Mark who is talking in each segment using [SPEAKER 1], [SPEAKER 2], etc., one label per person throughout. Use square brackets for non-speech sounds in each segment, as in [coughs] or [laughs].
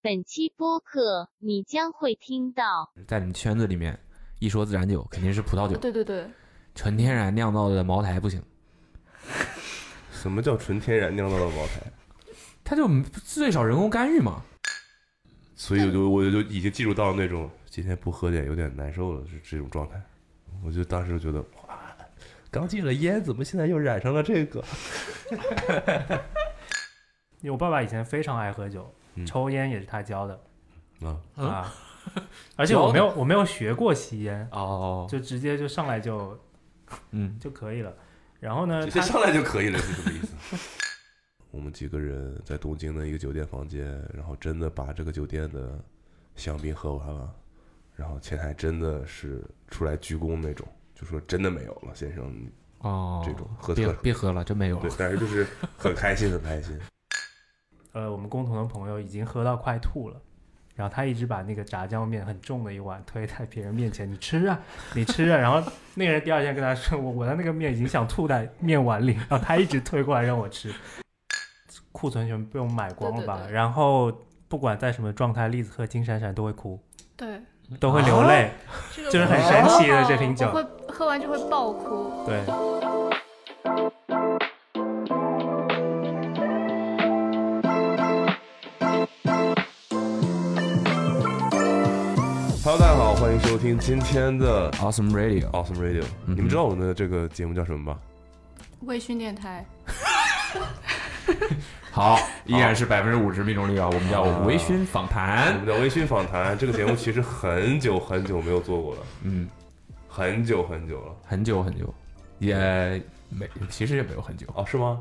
[SPEAKER 1] 本期播客你将会听到
[SPEAKER 2] 在你圈子里面一说自然酒，肯定是葡萄
[SPEAKER 3] 啊
[SPEAKER 2] 酒，
[SPEAKER 4] 对对对，
[SPEAKER 2] 纯天然酿造的茅台不行，
[SPEAKER 5] 什么叫纯天然酿造的茅台？
[SPEAKER 2] 它就最少人工干预嘛。
[SPEAKER 5] 所以我就我就已经进入到那种今天不喝点有点难受了，是这种状态。我就当时觉得哇，刚戒了烟，怎么现在又染上了这个？
[SPEAKER 6] 因为我爸爸以前非常爱喝酒，
[SPEAKER 5] 嗯
[SPEAKER 6] 抽烟也是他教的、
[SPEAKER 5] 啊，
[SPEAKER 2] 嗯
[SPEAKER 6] 啊，而且我没有我没有学过吸烟，
[SPEAKER 2] 哦，
[SPEAKER 6] 就直接就上来就
[SPEAKER 2] 嗯，
[SPEAKER 6] 就可以了。然后呢，
[SPEAKER 5] 直接
[SPEAKER 6] 他
[SPEAKER 5] 上来就可以了，是什么意思？我们几个人在东京的一个酒店房间，然后真的把这个酒店的香槟喝完了，然后前台真的是出来鞠躬那种，就说真的没有了，先生，
[SPEAKER 2] 哦，
[SPEAKER 5] 这种喝
[SPEAKER 2] 别
[SPEAKER 5] 特
[SPEAKER 2] 别喝了，真没有
[SPEAKER 5] 对
[SPEAKER 2] 了，，
[SPEAKER 5] 但是就是很开心，很开心。
[SPEAKER 6] 呃，我们共同的朋友已经喝到快吐了。然后他一直把那个炸酱面很重的一碗推在别人面前，你吃啊，你吃啊。然后那个人第二天跟他说，我我的那个面已经想吐在面碗里，然后他一直推过来让我吃，库存全被我买光了吧？
[SPEAKER 4] 对对对
[SPEAKER 6] 然后不管在什么状态，栗子和金闪闪都会哭，
[SPEAKER 4] 对，
[SPEAKER 6] 都会流泪。
[SPEAKER 2] 啊
[SPEAKER 4] 这个
[SPEAKER 6] 就是很
[SPEAKER 4] 我
[SPEAKER 6] 神奇的
[SPEAKER 4] 哦
[SPEAKER 6] 这瓶酒
[SPEAKER 4] 我会喝完就会爆哭。
[SPEAKER 6] 对，
[SPEAKER 2] 嗯
[SPEAKER 5] Hello，大家好，欢迎收听今天的
[SPEAKER 2] Awesome Radio，
[SPEAKER 5] [laughs] Awesome Radio。
[SPEAKER 2] 嗯
[SPEAKER 5] 你们知道我们的这个节目叫什么吧？
[SPEAKER 4] 微醺电台，
[SPEAKER 5] [laughs]
[SPEAKER 2] 好，依然是百分之五十命中率啊，我们叫
[SPEAKER 5] 啊
[SPEAKER 2] 微醺访
[SPEAKER 5] 我
[SPEAKER 2] 谈
[SPEAKER 5] 们，叫微醺访谈。这个节目其实很久很久没有做过了，
[SPEAKER 2] 嗯，
[SPEAKER 5] 很久很久了。
[SPEAKER 2] 很久很久，也没，其实也没有很久。
[SPEAKER 5] 哦，是
[SPEAKER 2] [laughs]
[SPEAKER 5] 吗？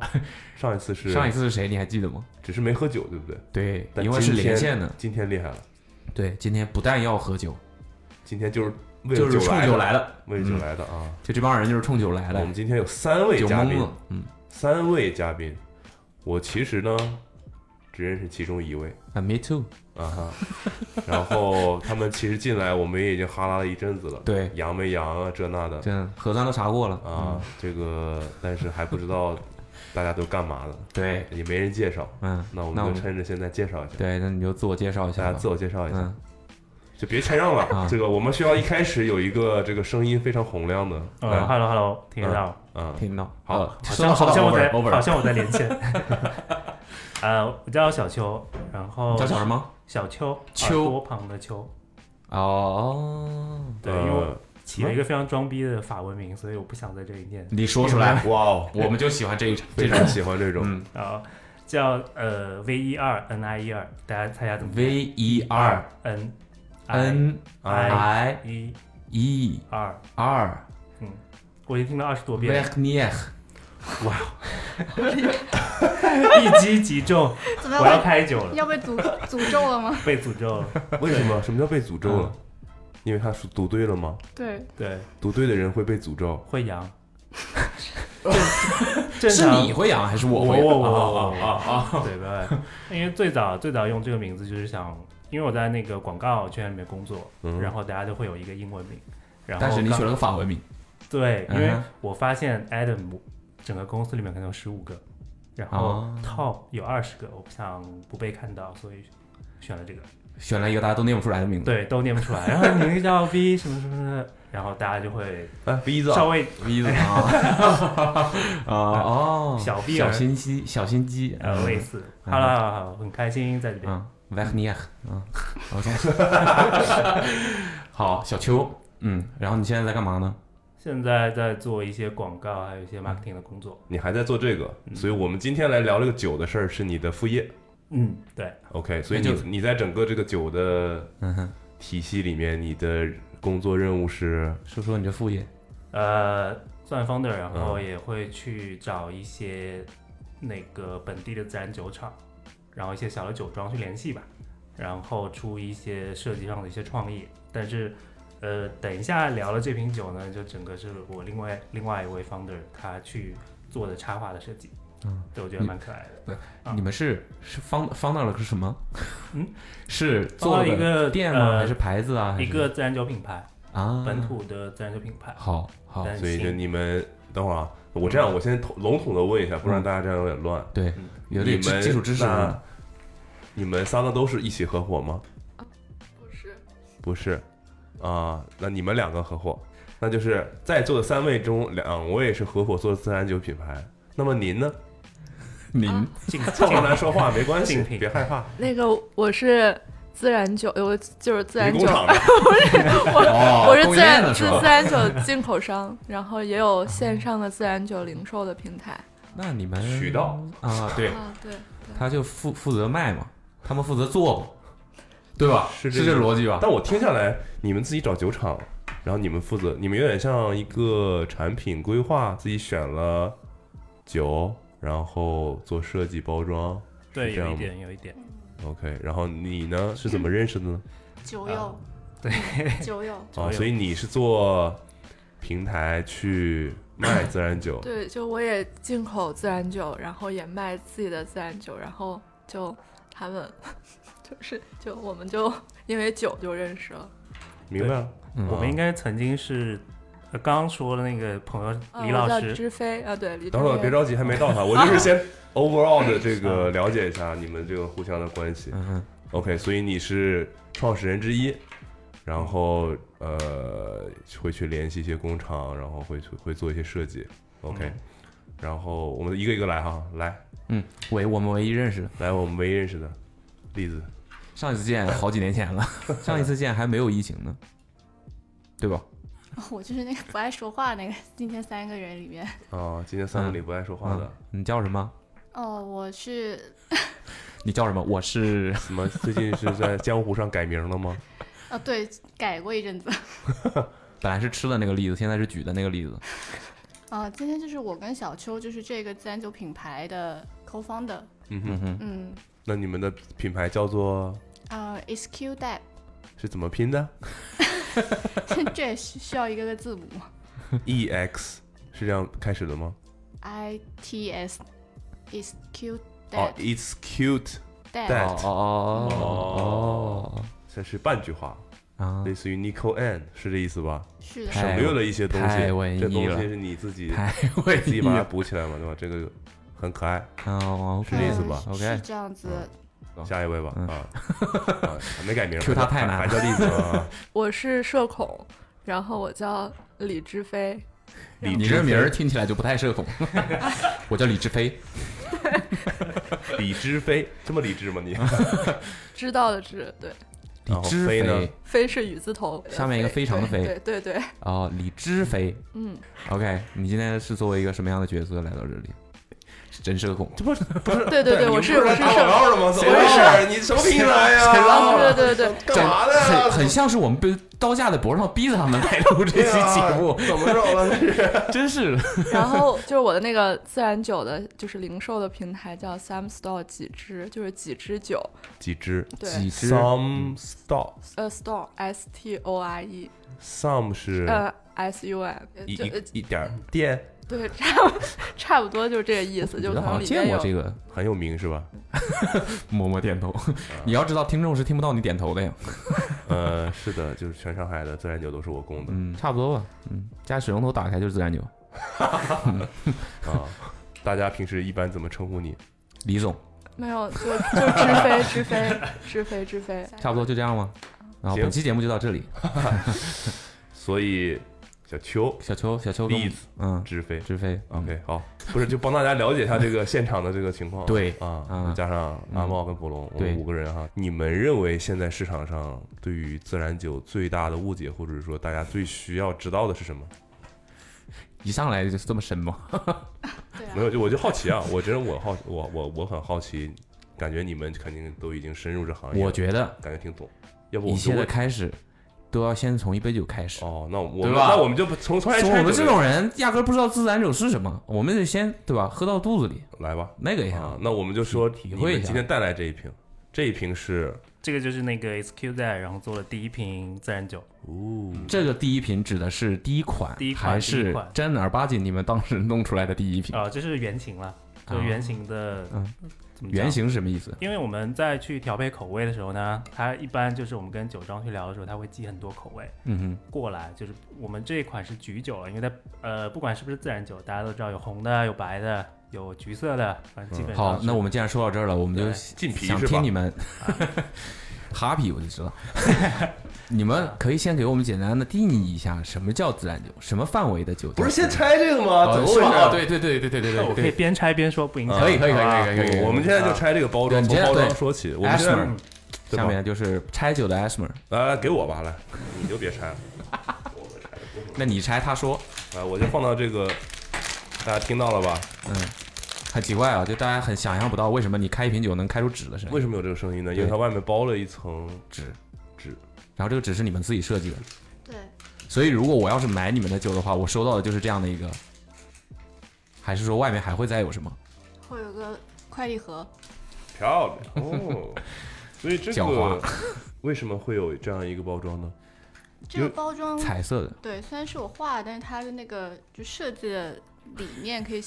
[SPEAKER 5] 上一次是
[SPEAKER 2] 上一次是谁？你还记得吗？
[SPEAKER 5] 只是没喝酒，对不对？
[SPEAKER 2] 对，
[SPEAKER 5] 但
[SPEAKER 2] 因为是
[SPEAKER 5] 今天
[SPEAKER 2] 连线的。
[SPEAKER 5] 今天厉害了，
[SPEAKER 2] 对，今天不但要喝酒，
[SPEAKER 5] 今天就是为
[SPEAKER 2] 就是
[SPEAKER 5] 酒
[SPEAKER 2] 冲酒来
[SPEAKER 5] 来的，
[SPEAKER 2] 的，
[SPEAKER 5] 为了酒来的啊！
[SPEAKER 2] 就这帮人就是冲酒来
[SPEAKER 5] 我
[SPEAKER 2] 的
[SPEAKER 5] 们，今天有三位
[SPEAKER 2] 酒
[SPEAKER 5] 嘉
[SPEAKER 2] 蒙
[SPEAKER 5] 宾，
[SPEAKER 2] 了。嗯，
[SPEAKER 5] 三位嘉宾，我其实呢只认识其中一位
[SPEAKER 2] 啊，me too。
[SPEAKER 5] 啊
[SPEAKER 2] [laughs]
[SPEAKER 5] 哈，然后他们其实进来我们也已经哈拉了一阵子了，
[SPEAKER 2] 对，
[SPEAKER 5] 阳没阳啊这那的
[SPEAKER 2] 真的核酸都查过了
[SPEAKER 5] 啊，
[SPEAKER 2] 嗯，
[SPEAKER 5] 这个但是还不知道大家都干嘛的，
[SPEAKER 2] 对，
[SPEAKER 5] 也没人介绍，
[SPEAKER 2] 嗯，
[SPEAKER 5] 那我
[SPEAKER 2] 那我
[SPEAKER 5] 们
[SPEAKER 2] 们
[SPEAKER 5] 就趁着现在介绍一下，
[SPEAKER 2] 对，那你就自我介绍一
[SPEAKER 5] 大
[SPEAKER 2] 下
[SPEAKER 5] 家
[SPEAKER 2] 吧
[SPEAKER 5] 自。我介绍一下。
[SPEAKER 2] 嗯，
[SPEAKER 5] 就别谦让了。
[SPEAKER 2] 啊
[SPEAKER 5] 这个我们需要一开始有一个这个声音非常洪亮的，
[SPEAKER 6] 呃，hello hello，听得到？
[SPEAKER 5] 嗯，
[SPEAKER 2] 听到。
[SPEAKER 5] 好
[SPEAKER 2] 呃，
[SPEAKER 6] 好
[SPEAKER 2] 说到
[SPEAKER 6] 像好像我在
[SPEAKER 2] over，
[SPEAKER 6] 好像我在
[SPEAKER 2] [laughs]
[SPEAKER 6] 连线。呃，我叫小秋，然后
[SPEAKER 2] 叫小什么？
[SPEAKER 6] 小秋，
[SPEAKER 2] 秋
[SPEAKER 6] 耳朵旁的秋。
[SPEAKER 2] 哦，
[SPEAKER 6] 对，因为我起了一个非常装逼的法文名，所以我不想在这里念
[SPEAKER 2] 你说
[SPEAKER 6] 出来，
[SPEAKER 5] 哇哦，
[SPEAKER 2] 我们就喜欢这一
[SPEAKER 5] 非
[SPEAKER 2] 这
[SPEAKER 5] 常
[SPEAKER 2] 种。
[SPEAKER 5] 喜欢这种。
[SPEAKER 2] 嗯
[SPEAKER 6] 啊。叫呃 V E R N I E R，大家猜一下怎么念
[SPEAKER 2] ，V E R
[SPEAKER 6] N
[SPEAKER 2] N
[SPEAKER 6] I
[SPEAKER 2] I
[SPEAKER 6] E
[SPEAKER 2] E
[SPEAKER 6] R，
[SPEAKER 2] R
[SPEAKER 6] 嗯，我已经听了二十多
[SPEAKER 2] v e
[SPEAKER 6] 遍，
[SPEAKER 2] r n i e r
[SPEAKER 6] [laughs] 一击即中，
[SPEAKER 4] 怎么
[SPEAKER 6] 我要
[SPEAKER 4] 样？
[SPEAKER 6] 开酒
[SPEAKER 4] [laughs]
[SPEAKER 6] 了，
[SPEAKER 4] 要被诅诅咒了吗？
[SPEAKER 6] 被诅咒了。
[SPEAKER 5] 为什么？什么叫被诅咒了？
[SPEAKER 2] 嗯
[SPEAKER 5] 因为他是赌对了吗？
[SPEAKER 4] 对，
[SPEAKER 6] 对，
[SPEAKER 5] 赌对的人会被诅咒。
[SPEAKER 6] 会 [laughs] 阳，正
[SPEAKER 2] 是
[SPEAKER 6] 常
[SPEAKER 2] 你会养还是我
[SPEAKER 6] 我
[SPEAKER 2] 会
[SPEAKER 6] 我
[SPEAKER 2] 养？
[SPEAKER 6] 我
[SPEAKER 2] 啊啊啊！
[SPEAKER 6] 对对对，哦 [laughs] 因为最早最早用这个名字就是想，因为我在那个广告圈里面工作，
[SPEAKER 5] 嗯
[SPEAKER 6] 然后大家都会有一个英文名，然后
[SPEAKER 2] 但是你
[SPEAKER 6] 刚
[SPEAKER 2] 选了个法文名，
[SPEAKER 6] 对，因为
[SPEAKER 2] 嗯哼
[SPEAKER 6] 我发现 Adam 整个公司里面可能有十五个，然后
[SPEAKER 2] 哦
[SPEAKER 6] Top 有二十个，我不想不被看到，所以选了这个，
[SPEAKER 2] 选了一个大家都念不出来的名字。
[SPEAKER 6] 对，都念不
[SPEAKER 2] [laughs]
[SPEAKER 6] 出来，然后名字叫 V 什么什么的，然后大家就会
[SPEAKER 5] 哎，鼻子啊，
[SPEAKER 6] 稍微
[SPEAKER 2] 意思啊啊哦，
[SPEAKER 6] 小臂
[SPEAKER 2] 小
[SPEAKER 6] 儿
[SPEAKER 2] 心机，小心机，
[SPEAKER 6] 呃类似，好了好了好了，很开心在这边。
[SPEAKER 2] 嗯 v a c h n i e [laughs] 嗯，OK，好，小秋，嗯，然后你现在在干嘛呢？
[SPEAKER 6] 现在在做一些广告，还有一
[SPEAKER 2] 嗯
[SPEAKER 6] 些 marketing 的工作。
[SPEAKER 5] 你还在做这个，所以我们今天来聊这个酒的事儿是你的副业。
[SPEAKER 6] 嗯，对，
[SPEAKER 5] OK，所以你
[SPEAKER 2] 那就
[SPEAKER 5] 你在整个这个酒的
[SPEAKER 2] 嗯
[SPEAKER 5] 体系里面，你的工作任务是
[SPEAKER 2] 说说你这副业，
[SPEAKER 6] 呃，算 founder，然后
[SPEAKER 5] 嗯
[SPEAKER 6] 也会去找一些那个本地的自然酒厂，然后一些小的酒庄去联系吧，然后出一些设计上的一些创意。但是，呃，等一下聊了这瓶酒呢，就整个是我另外另外一位 founder 他去做的插画的设计。
[SPEAKER 2] 嗯，
[SPEAKER 6] 对，我觉得蛮可爱的。啊
[SPEAKER 2] 你们是是方方到了个什么？
[SPEAKER 6] 嗯，
[SPEAKER 2] [laughs] 是做
[SPEAKER 6] 做了一
[SPEAKER 2] 的
[SPEAKER 6] 个
[SPEAKER 2] 店吗？
[SPEAKER 6] 呃
[SPEAKER 2] 还是牌子啊？还
[SPEAKER 6] 一
[SPEAKER 2] 是
[SPEAKER 6] 个自然酒品牌，
[SPEAKER 2] 啊，
[SPEAKER 6] 本土的自然酒品牌。
[SPEAKER 2] 好好，
[SPEAKER 6] 但
[SPEAKER 5] 所以就
[SPEAKER 6] 新
[SPEAKER 5] 你们等会儿啊，我这样我先统笼统的问一下，不然
[SPEAKER 2] 嗯
[SPEAKER 5] 大家这样有点乱。
[SPEAKER 2] 对
[SPEAKER 6] 嗯，
[SPEAKER 2] 有点
[SPEAKER 5] 你
[SPEAKER 2] 知啊
[SPEAKER 5] 们
[SPEAKER 2] 基础知识
[SPEAKER 5] 那你们三个都是一起合伙吗？
[SPEAKER 4] 不是，
[SPEAKER 5] 不是，啊，那你们两个合伙，那就是在座的三位中两位是合伙做自然酒品牌。那么
[SPEAKER 3] [laughs]
[SPEAKER 5] 您呢？
[SPEAKER 2] 您
[SPEAKER 4] 啊
[SPEAKER 2] [laughs]
[SPEAKER 6] 竞
[SPEAKER 5] 凑合
[SPEAKER 6] 竞
[SPEAKER 5] 来说话没关系
[SPEAKER 6] 竞，品
[SPEAKER 5] 别害怕。
[SPEAKER 3] 那个我是自然酒，我就是自
[SPEAKER 5] 你
[SPEAKER 3] 然
[SPEAKER 5] 工
[SPEAKER 3] 酒，
[SPEAKER 5] 厂的，
[SPEAKER 3] [laughs]
[SPEAKER 2] 哦
[SPEAKER 3] 我是
[SPEAKER 2] 供
[SPEAKER 3] 自
[SPEAKER 2] 应链
[SPEAKER 3] 然
[SPEAKER 2] 的
[SPEAKER 3] 自
[SPEAKER 2] 是吧
[SPEAKER 3] 自然酒进口商，然后也有线上的自然酒零售的平台。
[SPEAKER 2] 那你们
[SPEAKER 5] 渠道
[SPEAKER 2] 啊，
[SPEAKER 3] [laughs]
[SPEAKER 2] 对，
[SPEAKER 4] 啊，对对，
[SPEAKER 2] 他就负负责卖嘛，他们负责做嘛，对吧？
[SPEAKER 5] 是
[SPEAKER 2] 是
[SPEAKER 5] 这
[SPEAKER 2] 这
[SPEAKER 5] 个
[SPEAKER 2] 逻辑吧？
[SPEAKER 5] 但我听下来，你们自己找酒厂，然后你们负责，你们有点像一个产品规划，自己选了酒，然后做设计包装。
[SPEAKER 6] 对，
[SPEAKER 5] 是这
[SPEAKER 6] 有
[SPEAKER 5] 样
[SPEAKER 6] 一
[SPEAKER 5] 吗
[SPEAKER 6] 点，有一点，
[SPEAKER 5] OK，然后你呢是怎么认识的呢？
[SPEAKER 4] 酒友，
[SPEAKER 6] 对，
[SPEAKER 4] 酒友，
[SPEAKER 6] 左
[SPEAKER 5] 啊，
[SPEAKER 6] 右
[SPEAKER 5] 所以你是做平台去卖自然酒，
[SPEAKER 3] 对，就我也进口自然酒，然后也卖自己的自然酒，然后就他们 [laughs] 就是就我们就因为酒就认识了。
[SPEAKER 5] 明白了？
[SPEAKER 2] 嗯
[SPEAKER 6] 我们应该曾经是，呃刚刚说的那个朋友
[SPEAKER 3] 啊、我
[SPEAKER 6] 李老
[SPEAKER 3] 叫
[SPEAKER 6] 师，
[SPEAKER 3] 知飞啊，对，李知
[SPEAKER 5] 等会儿
[SPEAKER 3] 飞。
[SPEAKER 5] 别着急，还没到他，我就是先 overall 的这个了解一下你们这个互相的关系。
[SPEAKER 2] 嗯哼，
[SPEAKER 5] OK，所以你是创始人之一，然后呃会去联系一些工厂，然后会去会做一些设计。OK，、
[SPEAKER 6] 嗯
[SPEAKER 5] 然后我们一个一个来哈，来
[SPEAKER 2] 嗯，唯我们唯一认识的，
[SPEAKER 5] 来我们唯一认识的例子，
[SPEAKER 2] 上一次见好几年前
[SPEAKER 5] [laughs]
[SPEAKER 2] 了，上一次见还没有疫情呢，对吧？
[SPEAKER 4] [laughs] 我就是那个不爱说话那个，今天三个人里面，
[SPEAKER 5] 啊，今天三个里不爱说话的
[SPEAKER 2] 嗯，，你叫什么？
[SPEAKER 4] 哦，我是，
[SPEAKER 2] 你叫什么？我是
[SPEAKER 5] 怎么最近是在江湖上改名了吗？
[SPEAKER 4] 哦，对，改过一阵子，
[SPEAKER 2] 本来是吃的那个栗子，现在是举的那个栗子。
[SPEAKER 4] 啊，今天就是我跟小邱，就是这个自然酒品牌的 co-founder，
[SPEAKER 2] 嗯
[SPEAKER 5] 嗯哼，
[SPEAKER 2] 哼，
[SPEAKER 4] 嗯，
[SPEAKER 5] 那你们的品牌叫做
[SPEAKER 4] 呃，SQ d a
[SPEAKER 5] 是怎么拼的
[SPEAKER 4] [laughs] 这也需需要一个个字母
[SPEAKER 5] ？E X 是这样开始的吗？
[SPEAKER 4] ，I T S is Q
[SPEAKER 5] 哦
[SPEAKER 4] dad
[SPEAKER 5] ，It's cute，
[SPEAKER 4] dad，
[SPEAKER 5] dad
[SPEAKER 2] 哦哦哦
[SPEAKER 5] 这是半句话，
[SPEAKER 2] 哦啊
[SPEAKER 5] [laughs] 类！似于 Nico and 是这意思吧？
[SPEAKER 4] 是的，
[SPEAKER 2] 太
[SPEAKER 5] 省略了一些东西，
[SPEAKER 2] 太文艺
[SPEAKER 5] 这东
[SPEAKER 2] 了
[SPEAKER 5] 西是你自己
[SPEAKER 2] 太会
[SPEAKER 5] 自己把它补起来嘛，对吧？这个很可爱。
[SPEAKER 2] 哦
[SPEAKER 5] 是这意思
[SPEAKER 4] 嗯
[SPEAKER 5] 吧
[SPEAKER 4] 是
[SPEAKER 2] OK
[SPEAKER 4] 是这样子，
[SPEAKER 5] 下一位吧，
[SPEAKER 2] 嗯
[SPEAKER 5] 啊，啊还没改名
[SPEAKER 2] Q 他太难
[SPEAKER 5] 还叫栗子
[SPEAKER 2] [laughs]
[SPEAKER 5] 啊。
[SPEAKER 3] 我是社恐，然后我叫李知飞。
[SPEAKER 5] 李
[SPEAKER 2] 你
[SPEAKER 5] 志
[SPEAKER 2] 这
[SPEAKER 5] 飞
[SPEAKER 2] 名儿听起来就不太社
[SPEAKER 5] [laughs]
[SPEAKER 2] 恐。我叫李志飞，
[SPEAKER 5] 李知飞，这么理
[SPEAKER 2] [laughs]
[SPEAKER 5] 智吗你？
[SPEAKER 3] 知道的知，对，
[SPEAKER 5] 然后
[SPEAKER 2] 知
[SPEAKER 5] 飞呢？
[SPEAKER 3] 飞是雨字头，
[SPEAKER 2] 下面一个非常的
[SPEAKER 3] 对
[SPEAKER 2] 飞
[SPEAKER 3] 对对对，
[SPEAKER 2] 哦，李知飞。
[SPEAKER 3] 嗯，
[SPEAKER 2] OK，你今天是作为一个什么样的角色来到这里？是真社恐，
[SPEAKER 3] 对对对，我是我是
[SPEAKER 5] 打广啊
[SPEAKER 3] 社，
[SPEAKER 5] 告了吗？怎
[SPEAKER 2] 谁
[SPEAKER 5] 么回
[SPEAKER 2] 让
[SPEAKER 5] 事？你什么平台呀？
[SPEAKER 3] 对对对，
[SPEAKER 2] [laughs]
[SPEAKER 5] 干嘛的呀？
[SPEAKER 2] 很很像是我们被刀架在脖上逼着他们来录这期
[SPEAKER 5] 啊
[SPEAKER 2] 节目，
[SPEAKER 5] 怎么着了？
[SPEAKER 2] [laughs] 真
[SPEAKER 5] 这是
[SPEAKER 2] 是 [laughs]
[SPEAKER 3] 然后就是我的那个自然酒的，就是零售的平台叫 Sam Store 几支，就是几支酒，
[SPEAKER 5] 几只
[SPEAKER 3] 对，
[SPEAKER 2] 只嗯
[SPEAKER 5] ？Some store
[SPEAKER 3] 呃，Store S T O R E，
[SPEAKER 5] some 是
[SPEAKER 3] 呃，S U M，
[SPEAKER 5] 一
[SPEAKER 3] 就呃
[SPEAKER 5] 一一点儿店，
[SPEAKER 3] 对， [laughs] 差不差不多就是这个意思，就
[SPEAKER 2] 我觉得
[SPEAKER 3] 可
[SPEAKER 2] 好
[SPEAKER 3] 能
[SPEAKER 2] 像
[SPEAKER 3] 里
[SPEAKER 2] 见
[SPEAKER 3] 面
[SPEAKER 2] 过
[SPEAKER 3] 有
[SPEAKER 2] 这个，
[SPEAKER 5] 很有名是吧？
[SPEAKER 2] 默默点头。
[SPEAKER 5] 嗯
[SPEAKER 2] [laughs] 你要知道，听众是听不到你点头的呀。
[SPEAKER 5] 呃，是的，就是全上海的自然酒都是我供的
[SPEAKER 2] 嗯，差不多吧。嗯，加水龙头打开就是自然酒。
[SPEAKER 5] [laughs] 啊。大家平时一般怎么称呼你？
[SPEAKER 2] 李总，
[SPEAKER 3] 没有，就就知飞知飞 [laughs] 知飞知飞，
[SPEAKER 2] 差不多就这样吗？然后
[SPEAKER 5] 行
[SPEAKER 2] 本期节目就到这里。
[SPEAKER 5] 所以小邱
[SPEAKER 2] 小邱，小邱跟我
[SPEAKER 5] 栗
[SPEAKER 2] 们，
[SPEAKER 5] 子
[SPEAKER 2] 嗯，
[SPEAKER 5] 知飞。
[SPEAKER 2] 志飞
[SPEAKER 5] OK，好，不是就帮大家了解一下这个现场的这个情况。
[SPEAKER 2] 对
[SPEAKER 5] 啊
[SPEAKER 2] 啊，嗯
[SPEAKER 5] 加上阿茂跟普龙，我
[SPEAKER 2] 对
[SPEAKER 5] 们五个人哈。你们认为现在市场上对于自然酒最大的误解，或者说大家最需要知道的是什么？
[SPEAKER 2] 一上来就是这么深吗？
[SPEAKER 4] 对
[SPEAKER 5] 没
[SPEAKER 4] 啊，
[SPEAKER 5] 有，就我就好奇啊，我真的我好，我我我很好奇，感觉你们肯定都已经深入这行业，
[SPEAKER 2] 我觉得
[SPEAKER 5] 感觉挺懂。要哎不我
[SPEAKER 2] 一
[SPEAKER 5] 们就
[SPEAKER 2] 切的
[SPEAKER 5] 问
[SPEAKER 2] 开始都要先从一杯酒开始。
[SPEAKER 5] 哦，那我
[SPEAKER 2] 对
[SPEAKER 5] 们
[SPEAKER 2] 吧
[SPEAKER 5] 那我们就不从从来
[SPEAKER 2] 从
[SPEAKER 5] 开
[SPEAKER 2] 我
[SPEAKER 5] 始
[SPEAKER 2] 们这
[SPEAKER 5] 就
[SPEAKER 2] 种人压根儿不知道自然酒是什么，我们得先对吧，喝到肚子里
[SPEAKER 5] 来吧
[SPEAKER 2] 那个一下
[SPEAKER 5] 啊，，那我们就说
[SPEAKER 2] 哎体
[SPEAKER 5] 你
[SPEAKER 2] 会一
[SPEAKER 5] 们
[SPEAKER 2] 下
[SPEAKER 5] 今天带来这一瓶，这一瓶是
[SPEAKER 6] 这个就是那个 SQ 在，然后做了第一瓶自然酒，
[SPEAKER 5] 哦，
[SPEAKER 2] 这个第一瓶指的是第一款，
[SPEAKER 6] 第一款
[SPEAKER 2] 还
[SPEAKER 6] 第一
[SPEAKER 2] 是
[SPEAKER 6] 款呃
[SPEAKER 2] 正儿八经你们当时弄出来的第一瓶？
[SPEAKER 6] 啊，这是原型了，就
[SPEAKER 2] 啊
[SPEAKER 6] 原型的
[SPEAKER 2] 嗯
[SPEAKER 6] 怎么讲
[SPEAKER 2] 原型是什么意思？
[SPEAKER 6] 因为我们在去调配口味的时候呢，它一般就是我们跟酒庄去聊的时候，它会寄很多口味
[SPEAKER 2] 嗯
[SPEAKER 6] 过来，就是我们这一款是橘酒了，因为它呃不管是不是自然酒，大家都知道有红的、有白的、有橘色的，反正基
[SPEAKER 2] 哼，
[SPEAKER 6] 本上
[SPEAKER 2] 嗯好，
[SPEAKER 6] 是
[SPEAKER 2] 那我们既然说到这儿了，我们就
[SPEAKER 6] 对
[SPEAKER 5] 进皮
[SPEAKER 2] 想
[SPEAKER 5] 是吧
[SPEAKER 2] 听你们哈皮，我就知道，你们可以先给我们简单的定义一下什么叫自然酒，什么范围的酒叫自
[SPEAKER 5] 不
[SPEAKER 2] 然
[SPEAKER 5] 是
[SPEAKER 2] 酒？
[SPEAKER 5] 先拆这个吗？怎
[SPEAKER 2] 哦
[SPEAKER 5] 么回
[SPEAKER 2] 是
[SPEAKER 5] 事
[SPEAKER 2] 吧？
[SPEAKER 5] 啊？
[SPEAKER 2] 哦对对对对对对
[SPEAKER 6] 那我
[SPEAKER 2] 对
[SPEAKER 6] 可
[SPEAKER 2] 对，
[SPEAKER 6] 以边拆边说，不影响。
[SPEAKER 2] 嗯可以可以可以
[SPEAKER 6] 好吧
[SPEAKER 2] 可以可以可以，
[SPEAKER 5] 啊我们现在就拆这个包
[SPEAKER 2] 对
[SPEAKER 5] 装，
[SPEAKER 2] 你
[SPEAKER 5] 从
[SPEAKER 2] 现在
[SPEAKER 5] 包装
[SPEAKER 2] 对
[SPEAKER 5] 说起。我们现
[SPEAKER 2] Ashmer，
[SPEAKER 5] 在对吧
[SPEAKER 2] 下面就是拆酒的 Ashmer，
[SPEAKER 5] 来来给我吧，来，你就别拆了，我们拆了不会
[SPEAKER 2] 那你拆他说，
[SPEAKER 5] 来，我就放到这个，大家听到了吧？
[SPEAKER 2] 嗯，很奇怪啊，就大家很想象不到为什么你开一瓶酒能开出纸的声音
[SPEAKER 5] 为，什么有这个声音呢？因为
[SPEAKER 2] 对
[SPEAKER 5] 它外面包了一层
[SPEAKER 2] 纸
[SPEAKER 5] 纸。
[SPEAKER 2] 然后这个纸是你们自己设计的，
[SPEAKER 4] 对，
[SPEAKER 2] 所以如果我要是买你们的酒的话，我收到的就是这样的一个，还是说外面还会再有什么？
[SPEAKER 4] 会有个快递盒，
[SPEAKER 5] 漂亮 [laughs] 哦。所以这
[SPEAKER 2] 狡
[SPEAKER 5] 个
[SPEAKER 2] 猾
[SPEAKER 5] 为什么会有这样一个包装呢？
[SPEAKER 4] 这个包
[SPEAKER 5] 哦
[SPEAKER 4] 装
[SPEAKER 2] 彩色的，
[SPEAKER 4] 对，虽然是我画的，但是它的那个就设计的理念可以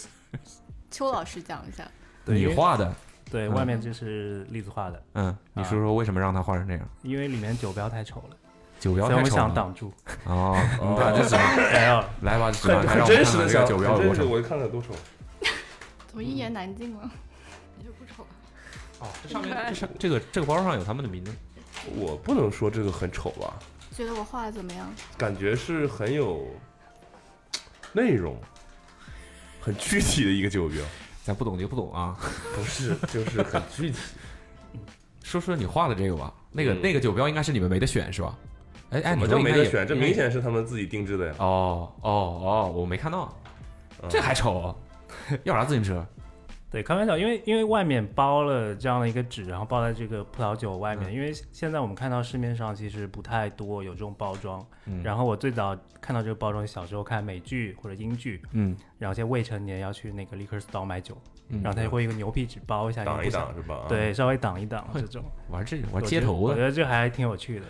[SPEAKER 4] 邱老师讲一下。
[SPEAKER 6] 对
[SPEAKER 2] 你
[SPEAKER 6] 因为
[SPEAKER 2] 画的，
[SPEAKER 6] 对，
[SPEAKER 2] 嗯
[SPEAKER 6] 外面就是栗子画的，
[SPEAKER 2] 嗯，你
[SPEAKER 5] 啊
[SPEAKER 2] 说说为什么让它画成这样？
[SPEAKER 6] 因为里面酒标太丑了，
[SPEAKER 2] 酒
[SPEAKER 6] 所
[SPEAKER 2] 标
[SPEAKER 6] 以我
[SPEAKER 2] 太
[SPEAKER 6] 们
[SPEAKER 2] 丑
[SPEAKER 6] 想
[SPEAKER 2] 了
[SPEAKER 6] 挡住。哎
[SPEAKER 2] 哦，你
[SPEAKER 5] 哦
[SPEAKER 2] 把这纸
[SPEAKER 5] [laughs]
[SPEAKER 2] 拿
[SPEAKER 6] 没有，
[SPEAKER 2] 来把纸拿
[SPEAKER 5] 很
[SPEAKER 2] 开，
[SPEAKER 5] 很
[SPEAKER 2] 让我们
[SPEAKER 5] 真
[SPEAKER 2] 看
[SPEAKER 5] 实
[SPEAKER 2] 看
[SPEAKER 5] 的
[SPEAKER 2] 这个
[SPEAKER 5] 想，
[SPEAKER 2] 酒标
[SPEAKER 5] 很
[SPEAKER 2] 有多
[SPEAKER 5] 真实，
[SPEAKER 2] 丑。
[SPEAKER 5] 我就看看多丑。
[SPEAKER 4] 怎么一
[SPEAKER 2] 嗯
[SPEAKER 4] 言难尽了？
[SPEAKER 3] [laughs] 也不丑，
[SPEAKER 2] 哦，这
[SPEAKER 3] 上面
[SPEAKER 2] 这上这个这个包装上有他们的名字，
[SPEAKER 5] 我不能说这个很丑吧，
[SPEAKER 4] 觉得我画的怎么样？
[SPEAKER 5] 感觉是很有内容、很具体的一个酒标，
[SPEAKER 2] 咱不懂就不懂啊。
[SPEAKER 5] 不是，就是很具体。
[SPEAKER 2] 说说你画的这个吧，那个
[SPEAKER 5] 嗯
[SPEAKER 2] 那个酒标应该是你们没得选是吧？哎 [laughs] 哎，
[SPEAKER 5] 怎
[SPEAKER 2] 你
[SPEAKER 5] 么
[SPEAKER 2] 说
[SPEAKER 5] 叫
[SPEAKER 2] 应
[SPEAKER 5] 没
[SPEAKER 2] 该
[SPEAKER 5] 得
[SPEAKER 2] 也
[SPEAKER 5] 选？这明。显是他们自己定制的呀。
[SPEAKER 2] 哦哦哦，我没看到，
[SPEAKER 5] 嗯
[SPEAKER 2] 这还丑，啊 [laughs] 要啥自行车？
[SPEAKER 6] 对，开玩笑，因为因为外面包了这样的一个纸，然后包在这个葡萄酒外
[SPEAKER 2] 嗯
[SPEAKER 6] 面，因为现在我们看到市面上其实不太多有这种包装。
[SPEAKER 2] 嗯
[SPEAKER 6] 然后我最早看到这个包装，小时候看美剧或者英剧，
[SPEAKER 2] 嗯，
[SPEAKER 6] 然后一些未成年要去那个 liquor store 买酒，
[SPEAKER 2] 嗯
[SPEAKER 6] 然后他就会用牛皮纸包一
[SPEAKER 2] 哎
[SPEAKER 6] 下，
[SPEAKER 5] 挡
[SPEAKER 6] 你
[SPEAKER 5] 一
[SPEAKER 6] 不想
[SPEAKER 5] 挡是吧？，啊
[SPEAKER 6] 对，稍微挡一挡
[SPEAKER 2] 会
[SPEAKER 6] 这种。
[SPEAKER 2] 玩这个玩街头
[SPEAKER 6] 我觉得，我觉
[SPEAKER 2] 的，哦
[SPEAKER 6] 得这还挺有趣的。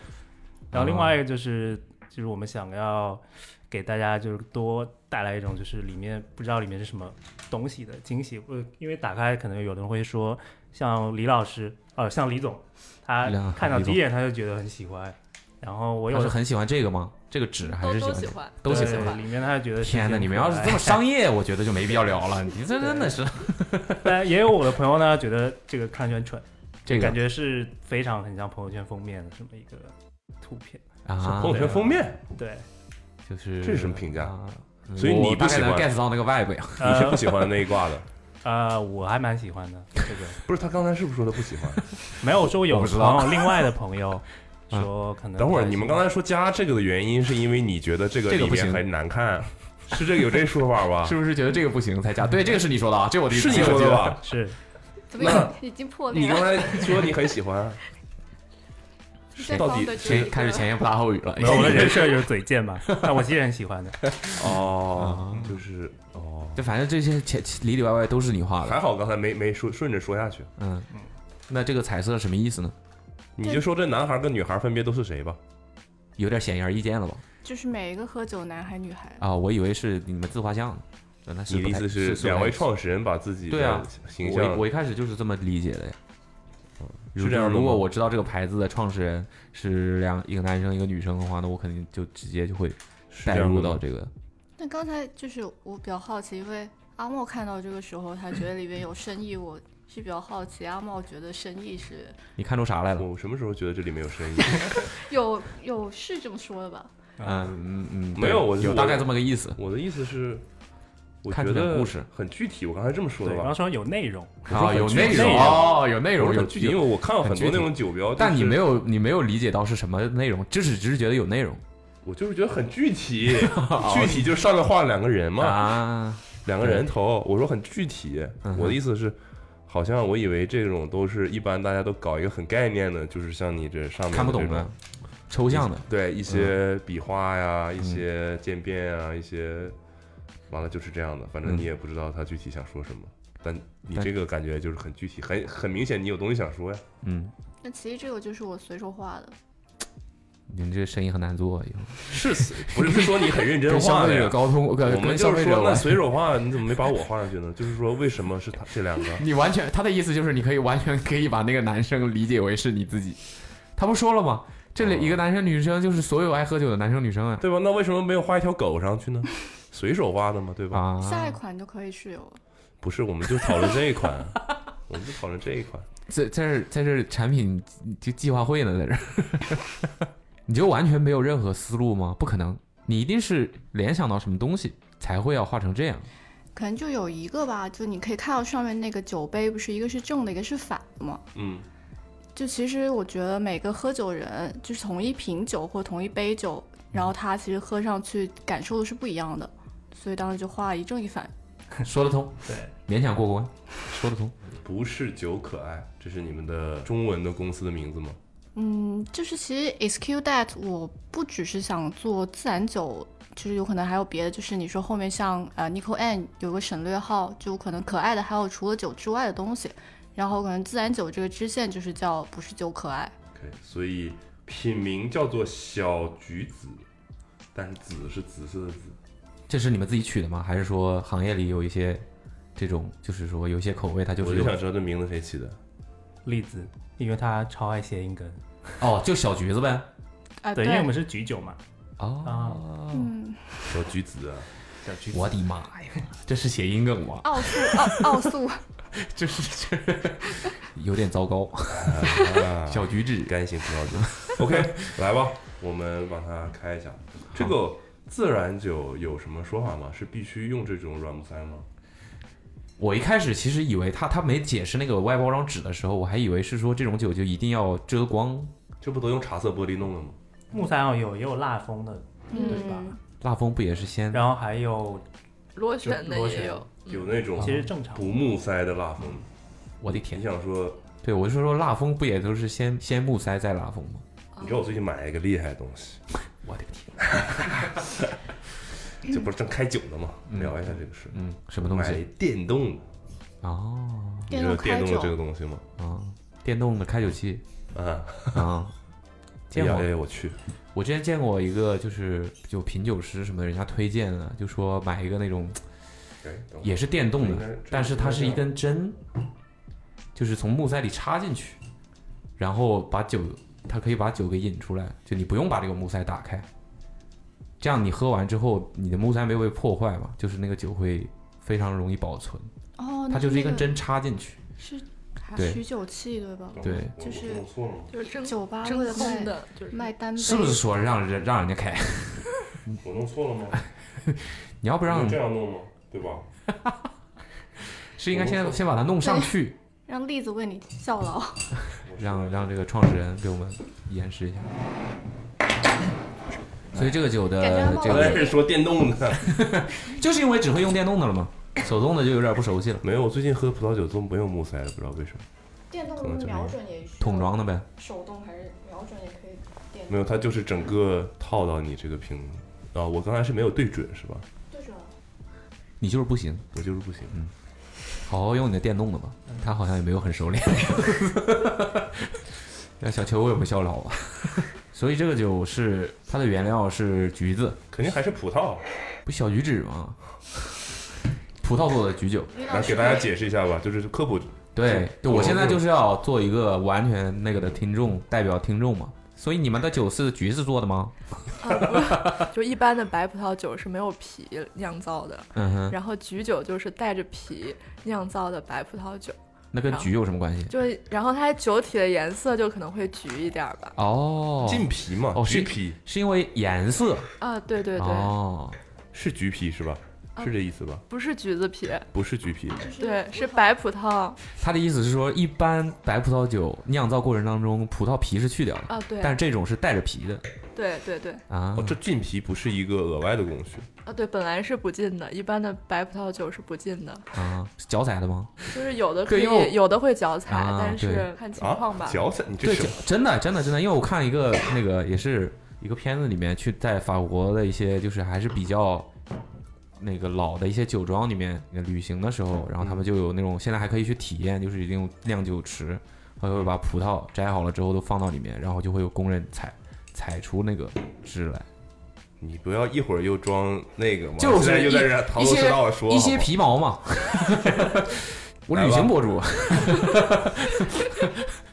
[SPEAKER 6] 然后另外一个就是，就是我们想要给大家就是多带来一种就是里面不知道里面是什么东西的惊喜。呃，因为打开可能有的人会说，像李老师，呃，像李总，他
[SPEAKER 2] 李老
[SPEAKER 6] 看到
[SPEAKER 2] 李
[SPEAKER 6] 第
[SPEAKER 2] 总
[SPEAKER 6] 一眼他就觉得很喜欢。然后我有
[SPEAKER 2] 他是很喜欢这个吗？这个纸还
[SPEAKER 3] 都
[SPEAKER 2] 是
[SPEAKER 3] 都喜
[SPEAKER 2] 喜欢
[SPEAKER 3] 欢。
[SPEAKER 2] 这个，都喜
[SPEAKER 6] 对
[SPEAKER 2] 欢。
[SPEAKER 6] 里面他就觉得是
[SPEAKER 2] 天哪，
[SPEAKER 6] 很
[SPEAKER 2] 你们
[SPEAKER 6] 可
[SPEAKER 2] 要是
[SPEAKER 6] 爱
[SPEAKER 2] 这么商业，我觉得就没必要聊了。你这真的是
[SPEAKER 6] [laughs] 但也有我的朋友呢，觉得这个看上去很蠢，
[SPEAKER 2] 这个
[SPEAKER 6] 感觉是非常很像朋友圈封面的这么一个图片。
[SPEAKER 2] 啊
[SPEAKER 5] 朋，友圈
[SPEAKER 2] [laughs]
[SPEAKER 5] 封面，
[SPEAKER 6] 对，
[SPEAKER 2] 就是
[SPEAKER 5] [laughs] 这是什么评价
[SPEAKER 2] 啊
[SPEAKER 5] 所以你
[SPEAKER 2] 我
[SPEAKER 5] 不
[SPEAKER 2] 大概
[SPEAKER 5] 喜
[SPEAKER 2] 能
[SPEAKER 5] 欢
[SPEAKER 2] get 到那个 vibe 呀？
[SPEAKER 5] 你是
[SPEAKER 6] 呃
[SPEAKER 5] 不喜欢那一挂的？
[SPEAKER 6] 呃，我还蛮喜欢的这个。
[SPEAKER 5] 不是，他刚才是不是说他不喜欢？
[SPEAKER 6] 没有，我说我有
[SPEAKER 2] 我不
[SPEAKER 6] 个
[SPEAKER 2] 知
[SPEAKER 6] 朋
[SPEAKER 2] 道
[SPEAKER 6] 友，另外的朋友说可能。
[SPEAKER 5] 等会儿你们刚才说加这个的原因，是因为你觉得这个
[SPEAKER 2] 这个
[SPEAKER 5] 里
[SPEAKER 2] 不行
[SPEAKER 5] 面很难看，是这个有这说法
[SPEAKER 2] [laughs]
[SPEAKER 5] 吧？
[SPEAKER 2] 是不是觉得这个不行才加？对，这个是你说的啊，这我第一
[SPEAKER 5] 啊是
[SPEAKER 2] 次
[SPEAKER 5] 你
[SPEAKER 2] 听
[SPEAKER 5] 说的吧？
[SPEAKER 6] 是
[SPEAKER 3] 怎么已已经破
[SPEAKER 5] 你
[SPEAKER 3] 裂
[SPEAKER 5] 刚
[SPEAKER 3] 了？
[SPEAKER 5] 才说你很
[SPEAKER 2] [laughs]
[SPEAKER 5] 喜欢，
[SPEAKER 3] 对
[SPEAKER 5] 到
[SPEAKER 3] 方
[SPEAKER 5] 底
[SPEAKER 3] 的这
[SPEAKER 2] 谁
[SPEAKER 3] 个
[SPEAKER 2] 开始前言不搭后语了？
[SPEAKER 6] 没有我的人设就是嘴贱嘛，但我其实很喜欢的。
[SPEAKER 5] 哦，就是哦，
[SPEAKER 2] [laughs] 就反正这些前前里里外外都是你画
[SPEAKER 5] 还
[SPEAKER 2] 的，
[SPEAKER 5] 好刚才没没说顺着说下去，
[SPEAKER 2] 嗯。那这个彩色什么意思呢？
[SPEAKER 5] 你就说这男孩跟女孩分别都是谁吧。
[SPEAKER 2] 有点显而易见了吧？
[SPEAKER 4] 就是每一个喝酒男孩女孩，
[SPEAKER 2] 啊，我以为是你们自画像的，嗯那是
[SPEAKER 5] 你的
[SPEAKER 2] 不
[SPEAKER 5] 意
[SPEAKER 2] 太
[SPEAKER 5] 思
[SPEAKER 2] 是
[SPEAKER 5] 两位
[SPEAKER 2] 创？
[SPEAKER 5] 创始人把自己
[SPEAKER 2] 对啊
[SPEAKER 5] 的形
[SPEAKER 2] 我一
[SPEAKER 5] 象
[SPEAKER 2] 我一开始就是这么理解的呀。
[SPEAKER 5] 嗯是这样的吗
[SPEAKER 2] 如果我知道这个牌子的创始人是两一个男生一个女生的话，那我肯定就直接就会
[SPEAKER 5] 是
[SPEAKER 2] 带
[SPEAKER 5] 这样
[SPEAKER 2] 入
[SPEAKER 5] 的
[SPEAKER 2] 到
[SPEAKER 5] 吗
[SPEAKER 2] 这个。
[SPEAKER 4] 那刚才就是我比较好奇，因为阿茂看到这个时候，他觉得里面有深意，我是比较好奇阿茂觉得深意是
[SPEAKER 2] 你看出啥来了？
[SPEAKER 5] 我什么时候觉得这里面有
[SPEAKER 2] [laughs]
[SPEAKER 5] 深意？
[SPEAKER 4] 有有是这么说的吧？
[SPEAKER 2] 嗯嗯嗯，
[SPEAKER 5] 没
[SPEAKER 2] 对
[SPEAKER 5] 有我
[SPEAKER 2] 有
[SPEAKER 5] 我
[SPEAKER 2] 大概这么个意思。
[SPEAKER 5] 我的意思是，我
[SPEAKER 2] 看
[SPEAKER 5] 觉
[SPEAKER 2] 出点
[SPEAKER 5] 得
[SPEAKER 2] 故事
[SPEAKER 5] 很具体。我刚才这么说
[SPEAKER 6] 对，
[SPEAKER 5] 的
[SPEAKER 6] 然后
[SPEAKER 5] 吧？
[SPEAKER 6] 说有内容，
[SPEAKER 5] 我说
[SPEAKER 2] 啊，
[SPEAKER 5] 很
[SPEAKER 2] 有
[SPEAKER 5] 具
[SPEAKER 2] 内
[SPEAKER 5] 体
[SPEAKER 2] 容哦，有内
[SPEAKER 5] 我
[SPEAKER 2] 容，
[SPEAKER 5] 说
[SPEAKER 2] 有
[SPEAKER 5] 很具体，因为
[SPEAKER 2] 有
[SPEAKER 5] 我看了
[SPEAKER 2] 很
[SPEAKER 5] 很多
[SPEAKER 2] 具体
[SPEAKER 5] 那种酒标，就
[SPEAKER 2] 但你
[SPEAKER 5] 是
[SPEAKER 2] 没有你没有理解到是什么内容，只是只是觉得有内容
[SPEAKER 5] 我就是觉得很
[SPEAKER 2] [laughs]
[SPEAKER 5] 具体，具体就上面画了两个人嘛，
[SPEAKER 2] 哦啊。
[SPEAKER 5] 两个人头。我说很具体
[SPEAKER 2] 嗯，哼
[SPEAKER 5] 我的意思是，好像我以为这种都是一般大家都搞一个很概念的，就是像你这上面
[SPEAKER 2] 看不懂
[SPEAKER 5] 这种
[SPEAKER 2] 的，抽象的，
[SPEAKER 5] 对一
[SPEAKER 2] 嗯
[SPEAKER 5] 些笔画呀，一些渐变啊，一些完了就是这样的，反
[SPEAKER 2] 嗯
[SPEAKER 5] 正你也不知道他具体想说什么。但你
[SPEAKER 2] 但
[SPEAKER 5] 这个感觉就是很具体，很很明显，你有东西想说呀。
[SPEAKER 2] 嗯，
[SPEAKER 4] 那其实这个就是我随手画的，
[SPEAKER 2] 您这个生意很难做，以后
[SPEAKER 5] 是不是不是说你很认真
[SPEAKER 2] 跟消
[SPEAKER 5] 画的
[SPEAKER 2] 费
[SPEAKER 5] 呀
[SPEAKER 2] 者？沟通，
[SPEAKER 5] 我
[SPEAKER 2] 跟
[SPEAKER 5] 们
[SPEAKER 2] 跟
[SPEAKER 5] 就
[SPEAKER 2] 消
[SPEAKER 5] 是
[SPEAKER 2] 费
[SPEAKER 5] 说
[SPEAKER 2] 者，
[SPEAKER 5] 那
[SPEAKER 2] 玩。
[SPEAKER 5] 随手画你怎么没把我画上去呢？就是说为什么是他这两个？
[SPEAKER 2] 你完全，他的意思就是你可以完全可以把那个男生理解为是你自己。他不说了吗？这里一个男生女生就是所有爱喝酒的男生女生啊
[SPEAKER 5] 对吧？那为什么没有画一条狗
[SPEAKER 2] [laughs]
[SPEAKER 5] 上去呢？随手画的嘛，对吧？
[SPEAKER 2] 啊！
[SPEAKER 4] 下一款就可以室友了。
[SPEAKER 5] 不是，我们就讨论这一款，啊 [laughs] 我们就讨论这一款。
[SPEAKER 2] 在在这在这产品就计划会呢，在这儿， [laughs] 你就完全没有任何思路吗？不可能，你一定是联想到什么东西才会要画成这样。
[SPEAKER 4] 可能就有一个吧，就你可以看到上面那个酒杯，不是一个是正的，一个是反的嘛。
[SPEAKER 5] 嗯，
[SPEAKER 4] 就其实我觉得每个喝酒人，就是同一瓶酒或同一杯酒，然后他其实喝上去感受的是不一样的，所以当时就画一正一反。
[SPEAKER 2] 说得通，
[SPEAKER 6] 对，
[SPEAKER 2] 勉强过关，说得通。
[SPEAKER 5] 不是酒可爱，这是你们的中文的公司的名字吗？
[SPEAKER 4] 嗯，就是其实 excuse that 我不只是想做自然酒，就是有可能还有别的，就是你说后面像呃 Nico N 有个省略号，就可能可爱的还有除了酒之外的东西，然后可能自然酒这个支线就是叫不是酒可爱。
[SPEAKER 5] OK，所以品名叫做小橘子，但是紫是紫色的紫。
[SPEAKER 2] 这是你们自己取的吗？还是说行业里有一些这种，就是说有一些口味它就
[SPEAKER 5] 我
[SPEAKER 2] 是
[SPEAKER 5] 就
[SPEAKER 2] 有
[SPEAKER 5] 想知道这名字谁起的。
[SPEAKER 6] 栗子，因为他超爱谐音梗，
[SPEAKER 2] 哦，就小橘子呗。
[SPEAKER 4] 啊，
[SPEAKER 6] 对，因为我们是橘酒嘛，
[SPEAKER 2] 哦，
[SPEAKER 4] 嗯，
[SPEAKER 5] 小橘子啊，
[SPEAKER 6] 小橘子。
[SPEAKER 2] 我的妈呀，这是谐音梗吗？
[SPEAKER 4] 奥数奥奥
[SPEAKER 2] [laughs]
[SPEAKER 4] 数，
[SPEAKER 2] 这是这有点糟糕。
[SPEAKER 5] 啊
[SPEAKER 2] 小橘子，
[SPEAKER 5] 干性葡萄酒。OK，来 [laughs] 吧，我们把它开一下。这个自然酒有什么说法吗？是必须用这种软木塞吗？
[SPEAKER 2] 我一开始其实以为他他没解释那个外包装纸的时候，我还以为是说这种酒就一定要遮光。
[SPEAKER 5] 这不都用茶色玻璃弄的吗？
[SPEAKER 6] 木三奥有也有蜡封的，对吧？
[SPEAKER 4] 嗯
[SPEAKER 2] 蜡封不也是先？
[SPEAKER 6] 然后还有
[SPEAKER 3] 螺旋的
[SPEAKER 6] 螺
[SPEAKER 3] 也
[SPEAKER 6] 旋
[SPEAKER 3] 有，
[SPEAKER 5] 有那种
[SPEAKER 6] 嗯其实正常
[SPEAKER 5] 不木塞的蜡封。
[SPEAKER 2] 我的
[SPEAKER 5] 你
[SPEAKER 2] 天，
[SPEAKER 5] 想说，
[SPEAKER 2] 对我就说蜡封不也都是先 [laughs] 先木塞再蜡封吗？
[SPEAKER 5] 你知道我最近买了一个厉害的东西，
[SPEAKER 2] 我的个天，
[SPEAKER 5] [laughs] 这不是正开酒呢吗？
[SPEAKER 2] 嗯
[SPEAKER 5] 聊一下这个事。
[SPEAKER 2] 嗯，什么东
[SPEAKER 5] 买了一
[SPEAKER 2] 西？
[SPEAKER 5] 电动的，
[SPEAKER 2] 哦
[SPEAKER 5] 你
[SPEAKER 4] 电
[SPEAKER 5] 知道
[SPEAKER 4] 动
[SPEAKER 5] 电
[SPEAKER 4] 开
[SPEAKER 5] 动的这个
[SPEAKER 4] 酒，
[SPEAKER 5] 东西吗？
[SPEAKER 2] 啊，电动的开酒器
[SPEAKER 5] 啊，
[SPEAKER 2] 啊。
[SPEAKER 5] 哎
[SPEAKER 2] 见
[SPEAKER 5] 呀
[SPEAKER 2] 过
[SPEAKER 5] 哎呀，我去，
[SPEAKER 2] 我之前见过一个，就是就品酒师什么的，人家推荐的，就说买一个那种
[SPEAKER 5] 哎等会儿
[SPEAKER 2] 也是电动
[SPEAKER 5] 应该
[SPEAKER 2] 的，但是它是一根针，就是从木塞里插进去，然后把酒，它可以把酒给引出来，就你不用把这个木塞打开，这样你喝完之后，你的木塞没有被破坏嘛，就是那个酒会非常容易保存。
[SPEAKER 4] 哦，
[SPEAKER 2] 它
[SPEAKER 4] 那
[SPEAKER 2] 就是一
[SPEAKER 4] 那
[SPEAKER 2] 根
[SPEAKER 4] 个
[SPEAKER 2] 针插进去，
[SPEAKER 4] 是
[SPEAKER 2] 对
[SPEAKER 4] 取酒器对吧？
[SPEAKER 2] 对
[SPEAKER 5] 我我
[SPEAKER 4] 就是
[SPEAKER 5] 弄错了吗？
[SPEAKER 3] 就是真
[SPEAKER 4] 酒吧
[SPEAKER 3] 真
[SPEAKER 4] 为了
[SPEAKER 3] 空
[SPEAKER 4] 卖
[SPEAKER 3] 的，就是
[SPEAKER 4] 卖单杯，
[SPEAKER 2] 是不是说让人让人家开？ [laughs]
[SPEAKER 5] 我弄错了吗？
[SPEAKER 2] 你要不让
[SPEAKER 5] 就这样弄吗？对吧？
[SPEAKER 2] 是应该
[SPEAKER 5] 我
[SPEAKER 2] 先
[SPEAKER 5] 不
[SPEAKER 2] 先把它弄上去，
[SPEAKER 4] [laughs] 让栗子为你效
[SPEAKER 5] [laughs]
[SPEAKER 4] 劳？
[SPEAKER 5] 我是
[SPEAKER 2] 让让这个创始人给我们演示一下。所以这个酒
[SPEAKER 4] 感觉还
[SPEAKER 2] 的
[SPEAKER 4] 冒
[SPEAKER 2] 这
[SPEAKER 5] 刚
[SPEAKER 2] 个
[SPEAKER 5] 才是说电动
[SPEAKER 2] [laughs]
[SPEAKER 5] 的，
[SPEAKER 2] 就是因为只会用电动的了嘛，手动的就有点不熟悉了，
[SPEAKER 5] 没有，我最近喝葡萄酒都没有木塞了，不知道为什么。
[SPEAKER 4] 电动
[SPEAKER 5] 可能就瞄
[SPEAKER 4] 准也需
[SPEAKER 2] 桶装的呗。
[SPEAKER 4] 手动还是瞄准也可以电
[SPEAKER 5] 没有，它就是整个套到你这个瓶子啊。我刚才是没有对准是吧？
[SPEAKER 4] 对准了。
[SPEAKER 2] 你就是不行，
[SPEAKER 5] 我就是不行。
[SPEAKER 2] 好好用你的电动的吧。他好像也没有很熟练。 [laughs] 那小球有没有效劳啊？ [laughs] 所以这个酒是它的原料是橘子，
[SPEAKER 5] 肯定还是葡萄。
[SPEAKER 2] 不小橘子吗？葡萄做的橘酒。
[SPEAKER 5] 来给大家解释一下吧，就是科普
[SPEAKER 2] 对，对我现在就是要做一个完全那个的听众，代表听众嘛。所以你们的酒是橘子做的吗？
[SPEAKER 3] 啊，不是 [laughs] 就一般的白葡萄酒是没有皮酿造的，
[SPEAKER 2] 嗯哼，
[SPEAKER 3] 然后橘酒就是带着皮酿造的白葡萄酒，
[SPEAKER 2] 那跟橘有什么关系？
[SPEAKER 3] 就然后它酒体的颜色就可能会橘一点儿吧。
[SPEAKER 2] 哦，
[SPEAKER 5] 浸皮嘛，
[SPEAKER 2] 哦是
[SPEAKER 5] 橘皮
[SPEAKER 2] 是因为颜色
[SPEAKER 3] 啊，对对对，
[SPEAKER 2] 哦，
[SPEAKER 5] 是橘皮是吧？
[SPEAKER 4] 啊
[SPEAKER 5] 是这意思吧？
[SPEAKER 3] 不是橘子皮，
[SPEAKER 5] 不是橘皮，
[SPEAKER 3] 对，是白葡萄
[SPEAKER 2] 他的意思是说，一般白葡萄酒酿造过程当中，葡萄皮是去掉的，
[SPEAKER 3] 啊，对
[SPEAKER 2] 但是这种是带着皮的
[SPEAKER 3] 对对对
[SPEAKER 2] 啊
[SPEAKER 5] 哦，。这浸皮不是一个额外的工序，
[SPEAKER 3] 啊，对，本来是不进的，一般的白葡萄酒是不进的，
[SPEAKER 2] 啊，是脚踩的吗？
[SPEAKER 3] 就是有的可
[SPEAKER 2] 对因为我
[SPEAKER 3] 以，有的会脚踩，
[SPEAKER 2] 啊
[SPEAKER 3] 但
[SPEAKER 2] 对
[SPEAKER 3] 是看情况吧
[SPEAKER 5] 啊，。脚踩你这
[SPEAKER 2] 对，
[SPEAKER 5] 什
[SPEAKER 2] 脚
[SPEAKER 5] 么？
[SPEAKER 2] 真的真的真的，因为我看一个那个也是一个片子里面去在法国的一些就是还是比较那个老的一些酒庄里面旅行的时候，然后
[SPEAKER 5] 嗯
[SPEAKER 2] 他们就有那种现在还可以去体验，就是那种酿酒池，他会把葡萄摘好了之后都放到里面，然后就会有工人采。采出那个汁来。
[SPEAKER 5] 你不要一会儿又装那个嘛，
[SPEAKER 2] 就是
[SPEAKER 5] 现在又在
[SPEAKER 2] 一
[SPEAKER 5] 这儿头
[SPEAKER 2] 一
[SPEAKER 5] 头
[SPEAKER 2] 些
[SPEAKER 5] 是道地说
[SPEAKER 2] 一些
[SPEAKER 5] 好吧
[SPEAKER 2] 皮毛嘛。 [laughs] 我
[SPEAKER 5] 来
[SPEAKER 2] 旅
[SPEAKER 5] 吧
[SPEAKER 2] 行博主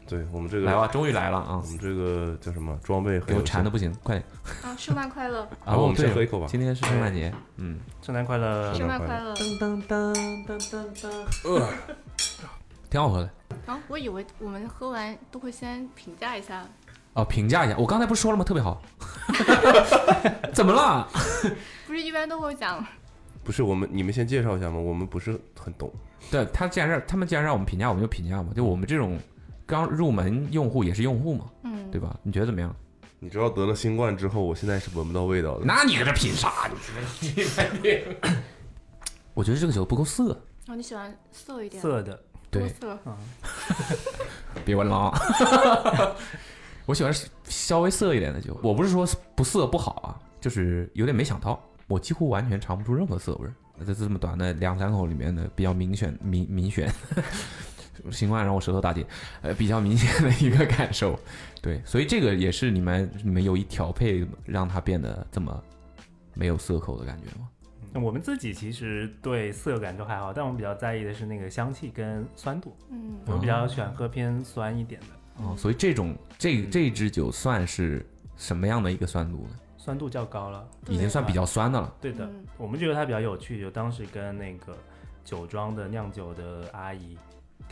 [SPEAKER 5] 对我们这个
[SPEAKER 2] 来吧，终于来了啊
[SPEAKER 5] 我！们这个叫什么装备很
[SPEAKER 2] 给
[SPEAKER 5] 有
[SPEAKER 2] 我馋的不行，快点啊哦
[SPEAKER 4] 啊，圣诞快乐，
[SPEAKER 5] 好我们
[SPEAKER 2] 对
[SPEAKER 5] 先喝一口吧
[SPEAKER 2] 今天是圣诞节，嗯，
[SPEAKER 6] 圣诞快乐！
[SPEAKER 5] 圣
[SPEAKER 4] 圣
[SPEAKER 5] 诞
[SPEAKER 4] 诞
[SPEAKER 5] 快
[SPEAKER 4] 快
[SPEAKER 5] 乐
[SPEAKER 4] 乐
[SPEAKER 2] 挺好喝的。
[SPEAKER 4] 啊！我以为我们喝完都会先评价一下，
[SPEAKER 2] 哦，评价一下，我刚才不是说了吗？特别好。 [laughs] 怎么了？
[SPEAKER 4] 不是一般都会讲
[SPEAKER 5] 不是我们你们先介绍一下嘛，我们不是很懂，
[SPEAKER 2] 对他既然让他们既然让我们评价，我们就评价嘛。就我们这种刚入门用户也是用户嘛，
[SPEAKER 4] 嗯
[SPEAKER 2] 对吧？你觉得怎么样？
[SPEAKER 5] 你知道得了新冠之后，我现在是闻不到味道的。
[SPEAKER 2] 那你搁这品啥？我觉得这个酒不够涩，
[SPEAKER 4] 哦，你喜欢涩一点，
[SPEAKER 6] 色的，
[SPEAKER 4] 多
[SPEAKER 2] 对，
[SPEAKER 4] 涩，
[SPEAKER 2] [laughs] 别问了啊。 [laughs] 我喜欢稍微涩一点的酒，我不是说不涩不好啊，就是有点没想到，我几乎完全尝不出任何涩味儿。在这么短的两三口里面的比较明显明明显， [laughs] 新冠让我舌头打结，呃，比较明显的一个感受。对，所以这个也是你们你们有意调配让它变得这么没有涩口的感觉吗？
[SPEAKER 6] 那我们自己其实对涩感都还好，但我们比较在意的是那个香气跟酸度，
[SPEAKER 4] 嗯，
[SPEAKER 6] 我比较喜欢喝偏酸一点的，
[SPEAKER 2] 哦，所以这种这
[SPEAKER 6] 嗯
[SPEAKER 2] 这支酒算是什么样的一个酸度呢？
[SPEAKER 6] 酸度较高了。
[SPEAKER 2] 已经算比较酸的了。
[SPEAKER 6] 对的，
[SPEAKER 4] 嗯
[SPEAKER 6] 我们觉得它比较有趣，就当时跟那个酒庄的酿酒的阿姨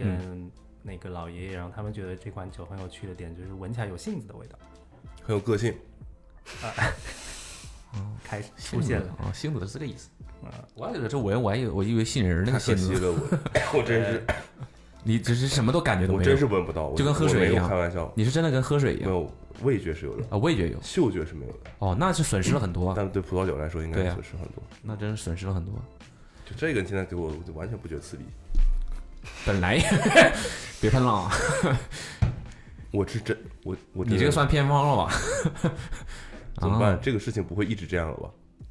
[SPEAKER 2] 嗯
[SPEAKER 6] 跟那个老爷爷，然后他们觉得这款酒很有趣的点就是闻起来有杏子的味道，
[SPEAKER 5] 很有个性，
[SPEAKER 6] 开始出现了。
[SPEAKER 2] 啊，哦杏子是这个意思。
[SPEAKER 6] 嗯，
[SPEAKER 2] 我还觉得这闻，我还以为我以为杏仁儿那
[SPEAKER 5] 太
[SPEAKER 2] 个
[SPEAKER 5] 可
[SPEAKER 2] 杏
[SPEAKER 5] 惜
[SPEAKER 2] 子，
[SPEAKER 5] 了，
[SPEAKER 2] [laughs]
[SPEAKER 5] 我我真是
[SPEAKER 2] 你只是什么都感觉都
[SPEAKER 5] 我
[SPEAKER 2] 没
[SPEAKER 5] 真是
[SPEAKER 2] 有。
[SPEAKER 5] 闻不到，我
[SPEAKER 2] 就跟喝
[SPEAKER 5] 我
[SPEAKER 2] 水
[SPEAKER 5] 没
[SPEAKER 2] 一
[SPEAKER 5] 有
[SPEAKER 2] 样
[SPEAKER 5] 开玩笑，
[SPEAKER 2] 你是真的跟喝水一
[SPEAKER 5] 没
[SPEAKER 2] 样
[SPEAKER 5] 有味觉是有的，
[SPEAKER 2] 啊，味觉有
[SPEAKER 5] 嗅觉是没有的，
[SPEAKER 2] 哦，那是损失了很多，
[SPEAKER 6] 嗯
[SPEAKER 5] 但对葡萄酒来说应
[SPEAKER 2] 对
[SPEAKER 5] 该
[SPEAKER 2] 啊
[SPEAKER 5] 损失很多。
[SPEAKER 2] 那真是损失了很多。
[SPEAKER 5] 就这个，你现在给我我就完全不觉得刺鼻，
[SPEAKER 2] 本来 [laughs] 别喷了，啊，
[SPEAKER 5] 我是真我我真
[SPEAKER 2] 你
[SPEAKER 5] 的
[SPEAKER 2] 这个算偏方了吧？
[SPEAKER 5] 怎么办
[SPEAKER 2] 啊？？
[SPEAKER 5] 这个事情不会一直这样了吧？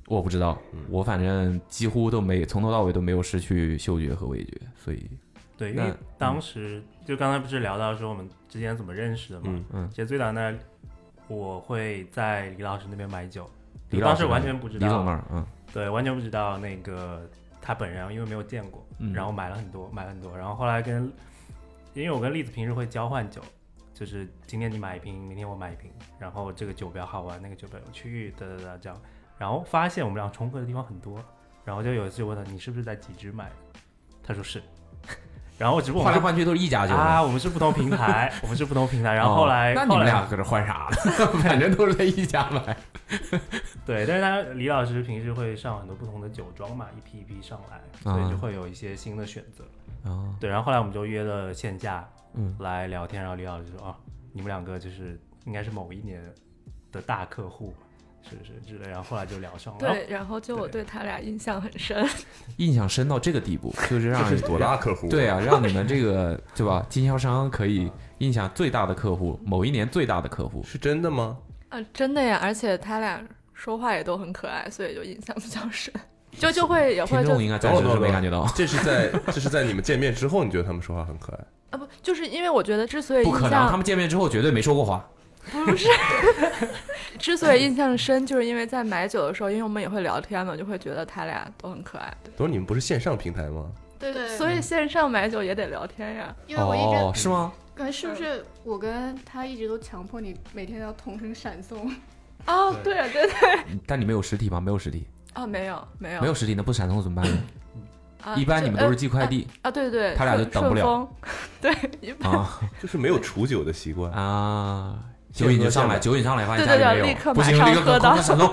[SPEAKER 2] 我不知道，
[SPEAKER 6] 嗯
[SPEAKER 2] 我反正几乎都没从头到尾都没有失去嗅觉和味觉，所以
[SPEAKER 6] 对，因
[SPEAKER 2] 那嗯
[SPEAKER 6] 为当时就刚才不是聊到说我们之间怎么认识的嘛，
[SPEAKER 5] 嗯
[SPEAKER 2] 嗯
[SPEAKER 6] 其实最早呢，我会在李老师那边买酒，
[SPEAKER 2] 李老
[SPEAKER 6] 当
[SPEAKER 2] 师
[SPEAKER 6] 时
[SPEAKER 2] 那
[SPEAKER 6] 完
[SPEAKER 2] 边
[SPEAKER 6] 全不知
[SPEAKER 2] 李总那
[SPEAKER 6] 道，
[SPEAKER 2] 儿，嗯，
[SPEAKER 6] 对，完全不知道那个他本人，因为没有见过，
[SPEAKER 2] 嗯
[SPEAKER 6] 然后买了很多，买了很多，然后后来跟，因为我跟栗子平时会交换酒，就是今天你买一瓶，明天我买一瓶，然后这个酒比较好玩，那个酒比较有趣，哒哒哒这样，然后发现我们俩重合的地方很多，然后就有一次就问他你是不是在几支买的，他说是， [laughs] 然后只不过我
[SPEAKER 2] 换来
[SPEAKER 6] 们是
[SPEAKER 2] 换去都是一家酒
[SPEAKER 6] 啊，我们是不同平台，我们是不同平台。然后后来，
[SPEAKER 2] 哦那你
[SPEAKER 6] 后
[SPEAKER 2] 们
[SPEAKER 6] 来
[SPEAKER 2] 俩搁这换啥呢？ [laughs] 反正都是在一家买。 [laughs]
[SPEAKER 6] 对，但是他李老师平时会上很多不同的酒庄嘛，一批一批上来，所以就会有一些新的选择。
[SPEAKER 2] 啊，
[SPEAKER 6] 对，然后后来我们就约了线下
[SPEAKER 2] 嗯，
[SPEAKER 6] 来聊天，然后李老师说啊，你们两个就是应该是某一年的大客户，是不是之类的？然后后来就聊上了。然后
[SPEAKER 3] 对，然后就我
[SPEAKER 6] 对
[SPEAKER 3] 对他俩印象很深，
[SPEAKER 2] 印象深到这个地
[SPEAKER 5] [laughs]
[SPEAKER 2] 步，就是让
[SPEAKER 5] 这
[SPEAKER 2] 人
[SPEAKER 5] 是多大客户？
[SPEAKER 2] 对，啊，让你们这个 [laughs] 对吧？经销商可以印象最大的客户，某一年最大的客
[SPEAKER 3] [laughs]
[SPEAKER 2] 户，
[SPEAKER 5] 是真的吗？
[SPEAKER 3] 啊，真的呀！而且他俩说话也都很可爱，所以就印象比较深。就就会也
[SPEAKER 2] 听
[SPEAKER 3] 会就
[SPEAKER 2] 众应该暂时
[SPEAKER 5] 等会
[SPEAKER 2] 是
[SPEAKER 5] 儿
[SPEAKER 2] 没感觉到，
[SPEAKER 5] 这是在 [laughs] 这是在你们见面之后，你觉得他们说话很可爱？
[SPEAKER 3] 啊不，就是因为我觉得之所以
[SPEAKER 2] [laughs] 不
[SPEAKER 3] 印
[SPEAKER 2] 可能，他
[SPEAKER 3] 象
[SPEAKER 2] 们见面之后绝对没说过话。[laughs]
[SPEAKER 3] 不是，之所以印象深，就是因为在买酒的时候，因为我们也会聊天嘛，就会觉得他俩都很可爱。
[SPEAKER 5] 等会儿你们不是线上平台吗？
[SPEAKER 4] 对对，
[SPEAKER 3] 所
[SPEAKER 2] 嗯
[SPEAKER 3] 以线上买酒也得聊天呀。
[SPEAKER 4] 因为我一
[SPEAKER 2] 哦，
[SPEAKER 4] 直
[SPEAKER 2] 是吗？
[SPEAKER 4] 感觉是不是我跟他一直都强迫你每天要同声闪送，
[SPEAKER 3] 哦，
[SPEAKER 6] 对
[SPEAKER 3] 对啊，对对
[SPEAKER 2] 但你们有实体吗？没有实体，
[SPEAKER 3] 啊，没有没有
[SPEAKER 2] 没有实体，那不闪送怎么办呢？
[SPEAKER 3] 啊
[SPEAKER 2] 一般
[SPEAKER 3] 就
[SPEAKER 2] 你们都
[SPEAKER 3] 呃
[SPEAKER 2] 是寄快递
[SPEAKER 3] 啊，对对，
[SPEAKER 2] 他俩就
[SPEAKER 3] 顺
[SPEAKER 2] 等不了。
[SPEAKER 3] 顺丰 [laughs] 对，一般
[SPEAKER 2] 啊
[SPEAKER 5] 就是没有储酒的习惯，
[SPEAKER 2] 啊。酒瘾就上来，
[SPEAKER 5] [laughs]
[SPEAKER 2] 酒瘾上来，发现家
[SPEAKER 3] 对对
[SPEAKER 2] 里
[SPEAKER 3] 呃对
[SPEAKER 2] 没
[SPEAKER 3] 立刻
[SPEAKER 2] 有，不行，
[SPEAKER 3] 马上
[SPEAKER 2] 立刻
[SPEAKER 3] 喝
[SPEAKER 2] 空
[SPEAKER 3] 到
[SPEAKER 2] 空闪
[SPEAKER 3] [laughs]
[SPEAKER 2] 送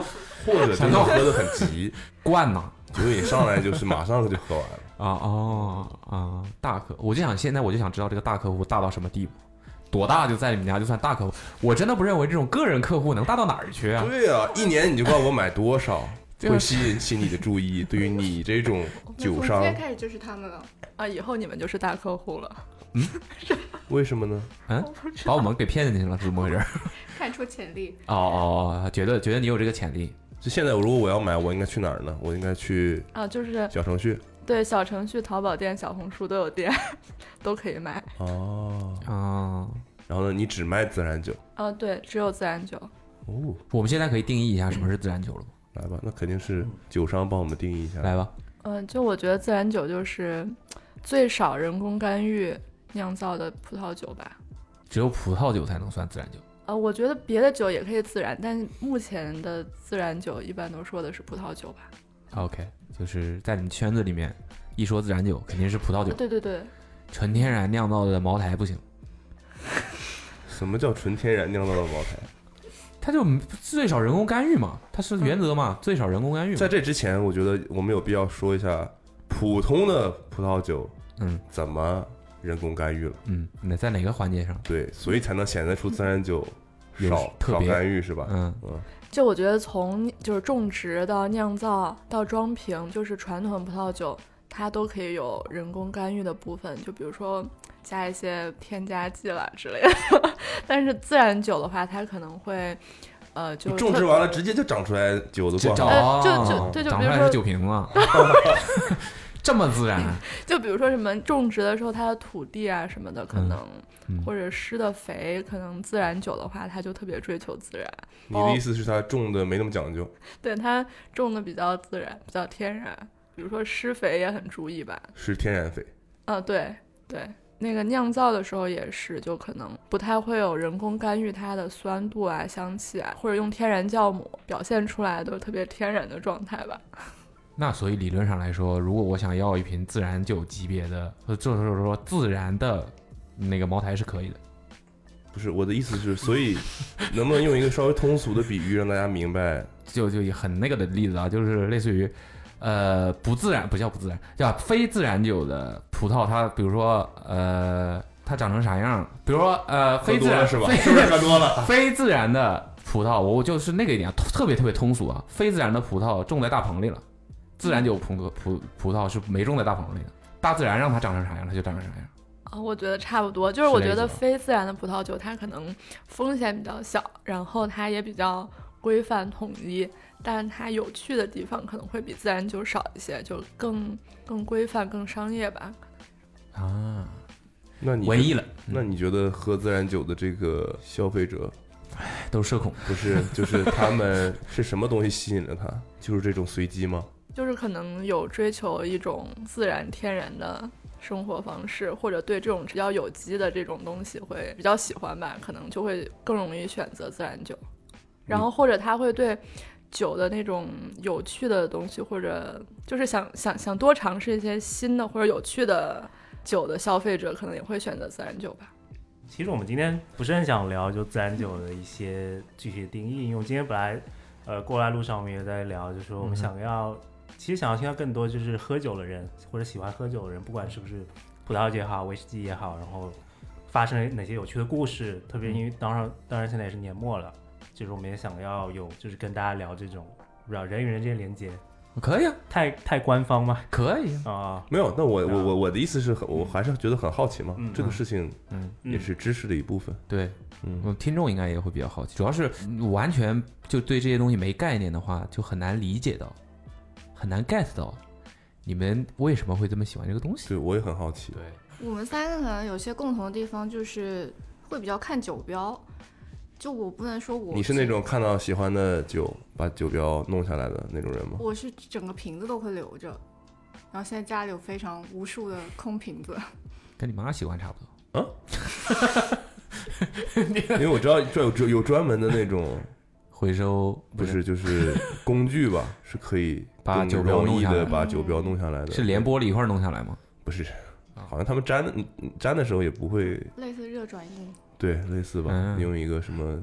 [SPEAKER 5] 或者真的喝得很急，
[SPEAKER 2] 灌呐。
[SPEAKER 5] 酒瘾上来就是马上就喝
[SPEAKER 2] [laughs]
[SPEAKER 5] 完了。
[SPEAKER 2] 啊哦啊，大客，我就想现在我就想知道这个大客户大到什么地步，多大就在你们家就算大客户？我真的不认为这种个人客户能大到哪儿去啊！
[SPEAKER 5] 对呀、一年你就问我买多少，
[SPEAKER 2] [laughs] 对啊
[SPEAKER 5] 会吸引起你的注意。对于你这种酒
[SPEAKER 4] 从
[SPEAKER 5] 商
[SPEAKER 4] 今，天开始就是他们了。
[SPEAKER 3] 啊，以后你们就是大客户了。
[SPEAKER 5] 为什么呢？
[SPEAKER 2] 把我们给骗进去了，是怎么回事？
[SPEAKER 4] 看出潜力，
[SPEAKER 2] 哦哦，哦，觉得觉得你有这个潜力，
[SPEAKER 5] 就现在，如果我要买，我应该去哪儿呢？我应该去
[SPEAKER 3] 啊，就是
[SPEAKER 5] 小程序。
[SPEAKER 3] 对小程序、淘宝店、小红书都有店， [laughs] 都可以买。
[SPEAKER 5] 哦，
[SPEAKER 2] 啊，
[SPEAKER 5] 然后呢，你只卖自然酒，
[SPEAKER 3] 啊，对，只有自然酒。
[SPEAKER 5] 哦，
[SPEAKER 2] 我们现在可以定义一下什么是自然酒了吗？
[SPEAKER 5] 来吧，那肯定是酒商帮我们定义一下。
[SPEAKER 2] 来，吧，
[SPEAKER 3] 嗯，就我觉得自然酒就是最少人工干预酿造的葡萄酒吧。
[SPEAKER 2] 只有葡萄酒才能算自然酒。
[SPEAKER 3] 呃，我觉得别的酒也可以自然，但是目前的自然酒一般都说的是葡萄酒吧。
[SPEAKER 2] OK，就是在你们圈子里面，一说自然酒肯定是葡萄酒，
[SPEAKER 3] 啊对对对，
[SPEAKER 2] 纯天然酿造的茅台不行，
[SPEAKER 5] 什么叫纯天然酿造的茅台？
[SPEAKER 2] 它就最少人工干预嘛，它是原则嘛，最少人工干预嘛。
[SPEAKER 5] 在这之前，我觉得我们有必要说一下普通的葡萄酒
[SPEAKER 2] 嗯
[SPEAKER 5] 怎么人工干预了，
[SPEAKER 2] 嗯，那在哪个环节上？
[SPEAKER 5] 对，所以才能显得出自然酒
[SPEAKER 2] 有
[SPEAKER 5] 少
[SPEAKER 2] 特
[SPEAKER 5] 少
[SPEAKER 2] 别
[SPEAKER 5] 干预是吧？
[SPEAKER 2] 嗯，
[SPEAKER 5] 嗯，
[SPEAKER 3] 就我觉得从就是种植到酿造到装瓶，就是传统葡萄酒，它都可以有人工干预的部分，就比如说加一些添加剂啦之类的。 [laughs] 但是自然酒的话，它可能会，呃，就
[SPEAKER 5] 你种
[SPEAKER 3] 特
[SPEAKER 5] 植完了直接就啊长出来酒的灌好
[SPEAKER 3] 哎就就对就
[SPEAKER 2] 哦长
[SPEAKER 3] 比
[SPEAKER 2] 出
[SPEAKER 3] 如
[SPEAKER 2] 来
[SPEAKER 3] 说
[SPEAKER 2] 是酒瓶
[SPEAKER 3] [laughs]
[SPEAKER 2] 子，这么自然，
[SPEAKER 3] 就比如说什么种植的时候，它的土地啊什么的，可
[SPEAKER 2] 嗯
[SPEAKER 3] 能、
[SPEAKER 2] 嗯
[SPEAKER 3] 或者施的肥，可能自然酒的话，它就特别追求自然，
[SPEAKER 5] 你的意思是它种的没那么讲究？
[SPEAKER 3] 对它种的比较自然，比较天然。比如说施肥也很注意吧，
[SPEAKER 5] 是天然肥，
[SPEAKER 3] 啊，对对，那个酿造的时候也是，就可能不太会有人工干预它的酸度啊、香气啊，或者用天然酵母表现出来的特别天然的状态吧。
[SPEAKER 2] 那所以理论上来说，如果我想要一瓶自然酒级别的，呃，就是说自然的那个茅台是可以的。
[SPEAKER 5] 不是我的意思是，所
[SPEAKER 2] [laughs]
[SPEAKER 5] 以能不能用一个稍微通俗的比喻让大家明白？
[SPEAKER 2] 就就很那个的例子啊，就是类似于，呃，不自然不叫不自然，叫非自然酒的葡萄，它比如说呃，它长成啥样？比如说呃，
[SPEAKER 5] 喝
[SPEAKER 2] 非
[SPEAKER 5] 多
[SPEAKER 2] 自然
[SPEAKER 5] 了是吧？
[SPEAKER 2] 非
[SPEAKER 5] 是不是喝多
[SPEAKER 2] [laughs]
[SPEAKER 5] 了？
[SPEAKER 2] 非自然的葡萄，我就是那个一点，特别特别通俗啊。非自然的葡萄种在大棚里了，自然酒葡葡葡萄是没种在大棚里的，大自然让它长成啥样，它就长成啥样。
[SPEAKER 3] 啊，我觉得差不多，就是
[SPEAKER 2] 是
[SPEAKER 3] 我
[SPEAKER 2] 这
[SPEAKER 3] 觉
[SPEAKER 2] 意思
[SPEAKER 3] 得
[SPEAKER 2] 吧
[SPEAKER 3] 非自然的葡萄酒，它可能风险比较小，然后它也比较规范统一，但是它有趣的地方可能会比自然酒少一些，就更更规范、更商业吧。
[SPEAKER 2] 啊，
[SPEAKER 5] 那你
[SPEAKER 2] 文艺了，
[SPEAKER 5] 那你觉得喝自然酒的这个消费者，
[SPEAKER 2] 都是社恐。
[SPEAKER 5] 不 [laughs] 是就是他们 [laughs] 是什么东西吸引了他？就是这种随机吗？
[SPEAKER 3] 就是可能有追求一种自然天然的生活方式，或者对这种比较有机的这种东西会比较喜欢吧，可能就会更容易选择自然酒。然
[SPEAKER 5] 嗯
[SPEAKER 3] 后或者他会对酒的那种有趣的东西，或者就是想想想多尝试一些新的或者有趣的酒的消费者，可能也会选择自然酒吧。
[SPEAKER 6] 其实我们今天不是很想聊就自然酒的一些具体的定义，因为我今天本来呃过来路上我们也在聊，就是说我们
[SPEAKER 2] 嗯哼
[SPEAKER 6] 想要、其实想要听到更多就是喝酒的人或者喜欢喝酒的人，不管是不是葡萄酒也好，威士忌也好，然后发生了哪些有趣的故事，特别因为当然当然现在也是年末了，就是我们也想要有就是跟大家聊这种不知道人与人之间连接，
[SPEAKER 2] 可以啊，
[SPEAKER 6] 太太官方吗？
[SPEAKER 2] 可以啊，
[SPEAKER 6] 啊、
[SPEAKER 5] 没有，那我我
[SPEAKER 6] 啊
[SPEAKER 5] 我我的意思是很，我还是觉得很好奇嘛。
[SPEAKER 6] 嗯
[SPEAKER 5] 这个事情
[SPEAKER 2] 嗯，
[SPEAKER 6] 嗯
[SPEAKER 5] 也是知识的一部分。
[SPEAKER 2] 对，
[SPEAKER 5] 嗯，
[SPEAKER 2] 嗯，听众应该也会比较好奇，主要是嗯完全就对这些东西没概念的话，就很难理解到，很难 get 到，你们为什么会这么喜欢这个东西？
[SPEAKER 5] 对，我也很好奇。
[SPEAKER 2] 对，
[SPEAKER 4] 我们三个可能有些共同的地方，就是会比较看酒标。就我不能说我
[SPEAKER 5] 你是
[SPEAKER 4] 自
[SPEAKER 5] 那种看到喜欢的酒，把酒标弄下来的那种 [laughs] 人吗？
[SPEAKER 4] 我是整个瓶子都会留着，然后现在家里有非常无数的空瓶子。
[SPEAKER 2] 跟你妈喜欢差不多。
[SPEAKER 5] 因为我知道这有有专门的那种，
[SPEAKER 2] 回收
[SPEAKER 5] [laughs] 不是就是工具 [laughs] 吧，是可以
[SPEAKER 2] 把
[SPEAKER 5] 更
[SPEAKER 2] 酒标
[SPEAKER 5] 容
[SPEAKER 2] 弄
[SPEAKER 5] 易
[SPEAKER 2] 下来
[SPEAKER 5] 的把酒标弄下来的。
[SPEAKER 2] 是连玻璃一块儿弄下来吗？
[SPEAKER 5] 不是，好像他们粘的粘的时候也不会
[SPEAKER 4] 类似热转印，
[SPEAKER 5] 对类似吧，
[SPEAKER 2] 嗯
[SPEAKER 5] 你用一个什么。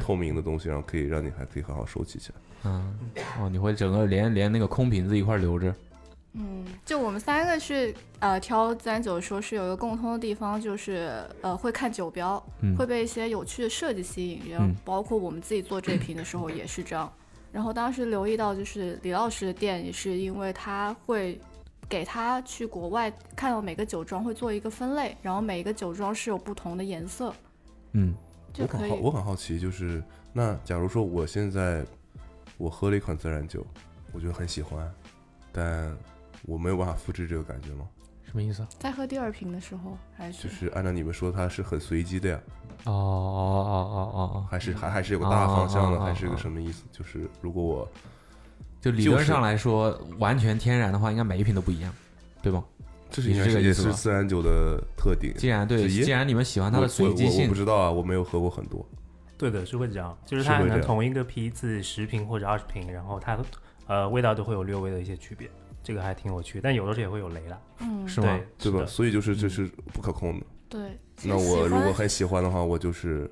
[SPEAKER 5] 透明的东西，然后可以让你还可以很好收集起来。
[SPEAKER 2] 嗯，哦，你会整个连连那个空瓶子一块儿留着。
[SPEAKER 4] 嗯，就我们三个是呃挑自然酒的时候是有一个共通的地方，就是呃会看酒标，
[SPEAKER 2] 嗯
[SPEAKER 4] 会被一些有趣的设计吸引，然后
[SPEAKER 2] 嗯
[SPEAKER 4] 包括我们自己做
[SPEAKER 5] [laughs]
[SPEAKER 4] 这瓶的时候也是这样。然后当时留意到就是李老师的店也是因为他会。给他去国外看到每个酒庄会做一个分类，然后每一个酒庄是有不同的颜色，
[SPEAKER 2] 嗯
[SPEAKER 4] 就
[SPEAKER 5] 我
[SPEAKER 4] 可
[SPEAKER 5] 很
[SPEAKER 4] 以
[SPEAKER 5] 好，我很好奇，就是那假如说我现在我喝了一款自然酒，我觉得很喜欢，但我没有办法复制这个感觉吗？
[SPEAKER 2] 什么意思啊？
[SPEAKER 4] 在喝第二瓶的时候，还
[SPEAKER 5] 就
[SPEAKER 4] 是
[SPEAKER 5] 是按照你们说，它是很随机的呀，
[SPEAKER 2] 哦哦哦哦哦哦，
[SPEAKER 5] 还
[SPEAKER 4] 嗯
[SPEAKER 5] 是还还是有个大方向的，
[SPEAKER 2] 哦哦哦哦
[SPEAKER 5] 还是个什么意思？就是如果我
[SPEAKER 2] 就理论上来说，完全天然的话，应该每一瓶都不一样，对吗？
[SPEAKER 5] 这是应该
[SPEAKER 2] 你是这个
[SPEAKER 5] 是
[SPEAKER 2] 意
[SPEAKER 5] 也
[SPEAKER 2] 思吧
[SPEAKER 5] 是自然酒的特点。
[SPEAKER 2] 既然对，
[SPEAKER 5] 是一
[SPEAKER 2] 既然你们喜欢它
[SPEAKER 5] 我
[SPEAKER 2] 的随机
[SPEAKER 5] 我我我
[SPEAKER 2] 性
[SPEAKER 5] 不，知道啊，我没有喝过很多。
[SPEAKER 6] 对的，是会这样，就是
[SPEAKER 5] 是
[SPEAKER 6] 它
[SPEAKER 5] 会
[SPEAKER 6] 可
[SPEAKER 5] 这
[SPEAKER 6] 能
[SPEAKER 5] 样
[SPEAKER 6] 同一个批次十瓶或者二十瓶，然后它呃味道都会有略微的一些区别，这个还挺有趣，但有的时候也会有雷啦，
[SPEAKER 4] 嗯，
[SPEAKER 2] 是嗯吗
[SPEAKER 6] 对？，
[SPEAKER 5] 对吧？
[SPEAKER 6] 的
[SPEAKER 5] 所以就是这是不可控的。
[SPEAKER 4] 对。其
[SPEAKER 5] 那
[SPEAKER 4] 实喜
[SPEAKER 5] 我如
[SPEAKER 4] 欢
[SPEAKER 5] 果很喜欢的话，我就是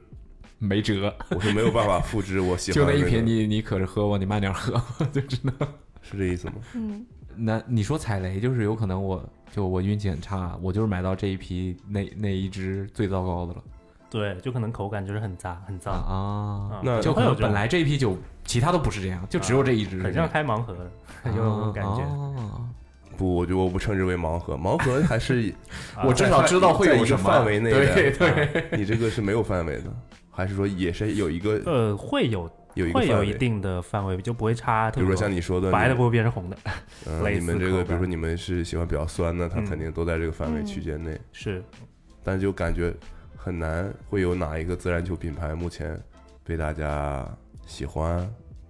[SPEAKER 2] 没辙，
[SPEAKER 5] 我是没有办法复制我喜
[SPEAKER 2] 就
[SPEAKER 5] 欢的
[SPEAKER 2] 那一
[SPEAKER 5] 个
[SPEAKER 2] 瓶， [laughs] 你你可是喝吧，你慢点喝 [laughs] 吧，就真的。
[SPEAKER 5] 是这意思吗？
[SPEAKER 4] 嗯，
[SPEAKER 2] 那你说踩雷，就是有可能我就我运气很差，我就是买到这一批那那一只最糟糕的了
[SPEAKER 6] 对，就可能口感就是很杂很
[SPEAKER 2] 啊
[SPEAKER 6] 脏，啊
[SPEAKER 2] 啊！
[SPEAKER 5] 那
[SPEAKER 2] 就可
[SPEAKER 6] 会有
[SPEAKER 2] 能
[SPEAKER 6] 这种
[SPEAKER 2] 本来这一批酒，其他都不是这样，就只有这一只是
[SPEAKER 6] 很
[SPEAKER 2] 这样
[SPEAKER 6] 像开盲盒的， [laughs] 有那种感觉。
[SPEAKER 2] 啊
[SPEAKER 5] 不，我觉得我不称之为盲盒，盲盒还是
[SPEAKER 2] [laughs]
[SPEAKER 6] 啊
[SPEAKER 2] 我
[SPEAKER 5] 在
[SPEAKER 2] 至少
[SPEAKER 5] 范
[SPEAKER 2] 知道会
[SPEAKER 5] 在
[SPEAKER 2] 有
[SPEAKER 5] 一个
[SPEAKER 2] 什么
[SPEAKER 5] 范围内的。啊
[SPEAKER 2] 对
[SPEAKER 6] 对，
[SPEAKER 5] 你这个是没有范围的，还是说也是有一个
[SPEAKER 6] 呃，会有
[SPEAKER 5] 有一个
[SPEAKER 6] 会
[SPEAKER 5] 范
[SPEAKER 6] 有
[SPEAKER 5] 围
[SPEAKER 6] 一？定的范围，就不会差特
[SPEAKER 5] 比
[SPEAKER 6] 别
[SPEAKER 5] 如
[SPEAKER 6] 多。
[SPEAKER 5] 说像你说的
[SPEAKER 6] 白的
[SPEAKER 5] 你
[SPEAKER 6] 不会变成红的，
[SPEAKER 5] 嗯，
[SPEAKER 6] 类
[SPEAKER 5] 你
[SPEAKER 6] 似
[SPEAKER 5] 们这个，
[SPEAKER 6] 口
[SPEAKER 5] 比如说
[SPEAKER 6] 感
[SPEAKER 5] 你们是喜欢比较酸的，它
[SPEAKER 6] 嗯
[SPEAKER 5] 肯定都在这个范围
[SPEAKER 4] 嗯
[SPEAKER 5] 区间内，
[SPEAKER 6] 是
[SPEAKER 5] 但就感觉很难会有哪一个自然酒品牌目前被大家喜欢，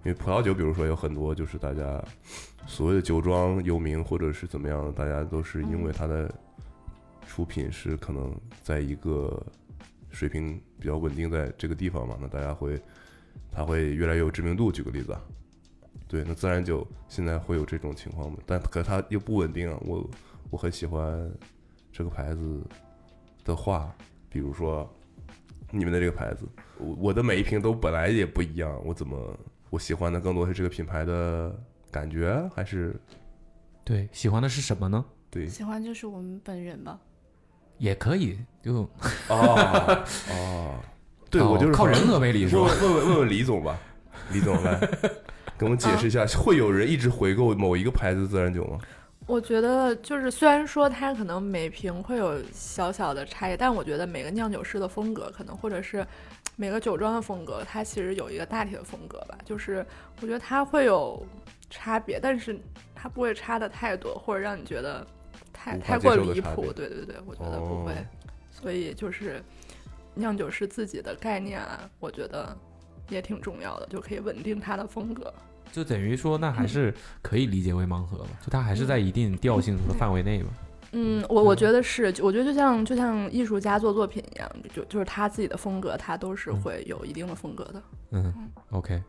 [SPEAKER 5] 因为葡萄酒，比如说有很多就是大家所谓的酒庄有名或者是怎么样的，大家都是因为它的出品是可能在一个水平比较稳定在这个地方嘛，那大家会它会越来越有知名度。举个例子啊。对，那自然酒现在会有这种情况吗？但可它又不稳定啊。我我很喜欢这个牌子的话，比如说你们的这个牌子，我我的每一瓶都本来也不一样，我怎么我喜欢的更多是这个品牌的感觉，啊还是
[SPEAKER 2] 对，喜欢的是什么呢？
[SPEAKER 5] 对
[SPEAKER 4] 喜欢就是我们本人吧。
[SPEAKER 2] 也可以，就
[SPEAKER 5] [laughs] 哦哦，对
[SPEAKER 2] 哦
[SPEAKER 5] 我就是
[SPEAKER 2] 靠
[SPEAKER 5] 好
[SPEAKER 2] 人格魅力是
[SPEAKER 5] 问
[SPEAKER 2] 吧？
[SPEAKER 5] 问问问问问李 [laughs] 总吧，李总来给我们解释一下，会有人一直回购某一个牌子自然酒吗？
[SPEAKER 3] 我觉得就是，虽然说它可能每瓶会有小小的差异，但我觉得每个酿酒师的风格可能，或者是每个酒庄的风格，它其实有一个大体的风格吧。就是我觉得它会有差别，但是它不会差的太多，或者让你觉得太
[SPEAKER 5] 无法
[SPEAKER 3] 太过
[SPEAKER 5] 接受的
[SPEAKER 3] 离
[SPEAKER 5] 差
[SPEAKER 3] 谱。
[SPEAKER 5] 别
[SPEAKER 3] 对对对，我觉得不会。
[SPEAKER 5] 哦
[SPEAKER 3] 所以就是酿酒师自己的概念啊，我觉得也挺重要的，就可以稳定它的风格。
[SPEAKER 2] 就等于说，那还是可以理解为盲盒吧，就它还是在一定调性的范围内吧。
[SPEAKER 3] 嗯，我我
[SPEAKER 2] 对
[SPEAKER 3] 觉得是，就我觉得就像就像艺术家做作品一样，就就是他自己的风格，他都是
[SPEAKER 2] 嗯
[SPEAKER 3] 会有一定的风格的。
[SPEAKER 2] 嗯，OK。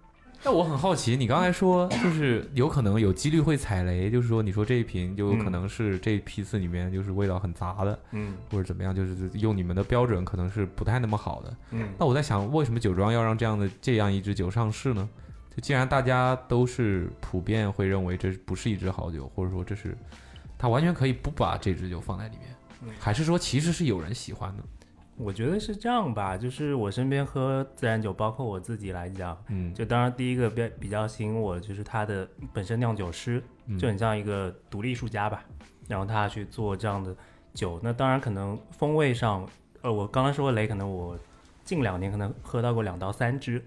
[SPEAKER 2] 那我很好奇，你刚才说就是有可能有几率会踩雷，就是说你说这一瓶就有可能是这批次里面就是味道很杂的，
[SPEAKER 6] 嗯
[SPEAKER 2] 或者怎么样，就是用你们的标准可能是不太那么好的。
[SPEAKER 6] 嗯
[SPEAKER 2] 那我在想，为什么酒庄要让这样的这样一支酒上市呢？就既然大家都是普遍会认为这不是一支好酒，或者说这是他完全可以不把这支酒放在里面，
[SPEAKER 6] 嗯
[SPEAKER 2] 还是说其实是有人喜欢的？
[SPEAKER 6] 我觉得是这样吧，就是我身边喝自然酒，包括我自己来讲，
[SPEAKER 2] 嗯，
[SPEAKER 6] 就当然第一个比比较吸引我的就是他的本身酿酒师
[SPEAKER 2] 嗯
[SPEAKER 6] 就很像一个独立艺术家吧，然后他去做这样的酒，那当然可能风味上，呃，我刚刚说的雷，可能我近两年可能喝到过两到三支，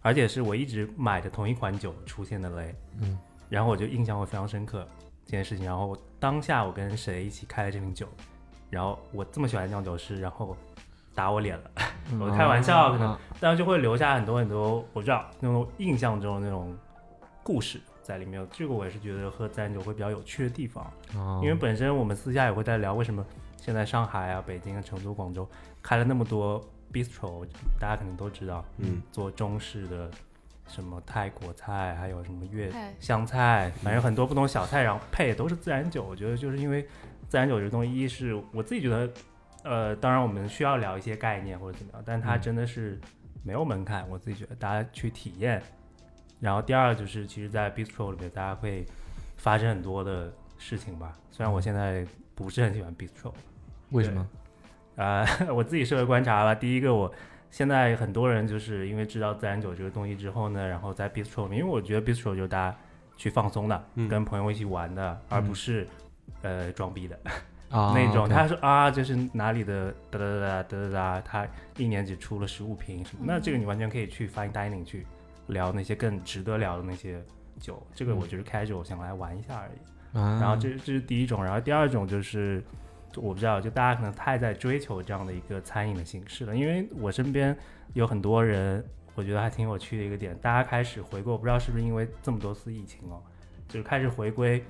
[SPEAKER 6] 而且是我一直买的同一款酒出现的雷，
[SPEAKER 2] 嗯，
[SPEAKER 6] 然后我就印象会非常深刻这件事情，然后当下我跟谁一起开了这瓶酒，然后我这么喜欢酿酒师，然后打我脸了。我开玩笑可能
[SPEAKER 2] 啊
[SPEAKER 6] 当然就会留下很多很多，我知道那种印象中的那种故事在里面。这个我也是觉得喝自然酒会比较有趣的地方，
[SPEAKER 2] 啊
[SPEAKER 6] 因为本身我们私下也会在聊为什么现在上海啊、北京啊、成都、广州开了那么多 bistro，大家肯定都知道，
[SPEAKER 5] 嗯，
[SPEAKER 6] 做中式的什么泰国菜，还有什么粤
[SPEAKER 4] 哎，
[SPEAKER 6] 湘菜，反正很多不同小菜，然后配的都是自然酒。我觉得就是因为自然酒这东西，一是我自己觉得，呃，当然我们需要聊一些概念或者怎么样，但它
[SPEAKER 2] 嗯
[SPEAKER 6] 真的是没有门槛，我自己觉得大家去体验。然后第二就是，其实，在 bistro 里面，大家会发生很多的事情吧。虽然我
[SPEAKER 2] 嗯
[SPEAKER 6] 现在不是很喜欢 bistro，
[SPEAKER 2] 为什么？
[SPEAKER 6] 呃， [laughs] 我自己社会观察吧。第一个，我现在很多人就是因为知道自然酒这个东西之后呢，然后在 bistro，因为我觉得 bistro 就是大家去放松的，
[SPEAKER 5] 嗯
[SPEAKER 6] 跟朋友一起玩的，而
[SPEAKER 2] 嗯
[SPEAKER 6] 不是呃装逼的、
[SPEAKER 2] 啊
[SPEAKER 6] 那种。
[SPEAKER 2] OK
[SPEAKER 6] 他说啊，这是哪里的哒哒哒哒哒哒哒，他一年只出了十五瓶什么，那
[SPEAKER 2] 嗯
[SPEAKER 6] 这个你完全可以去 fine dining 去聊那些更值得聊的那些酒。
[SPEAKER 2] 嗯
[SPEAKER 6] 这个我就是 casual 想来玩一下而已。
[SPEAKER 2] 啊
[SPEAKER 6] 然后这这是第一种，然后第二种就是，我不知道，就大家可能太在追求这样的一个餐饮的形式了。因为我身边有很多人，我觉得还挺有趣的一个点，大家开始回归，我不知道是不是因为这么多次疫情哦，就是开始回归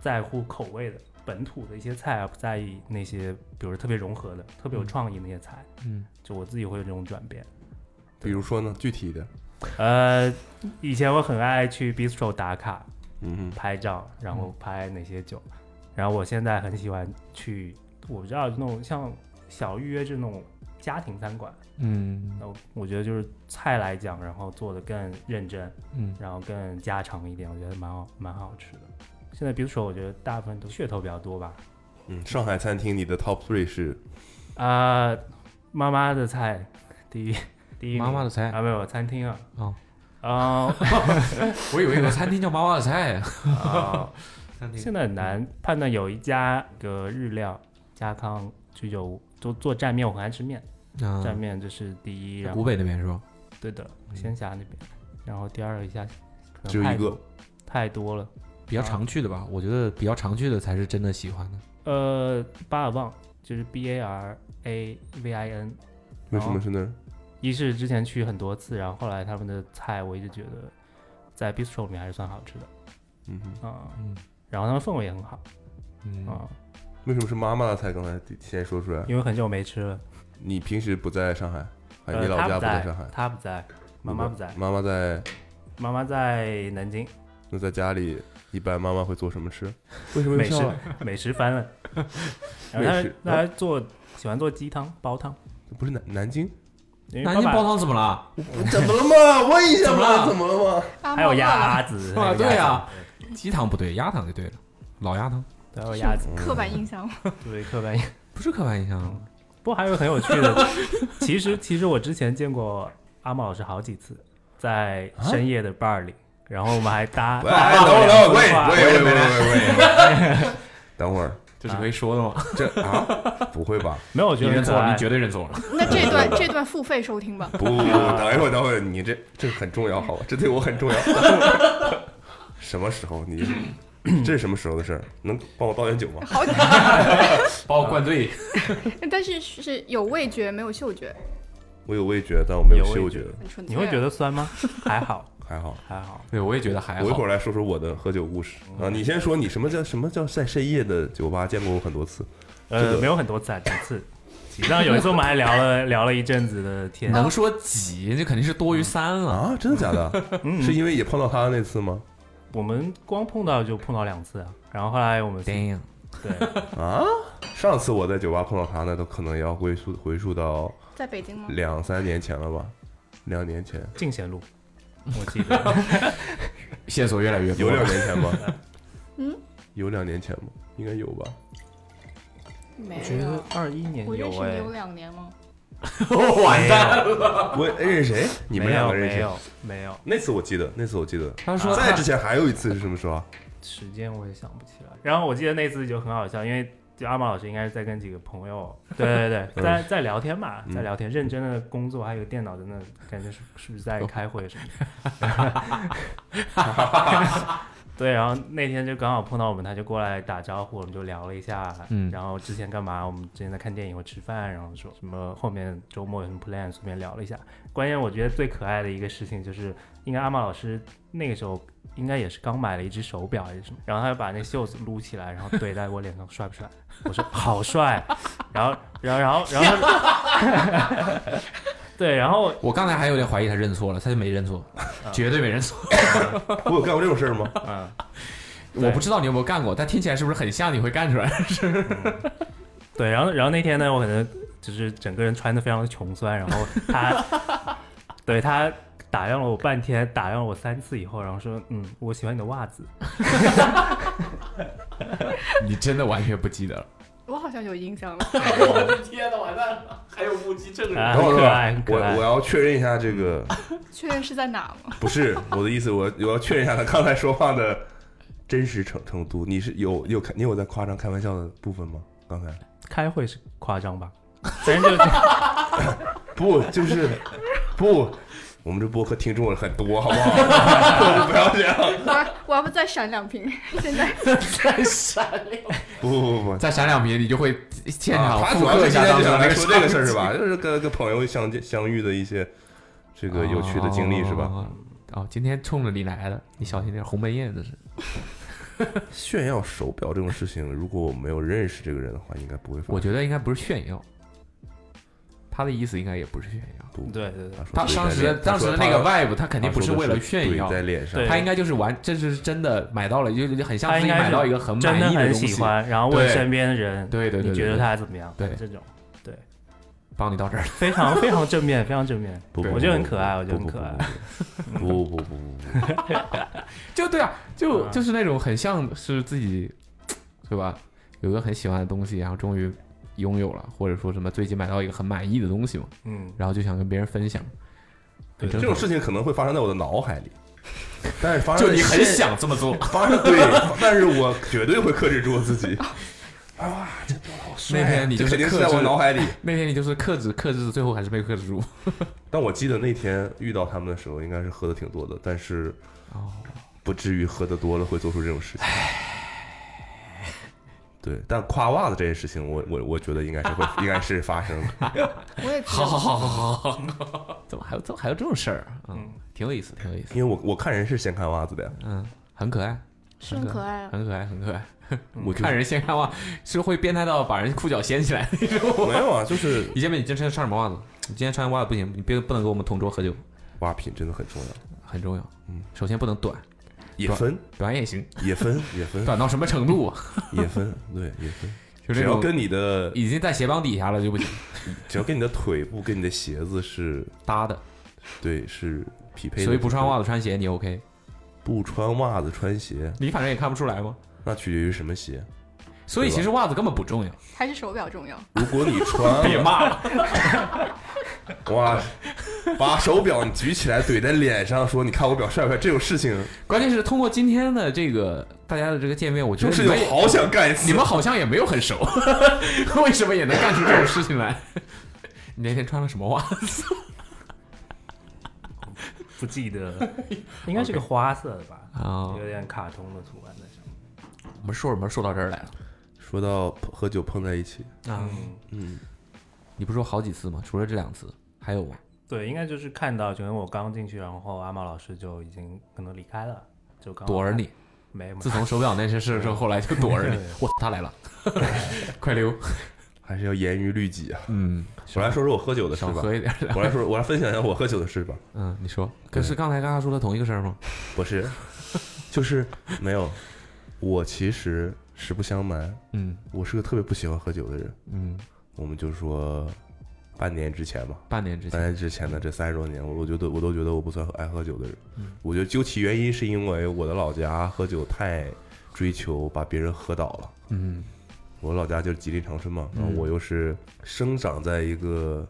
[SPEAKER 6] 在乎口味的本土的一些菜，而不在意那些比如特别融合的、特别有创意的那些菜。
[SPEAKER 2] 嗯，
[SPEAKER 6] 就我自己会有这种转变。
[SPEAKER 5] 比如说呢，具体一点，
[SPEAKER 6] 呃，以前我很爱去 bistro 打卡，
[SPEAKER 5] 嗯哼，
[SPEAKER 6] 拍照，然后拍哪些酒。然后我现在很喜欢去，我不知道那种像小预约制那种家庭餐馆，
[SPEAKER 2] 嗯
[SPEAKER 6] 那我我觉得就是菜来讲，然后做的更认真，
[SPEAKER 2] 嗯，
[SPEAKER 6] 然后更家常一点，我觉得蛮好蛮好吃的。现在比如说，我觉得大部分都噱头比较多吧，
[SPEAKER 5] 嗯，上海餐厅你的 top three 是
[SPEAKER 6] 啊、妈妈的菜第一第一名
[SPEAKER 2] 妈妈的菜
[SPEAKER 6] 啊，没有餐厅啊，
[SPEAKER 2] 哦
[SPEAKER 6] 啊、
[SPEAKER 2] 我以为有个餐厅叫妈妈的菜，
[SPEAKER 6] [laughs] 啊
[SPEAKER 2] 餐
[SPEAKER 5] 嗯
[SPEAKER 2] 厅
[SPEAKER 6] 现在很难判断有一家个日料家康居酒屋，就做蘸面，我很爱吃面，蘸
[SPEAKER 2] 嗯，
[SPEAKER 6] 面这是第一，然
[SPEAKER 2] 湖
[SPEAKER 6] 后
[SPEAKER 2] 北那边是吧？
[SPEAKER 6] 对的仙侠那边，然后第二个一下可
[SPEAKER 5] 嗯
[SPEAKER 6] 能
[SPEAKER 5] 只有
[SPEAKER 6] 太
[SPEAKER 5] 一个，
[SPEAKER 6] 太多了，
[SPEAKER 2] 比较常去的吧，我觉得比较常去的才是真的喜欢的。
[SPEAKER 6] 呃，巴尔旺就是 B A R A V I N，
[SPEAKER 5] 为什么哦是那儿？
[SPEAKER 6] 一是之前去很多次，然后后来他们的菜我一直觉得在 bistro 里面还是算好吃的
[SPEAKER 5] 嗯哼，
[SPEAKER 6] 啊、
[SPEAKER 2] 嗯
[SPEAKER 6] 然后他们氛围也很好
[SPEAKER 2] 嗯，
[SPEAKER 6] 啊、
[SPEAKER 5] 为什么是妈妈的菜？刚才先说出来，
[SPEAKER 6] 因为很久没吃了，
[SPEAKER 5] 你平时不在上海，啊，
[SPEAKER 6] 呃，
[SPEAKER 5] 你老
[SPEAKER 6] 他
[SPEAKER 5] 家
[SPEAKER 6] 不
[SPEAKER 5] 在上海，
[SPEAKER 6] 他不在，妈妈不在，
[SPEAKER 5] 妈妈在，
[SPEAKER 6] 妈妈在南京。
[SPEAKER 5] 那在家里一般妈妈会做什么吃？为什么又
[SPEAKER 6] [laughs] 美
[SPEAKER 5] 笑
[SPEAKER 6] 食
[SPEAKER 5] 了？
[SPEAKER 6] 美食翻了，然
[SPEAKER 5] 美
[SPEAKER 6] 后
[SPEAKER 5] 食
[SPEAKER 6] 他他做喜欢做鸡汤煲汤，
[SPEAKER 5] 不是南南京？
[SPEAKER 6] 因为
[SPEAKER 2] 南
[SPEAKER 6] 爸
[SPEAKER 2] 京
[SPEAKER 6] 爸
[SPEAKER 2] 煲汤怎么了？
[SPEAKER 5] [laughs] 怎么了嘛？问一下
[SPEAKER 2] 嘛
[SPEAKER 5] 么了嘛？
[SPEAKER 4] 阿
[SPEAKER 6] 还有
[SPEAKER 4] 猫饿
[SPEAKER 6] 鸭
[SPEAKER 4] 了
[SPEAKER 6] 子，
[SPEAKER 2] [laughs] 啊
[SPEAKER 6] 还有鸭子
[SPEAKER 2] 对啊，鸡汤不对，鸭汤就对了，老鸭汤
[SPEAKER 6] 还有鸭子，
[SPEAKER 4] 刻板印象， [laughs]
[SPEAKER 6] 对刻板印象。
[SPEAKER 2] 不是刻板印象。
[SPEAKER 6] 不过还有很有趣的，其实其实我之前见过阿茂老师好几次，在深夜的 bar 里，然后我们还搭，
[SPEAKER 5] 喂，
[SPEAKER 6] 搭
[SPEAKER 5] 等
[SPEAKER 6] 了
[SPEAKER 5] 会儿，等会儿，
[SPEAKER 6] 两幅
[SPEAKER 5] 喂，
[SPEAKER 6] 画
[SPEAKER 5] 喂，喂，喂，喂，喂，等会儿，
[SPEAKER 2] 这是可以说的吗？
[SPEAKER 5] 这啊，不会吧？
[SPEAKER 6] 没有，我
[SPEAKER 2] 你
[SPEAKER 6] 觉得
[SPEAKER 2] 认
[SPEAKER 6] 很
[SPEAKER 2] 错
[SPEAKER 6] 可
[SPEAKER 2] 了，
[SPEAKER 6] 爱
[SPEAKER 2] 你。绝对认错了。
[SPEAKER 4] 那这段这段付费收听吧。
[SPEAKER 5] 不，等一会儿，等会儿，你这这很重要，好吧？这对我很重要。什么时候你？这是什么时候的事儿？能帮我倒点酒吗？
[SPEAKER 4] 好，
[SPEAKER 2] [laughs] 把我灌醉，
[SPEAKER 4] 哎但是是有味觉没有嗅觉，
[SPEAKER 5] 我有味觉，但我没有
[SPEAKER 6] 有味
[SPEAKER 5] 嗅
[SPEAKER 6] 觉
[SPEAKER 5] 觉，
[SPEAKER 4] 很纯粹。
[SPEAKER 6] 你会觉得酸吗？还好，
[SPEAKER 5] 还好。
[SPEAKER 6] 还好。嗯
[SPEAKER 2] 对我也觉得还
[SPEAKER 5] 我一会
[SPEAKER 2] 好。
[SPEAKER 5] 儿来说说我的喝酒故事啊！你先说，你什么叫什么叫在深夜的酒吧见过我很多次？这
[SPEAKER 6] 呃，
[SPEAKER 5] 个
[SPEAKER 6] 没有很多次，啊，几次。然后有一次我们还聊了聊了一阵子的天，
[SPEAKER 2] 能说几，这肯定是多于三了。
[SPEAKER 5] 啊，真的假
[SPEAKER 6] [laughs]
[SPEAKER 5] 的？
[SPEAKER 6] 嗯
[SPEAKER 5] 是因为也碰到他那次吗？
[SPEAKER 6] 我们光碰到就碰到两次啊。然后后来我们
[SPEAKER 2] ，damn，
[SPEAKER 6] 对，
[SPEAKER 5] 啊，上次我在酒吧碰到他，那都可能也要回溯回溯到
[SPEAKER 4] 在北京吗？
[SPEAKER 5] 两三年前了吧？两年
[SPEAKER 6] [laughs]
[SPEAKER 5] 前，
[SPEAKER 6] 进
[SPEAKER 5] [laughs]
[SPEAKER 6] 贤路，我记得
[SPEAKER 2] 线索越来越多
[SPEAKER 5] 有两
[SPEAKER 2] 了。
[SPEAKER 5] 年前
[SPEAKER 6] [laughs]
[SPEAKER 5] 吗？
[SPEAKER 4] 嗯，
[SPEAKER 5] 有两年前吗？应该有
[SPEAKER 6] [laughs]
[SPEAKER 5] 吧。
[SPEAKER 4] 没
[SPEAKER 6] 觉得
[SPEAKER 4] 有。
[SPEAKER 6] 二一年
[SPEAKER 4] 我
[SPEAKER 6] 有
[SPEAKER 4] 认识
[SPEAKER 6] 哎、
[SPEAKER 4] 你有两
[SPEAKER 5] [laughs]
[SPEAKER 4] 年吗？
[SPEAKER 6] 完蛋了，
[SPEAKER 5] 我认识谁？你们
[SPEAKER 6] 没
[SPEAKER 5] 两
[SPEAKER 6] 有
[SPEAKER 5] 个认
[SPEAKER 6] 没
[SPEAKER 5] 识？
[SPEAKER 6] 有没有，
[SPEAKER 5] 那次我记得，那次我记
[SPEAKER 6] [laughs]
[SPEAKER 5] 得。
[SPEAKER 2] 他说
[SPEAKER 5] 在
[SPEAKER 2] 他
[SPEAKER 5] 之前还有一次是什么时候啊？
[SPEAKER 6] 时间我也想不起来。然后我记得那次就很好笑，因为就阿毛老师应该是在跟几个朋友，对对对，在在聊天嘛，在聊天，认真的工作，还有电脑在那，感觉是是不是在开会什么的。对，然后那天就刚好碰到我们，他就过来打招呼，我们就聊了一下，
[SPEAKER 2] 嗯
[SPEAKER 6] 然后之前干嘛？我们之前在看电影或吃饭，然后说什么后面周末有什么 plan，随便聊了一下。关键我觉得最可爱的一个事情就是，应该阿茂老师那个时候应该也是刚买了一只手表还是什么，然后他就把那袖子撸起来，然后怼在我脸上，帅不帅？ [laughs] 我说好帅。啊然后，然后，然后，然后他，对，然后
[SPEAKER 2] 我刚才还有点怀疑他认错了，他就没认错，绝对没认错。
[SPEAKER 5] 我有干过这种事儿
[SPEAKER 6] [laughs]
[SPEAKER 5] 吗？
[SPEAKER 6] 嗯，对
[SPEAKER 2] 我不知道你有没有干过，但听起来是不是很像你会干出 [laughs] 来？
[SPEAKER 6] 对，然后，然后那天呢，我可能就是整个人穿的非常的穷酸，然后他，对他。打量了我半天，打量了我三次以后，然后说：“嗯，我喜欢你的袜子。
[SPEAKER 2] 你真的完全不记得了。
[SPEAKER 4] 我好像有印象了。
[SPEAKER 6] 啊”
[SPEAKER 5] 等
[SPEAKER 6] 很
[SPEAKER 5] 会儿
[SPEAKER 6] 可爱，很
[SPEAKER 5] 我
[SPEAKER 6] 可爱。
[SPEAKER 5] 我要确认一下这个，
[SPEAKER 4] 确认是在哪吗？
[SPEAKER 5] 不是我的意思，我我要确认一下他刚才说话的真实程程度。你是有有你有在夸张开玩笑的部分吗？刚才
[SPEAKER 6] 开会是夸张吧？反正就
[SPEAKER 5] 不就是不，我们这播客听众很多，好不好？我们不要这样。
[SPEAKER 4] 我我要不再闪两瓶？现在
[SPEAKER 2] 再闪
[SPEAKER 5] 不不不不，
[SPEAKER 2] 再闪两瓶，你就会现场
[SPEAKER 5] 啊他
[SPEAKER 2] 复
[SPEAKER 5] 主要
[SPEAKER 2] 刻
[SPEAKER 5] 是
[SPEAKER 2] 一
[SPEAKER 5] 今
[SPEAKER 2] 下
[SPEAKER 5] 天
[SPEAKER 2] 当
[SPEAKER 5] 就
[SPEAKER 2] 时
[SPEAKER 5] 想
[SPEAKER 2] 那
[SPEAKER 5] 来
[SPEAKER 2] 个
[SPEAKER 5] 说这个事儿是
[SPEAKER 2] 场景
[SPEAKER 5] 吧？就是跟跟朋友相见相遇的一些这个有趣的经历是吧？
[SPEAKER 2] 哦？哦，今天冲着你来的，你小心点，鸿门宴这是。
[SPEAKER 5] 炫耀手表这种事情，如果我没有认识这个人的话，应该不会发生。
[SPEAKER 2] 我觉得应该不是炫耀，他的意思应该也不是炫耀。
[SPEAKER 5] 不，
[SPEAKER 6] 对对对，
[SPEAKER 5] 说
[SPEAKER 2] 他
[SPEAKER 5] 怼在
[SPEAKER 2] 当时
[SPEAKER 5] 脸
[SPEAKER 2] 的当时的那个 vibe，他肯定不
[SPEAKER 5] 他
[SPEAKER 2] 是
[SPEAKER 5] 说的
[SPEAKER 2] 为了炫耀
[SPEAKER 5] 怼，在脸上
[SPEAKER 6] 对。
[SPEAKER 2] 他应该就是玩，这是真的买到了，就就很像
[SPEAKER 6] 他
[SPEAKER 2] 自
[SPEAKER 6] 应
[SPEAKER 2] 己
[SPEAKER 6] 该
[SPEAKER 2] 买
[SPEAKER 6] 是
[SPEAKER 2] 到一个很
[SPEAKER 6] 真
[SPEAKER 2] 满
[SPEAKER 6] 的
[SPEAKER 2] 意的
[SPEAKER 6] 很
[SPEAKER 2] 东西
[SPEAKER 6] 喜。欢，然后问
[SPEAKER 2] 对
[SPEAKER 6] 身边的人，
[SPEAKER 2] 对对对对
[SPEAKER 6] 你觉得
[SPEAKER 2] 对
[SPEAKER 6] 他怎么样？
[SPEAKER 2] 对
[SPEAKER 6] 这种
[SPEAKER 2] 帮你到这儿了，
[SPEAKER 6] 非常非常正面，非常正面，
[SPEAKER 5] 不，
[SPEAKER 6] 我觉得很可爱，我觉得很
[SPEAKER 5] 不
[SPEAKER 6] 可爱。。
[SPEAKER 5] 不不不不不不，
[SPEAKER 2] 就对啊，就
[SPEAKER 6] 啊
[SPEAKER 2] 就是那种很像是自己，对吧？有一个很喜欢的东西，然后终于拥有了，或者说什么最近买到一个很满意的东西嘛，
[SPEAKER 6] 嗯，
[SPEAKER 2] 然后就想跟别人分享。
[SPEAKER 6] 对
[SPEAKER 5] 这种事情可能会发生在我的脑海 [laughs] 里，但是发生
[SPEAKER 2] 就
[SPEAKER 5] 在
[SPEAKER 2] 你很
[SPEAKER 5] 现
[SPEAKER 2] 想这么做，
[SPEAKER 5] 发 [laughs] 生对，但是我绝对会克制住我自 [laughs] 己。哎哇，这多好帅啊！
[SPEAKER 2] 那天你
[SPEAKER 5] 这
[SPEAKER 2] 就是
[SPEAKER 5] 肯定是
[SPEAKER 2] 克
[SPEAKER 5] 在
[SPEAKER 2] 制
[SPEAKER 5] 我脑 [laughs] 海里。
[SPEAKER 2] 那天你就是克制克制，最后还是被克制住。
[SPEAKER 5] 但我记得那天遇到他们的时候，应该是喝的挺多的，但是
[SPEAKER 2] 哦，
[SPEAKER 5] 不至于喝的多了会做出这种事情。对，但跨袜子这件事情，我我我觉得应该是会，应该是发生
[SPEAKER 6] [laughs]
[SPEAKER 5] 的。
[SPEAKER 4] 我也
[SPEAKER 2] 好好好好好好， [laughs] 怎么还有这还有这种事儿啊？嗯
[SPEAKER 6] 嗯，
[SPEAKER 2] 挺有意思，挺有意思
[SPEAKER 5] 因，为我我看人是先看袜子的呀，
[SPEAKER 2] 嗯，很可爱，
[SPEAKER 4] 是很可爱啊。
[SPEAKER 2] 很可爱，很可爱。
[SPEAKER 6] 嗯
[SPEAKER 5] 我就
[SPEAKER 2] 看人先看袜是会变态到把人裤脚掀起来。 [laughs]
[SPEAKER 5] 没有啊，就是
[SPEAKER 2] 你先别，你今天穿什么袜子？你今天穿袜子不行，你别不能跟我们同桌喝酒，
[SPEAKER 5] 袜品真的很重要，
[SPEAKER 2] 很重要。
[SPEAKER 5] 嗯，
[SPEAKER 2] 首先不能短，
[SPEAKER 5] 也分
[SPEAKER 2] 短也行，
[SPEAKER 5] 也分也分
[SPEAKER 2] 短到什么程度
[SPEAKER 5] [laughs]
[SPEAKER 2] 啊？
[SPEAKER 5] 也分，对也分，
[SPEAKER 2] 就
[SPEAKER 5] 只
[SPEAKER 2] 这
[SPEAKER 5] 要
[SPEAKER 2] 种
[SPEAKER 5] 跟你的
[SPEAKER 2] 已经在鞋帮底下了就不行，
[SPEAKER 5] 只要跟你的腿部跟你的鞋子是
[SPEAKER 2] 搭的。
[SPEAKER 5] 对是匹配的，
[SPEAKER 2] 所以不穿袜
[SPEAKER 5] 子，
[SPEAKER 2] 子穿鞋你 OK，
[SPEAKER 5] 不穿袜子穿鞋，
[SPEAKER 2] 你反正也看不出来嘛。
[SPEAKER 5] 那取决于什么鞋。
[SPEAKER 2] 所以
[SPEAKER 5] 对吧
[SPEAKER 2] 其实袜子根本不重要。
[SPEAKER 4] 还是手表重要。
[SPEAKER 5] 如果你
[SPEAKER 2] [laughs]
[SPEAKER 5] 穿别骂了，哇，把手表你举起来怼在脸上说你看我表帅不帅这种事情，
[SPEAKER 2] 关键是通过今天的这个大家的这个见面，我觉
[SPEAKER 5] 这
[SPEAKER 2] 得
[SPEAKER 5] 种事
[SPEAKER 2] 你
[SPEAKER 5] 情
[SPEAKER 2] 们
[SPEAKER 5] 我好想干一
[SPEAKER 2] 你
[SPEAKER 5] 次。
[SPEAKER 2] 们好像也没有很熟， [laughs] 为什么也能干出这种事情来？ [laughs] 你那天穿了什么袜？
[SPEAKER 6] 不记得
[SPEAKER 2] [laughs]
[SPEAKER 6] 了，应该是个花色的吧，
[SPEAKER 2] 啊
[SPEAKER 6] 有点卡通的图案在上面。
[SPEAKER 2] 我们说什么说到这儿来了？
[SPEAKER 5] 说到喝酒碰在一起，
[SPEAKER 2] 啊，
[SPEAKER 6] 嗯，
[SPEAKER 5] 嗯，
[SPEAKER 2] 你不是说好几次吗？除了这两次，还有吗？
[SPEAKER 6] 对，应该就是看到，就因为我刚进去，然后阿茂老师就已经可能离开了，就
[SPEAKER 5] 啊
[SPEAKER 6] 刚好
[SPEAKER 2] 躲着
[SPEAKER 5] [laughs]
[SPEAKER 2] 你。
[SPEAKER 6] 没没
[SPEAKER 2] 自从手表那些事之后，后来就躲 [laughs] 着你。我操他来了，快
[SPEAKER 5] [laughs]
[SPEAKER 2] 溜！
[SPEAKER 5] 还是要严于律己啊。
[SPEAKER 2] 嗯，
[SPEAKER 5] 我来说说我喝酒的事
[SPEAKER 2] 少
[SPEAKER 5] 吧，
[SPEAKER 2] 喝一点。
[SPEAKER 5] 我来说我来分享一下我喝酒的事吧。
[SPEAKER 2] [laughs] 嗯，你说，可是刚才跟他说的同一个事儿吗？
[SPEAKER 5] 不是，就是没有。我其实实不相瞒，
[SPEAKER 2] 嗯
[SPEAKER 5] 我是个特别不喜欢喝酒的人。
[SPEAKER 2] 嗯，
[SPEAKER 5] 我们就说半年之前吧，
[SPEAKER 2] 半年之
[SPEAKER 5] 半
[SPEAKER 2] 前，
[SPEAKER 5] 年之前的这三十多年，我我觉得我都觉得我不算爱喝酒的人。我觉得究其原因，是因为我的老家喝酒太追求把别人喝倒了。
[SPEAKER 2] 嗯
[SPEAKER 5] 我老家就是吉林长春嘛，然后
[SPEAKER 2] 嗯
[SPEAKER 5] 我又是生长在一个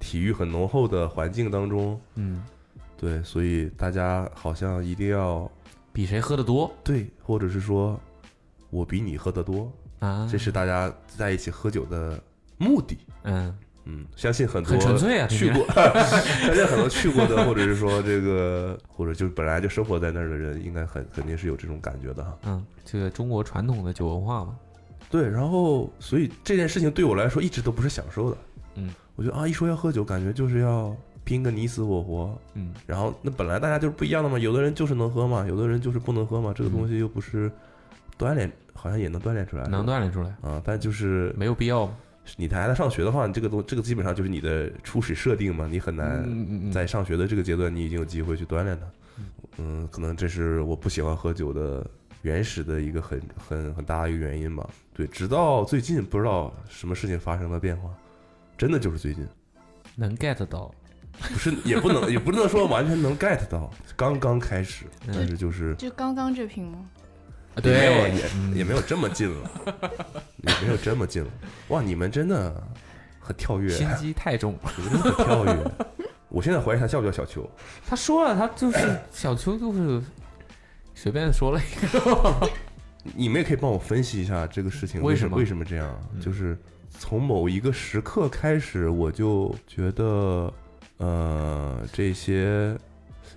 [SPEAKER 5] 体育很浓厚的环境当中，
[SPEAKER 2] 嗯，
[SPEAKER 5] 对，所以大家好像一定要
[SPEAKER 2] 比谁喝的多
[SPEAKER 5] 对，或者是说我比你喝得多，
[SPEAKER 2] 啊？
[SPEAKER 5] 这是大家在一起喝酒的目的。
[SPEAKER 2] 嗯，
[SPEAKER 5] 嗯，相信很多
[SPEAKER 2] 很纯粹啊，
[SPEAKER 5] 去过， [laughs] 相信很多去过的，或者是说这个，或者就本来就生活在那儿的人，应该很肯定是有这种感觉的哈。
[SPEAKER 2] 嗯，这个中国传统的酒文化嘛，
[SPEAKER 5] 对，然后所以这件事情对我来说一直都不是享受的。
[SPEAKER 2] 嗯，
[SPEAKER 5] 我觉得啊，一说要喝酒，感觉就是要拼个你死我活。
[SPEAKER 2] 嗯
[SPEAKER 5] 然后那本来大家就是不一样的嘛，有的人就是能喝嘛，有的人就是不能喝嘛，这个东西又不是锻炼，好像也能锻炼出来。
[SPEAKER 2] 嗯能锻炼出来，
[SPEAKER 5] 啊，但就是
[SPEAKER 2] 没有必要。
[SPEAKER 5] 你还在上学的话，你这个东这个基本上就是你的初始设定嘛，你很难
[SPEAKER 2] 嗯嗯嗯，
[SPEAKER 5] 哎在上学的这个阶段，你已经有机会去锻炼它。嗯，可能这是我不喜欢喝酒的原始的一个很很很大的一个原因吧。对，直到最近不知道什么事情发生了变化，真的就是最近，
[SPEAKER 2] 能 get 到，
[SPEAKER 5] 不是也不能也不能说完全能 get 到，刚刚开始，
[SPEAKER 2] 嗯
[SPEAKER 5] 但是就是
[SPEAKER 4] 就刚刚这瓶吗？
[SPEAKER 2] 啊
[SPEAKER 5] 也没有也也没有这么近了，也没有这么近了。哇，你们真的很跳跃，啊
[SPEAKER 2] 心机太重。
[SPEAKER 5] 你们真的很跳跃。 [laughs] 我现在怀疑他叫不叫小秋，
[SPEAKER 2] 他说了，他就是
[SPEAKER 5] [clears throat]
[SPEAKER 2] 小秋，就是随便说了一个。
[SPEAKER 5] 你们也可以帮我分析一下这个事情
[SPEAKER 2] 为
[SPEAKER 5] 为
[SPEAKER 2] 什么
[SPEAKER 5] 为什么这样？
[SPEAKER 2] 嗯
[SPEAKER 5] 就是从某一个时刻开始，我就觉得呃，这些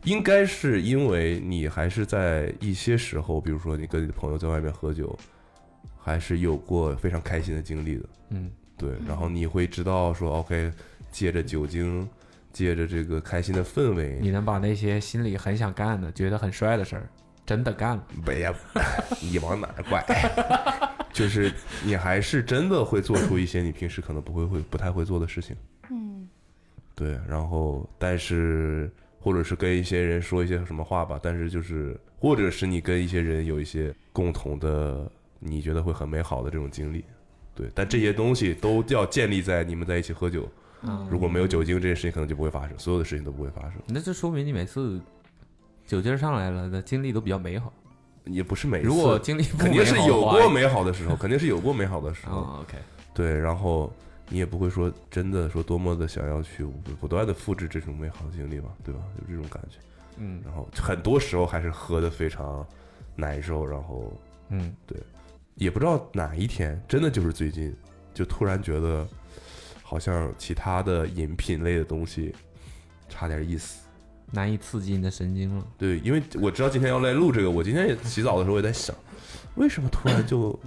[SPEAKER 5] 应该是因为你还是在一些时候，比如说你跟你的朋友在外面喝酒，还是有过非常开心的经历的。
[SPEAKER 2] 嗯，
[SPEAKER 5] 对，然后你会知道说，OK，借着酒精，借着这个开心的氛围，
[SPEAKER 2] 你能把那些心里很想干的、觉得很帅的事儿，真的干了。
[SPEAKER 5] 别呀，你往哪儿拐？ [laughs] 就是你还是真的会做出一些你平时可能不会会不太会做的事情。
[SPEAKER 4] 嗯，
[SPEAKER 5] 对，然后但是或者是跟一些人说一些什么话吧，但是就是或者是你跟一些人有一些共同的，你觉得会很美好的这种经历。对，但这些东西都要建立在你们在一起喝酒，
[SPEAKER 2] 嗯
[SPEAKER 5] 如果没有酒精，这件事情可能就不会发生，所有的事情都不会发生。
[SPEAKER 2] 那就说明你每次酒劲儿上来了的经历都比较美好。
[SPEAKER 5] 也不是每次，
[SPEAKER 2] 如果经历不
[SPEAKER 5] 肯定是
[SPEAKER 2] 美好的
[SPEAKER 5] 有
[SPEAKER 2] 话
[SPEAKER 5] 过美好的时候，肯定是有过美好的时候。
[SPEAKER 2] 啊，OK，
[SPEAKER 5] 对，然后你也不会说真的说多么的想要去不断的复制这种美好的经历吧，对吧？有这种感觉。
[SPEAKER 2] 嗯
[SPEAKER 5] 然后很多时候还是喝的非常难受，然后
[SPEAKER 2] 嗯，
[SPEAKER 5] 也不知道哪一天，真的就是最近，就突然觉得好像其他的饮品类的东西差点意思。
[SPEAKER 2] 难以刺激你的神经了。
[SPEAKER 5] 对，因为我知道今天要来录这个，我今天也洗澡的时候也在想，为什么突然就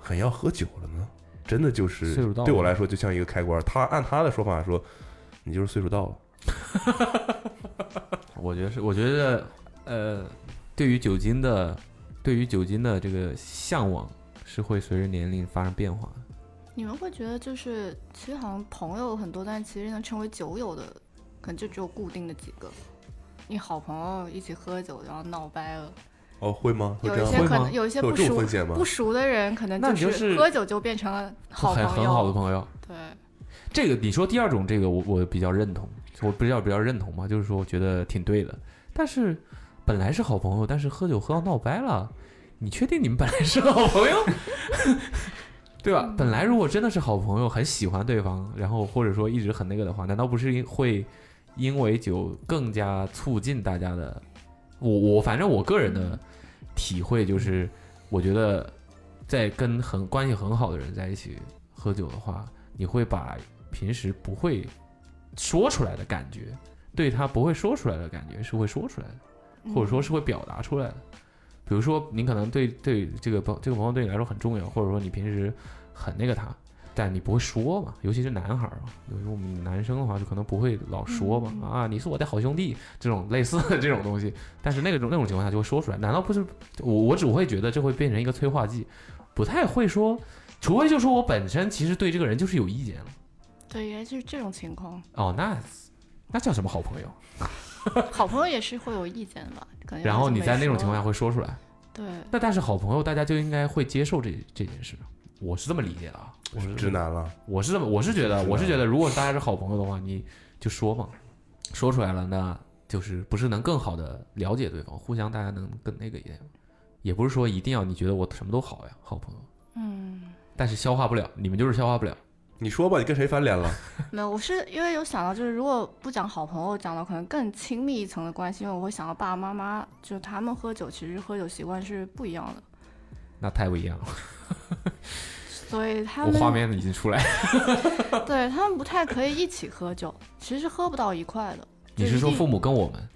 [SPEAKER 5] 很要喝酒了呢？真的就是
[SPEAKER 2] 岁数到了
[SPEAKER 5] 对我来说，就像一个开关。他按他的说法说，你就是岁数到了。
[SPEAKER 2] 我觉得是，我觉得呃，对于酒精的，对于酒精的这个向往是会随着年龄发生变化的。
[SPEAKER 4] 你们会觉得就是其实好像朋友很多，但其实能成为酒友的，可能就只有固定的几个。你好朋友一起喝酒，然后闹掰了，
[SPEAKER 5] 哦，会吗？会
[SPEAKER 4] 有
[SPEAKER 5] 这
[SPEAKER 4] 一
[SPEAKER 5] 样
[SPEAKER 4] 些
[SPEAKER 5] 吗？
[SPEAKER 2] 会
[SPEAKER 4] 可
[SPEAKER 2] 吗
[SPEAKER 4] 能有一些
[SPEAKER 5] 会有
[SPEAKER 4] 不
[SPEAKER 5] 这种
[SPEAKER 4] 熟
[SPEAKER 5] 风险吗
[SPEAKER 4] 不？熟的人，可能
[SPEAKER 2] 那你就是是
[SPEAKER 4] 喝酒就变成了好
[SPEAKER 2] 很
[SPEAKER 4] 朋
[SPEAKER 2] 很好的
[SPEAKER 4] 友。
[SPEAKER 2] 朋友，
[SPEAKER 4] 对，
[SPEAKER 2] 这个你说第二种这个我我比较认同，我比较比较认同嘛，就是说我觉得挺对的。但是本来是好朋友，但是喝酒喝到闹掰了，你确定你们本来是好朋友？ [laughs] 对吧？本来如果真的是好朋友，很喜欢对方，然后或者说一直很那个的话，难道不是因会因为酒更加促进大家的？我我反正我个人的体会就是，我觉得在跟很关系很好的人在一起喝酒的话，你会把平时不会说出来的感觉，对他不会说出来的感觉是会说出来的，或者说是会表达出来的。比如说，你可能对对这个朋这个朋友对你来说很重要，或者说你平时很那个他，但你不会说嘛，尤其是男孩儿嘛，尤其我们男生的话，就可能不会老说嘛，啊，你是我的好兄弟这种类似的这种东西，但是那种那种情况下就会说出来，难道不是我我只会觉得这会变成一个催化剂，不太会说，除非就说我本身其实对这个人就是有意见了。
[SPEAKER 4] 对，原来就是这种情况。
[SPEAKER 2] 哦，那那叫什么好朋友？
[SPEAKER 4] 好朋友也是会有意见吧？可能
[SPEAKER 2] 然后你在那种情况
[SPEAKER 4] 下，
[SPEAKER 2] 下会说出来。
[SPEAKER 4] 对，
[SPEAKER 2] 那但是好朋友，大家就应该会接受这这件事，我是这么理解的啊。我是
[SPEAKER 5] 直，男了，
[SPEAKER 2] 我是这么，我是觉得，
[SPEAKER 5] 直男
[SPEAKER 2] 我是觉得，如果大家是好朋友的话，你就说嘛，说出来了，那就是不是能更好的了解对方，互相大家能更那个一点。也不是说一定要你觉得我什么都好呀，好朋友，
[SPEAKER 4] 嗯，
[SPEAKER 2] 但是消化不了，你们就是消化不了。
[SPEAKER 5] 你说吧，你跟谁翻脸了？
[SPEAKER 4] [laughs] 没有，我是因为有想到，就是如果不讲好朋友，讲到可能更亲密一层的关系，因为我会想到爸爸妈妈，就是他们喝酒其实喝酒习惯是不一样的，
[SPEAKER 2] 那太不一样了，
[SPEAKER 4] 所以他
[SPEAKER 2] 我画
[SPEAKER 4] 们
[SPEAKER 2] 面已经出来了。
[SPEAKER 4] 对他们不太可以一起喝酒，其实是喝不到一块的。
[SPEAKER 2] 你
[SPEAKER 4] 就是
[SPEAKER 2] 说
[SPEAKER 4] 一定
[SPEAKER 2] 父母跟我们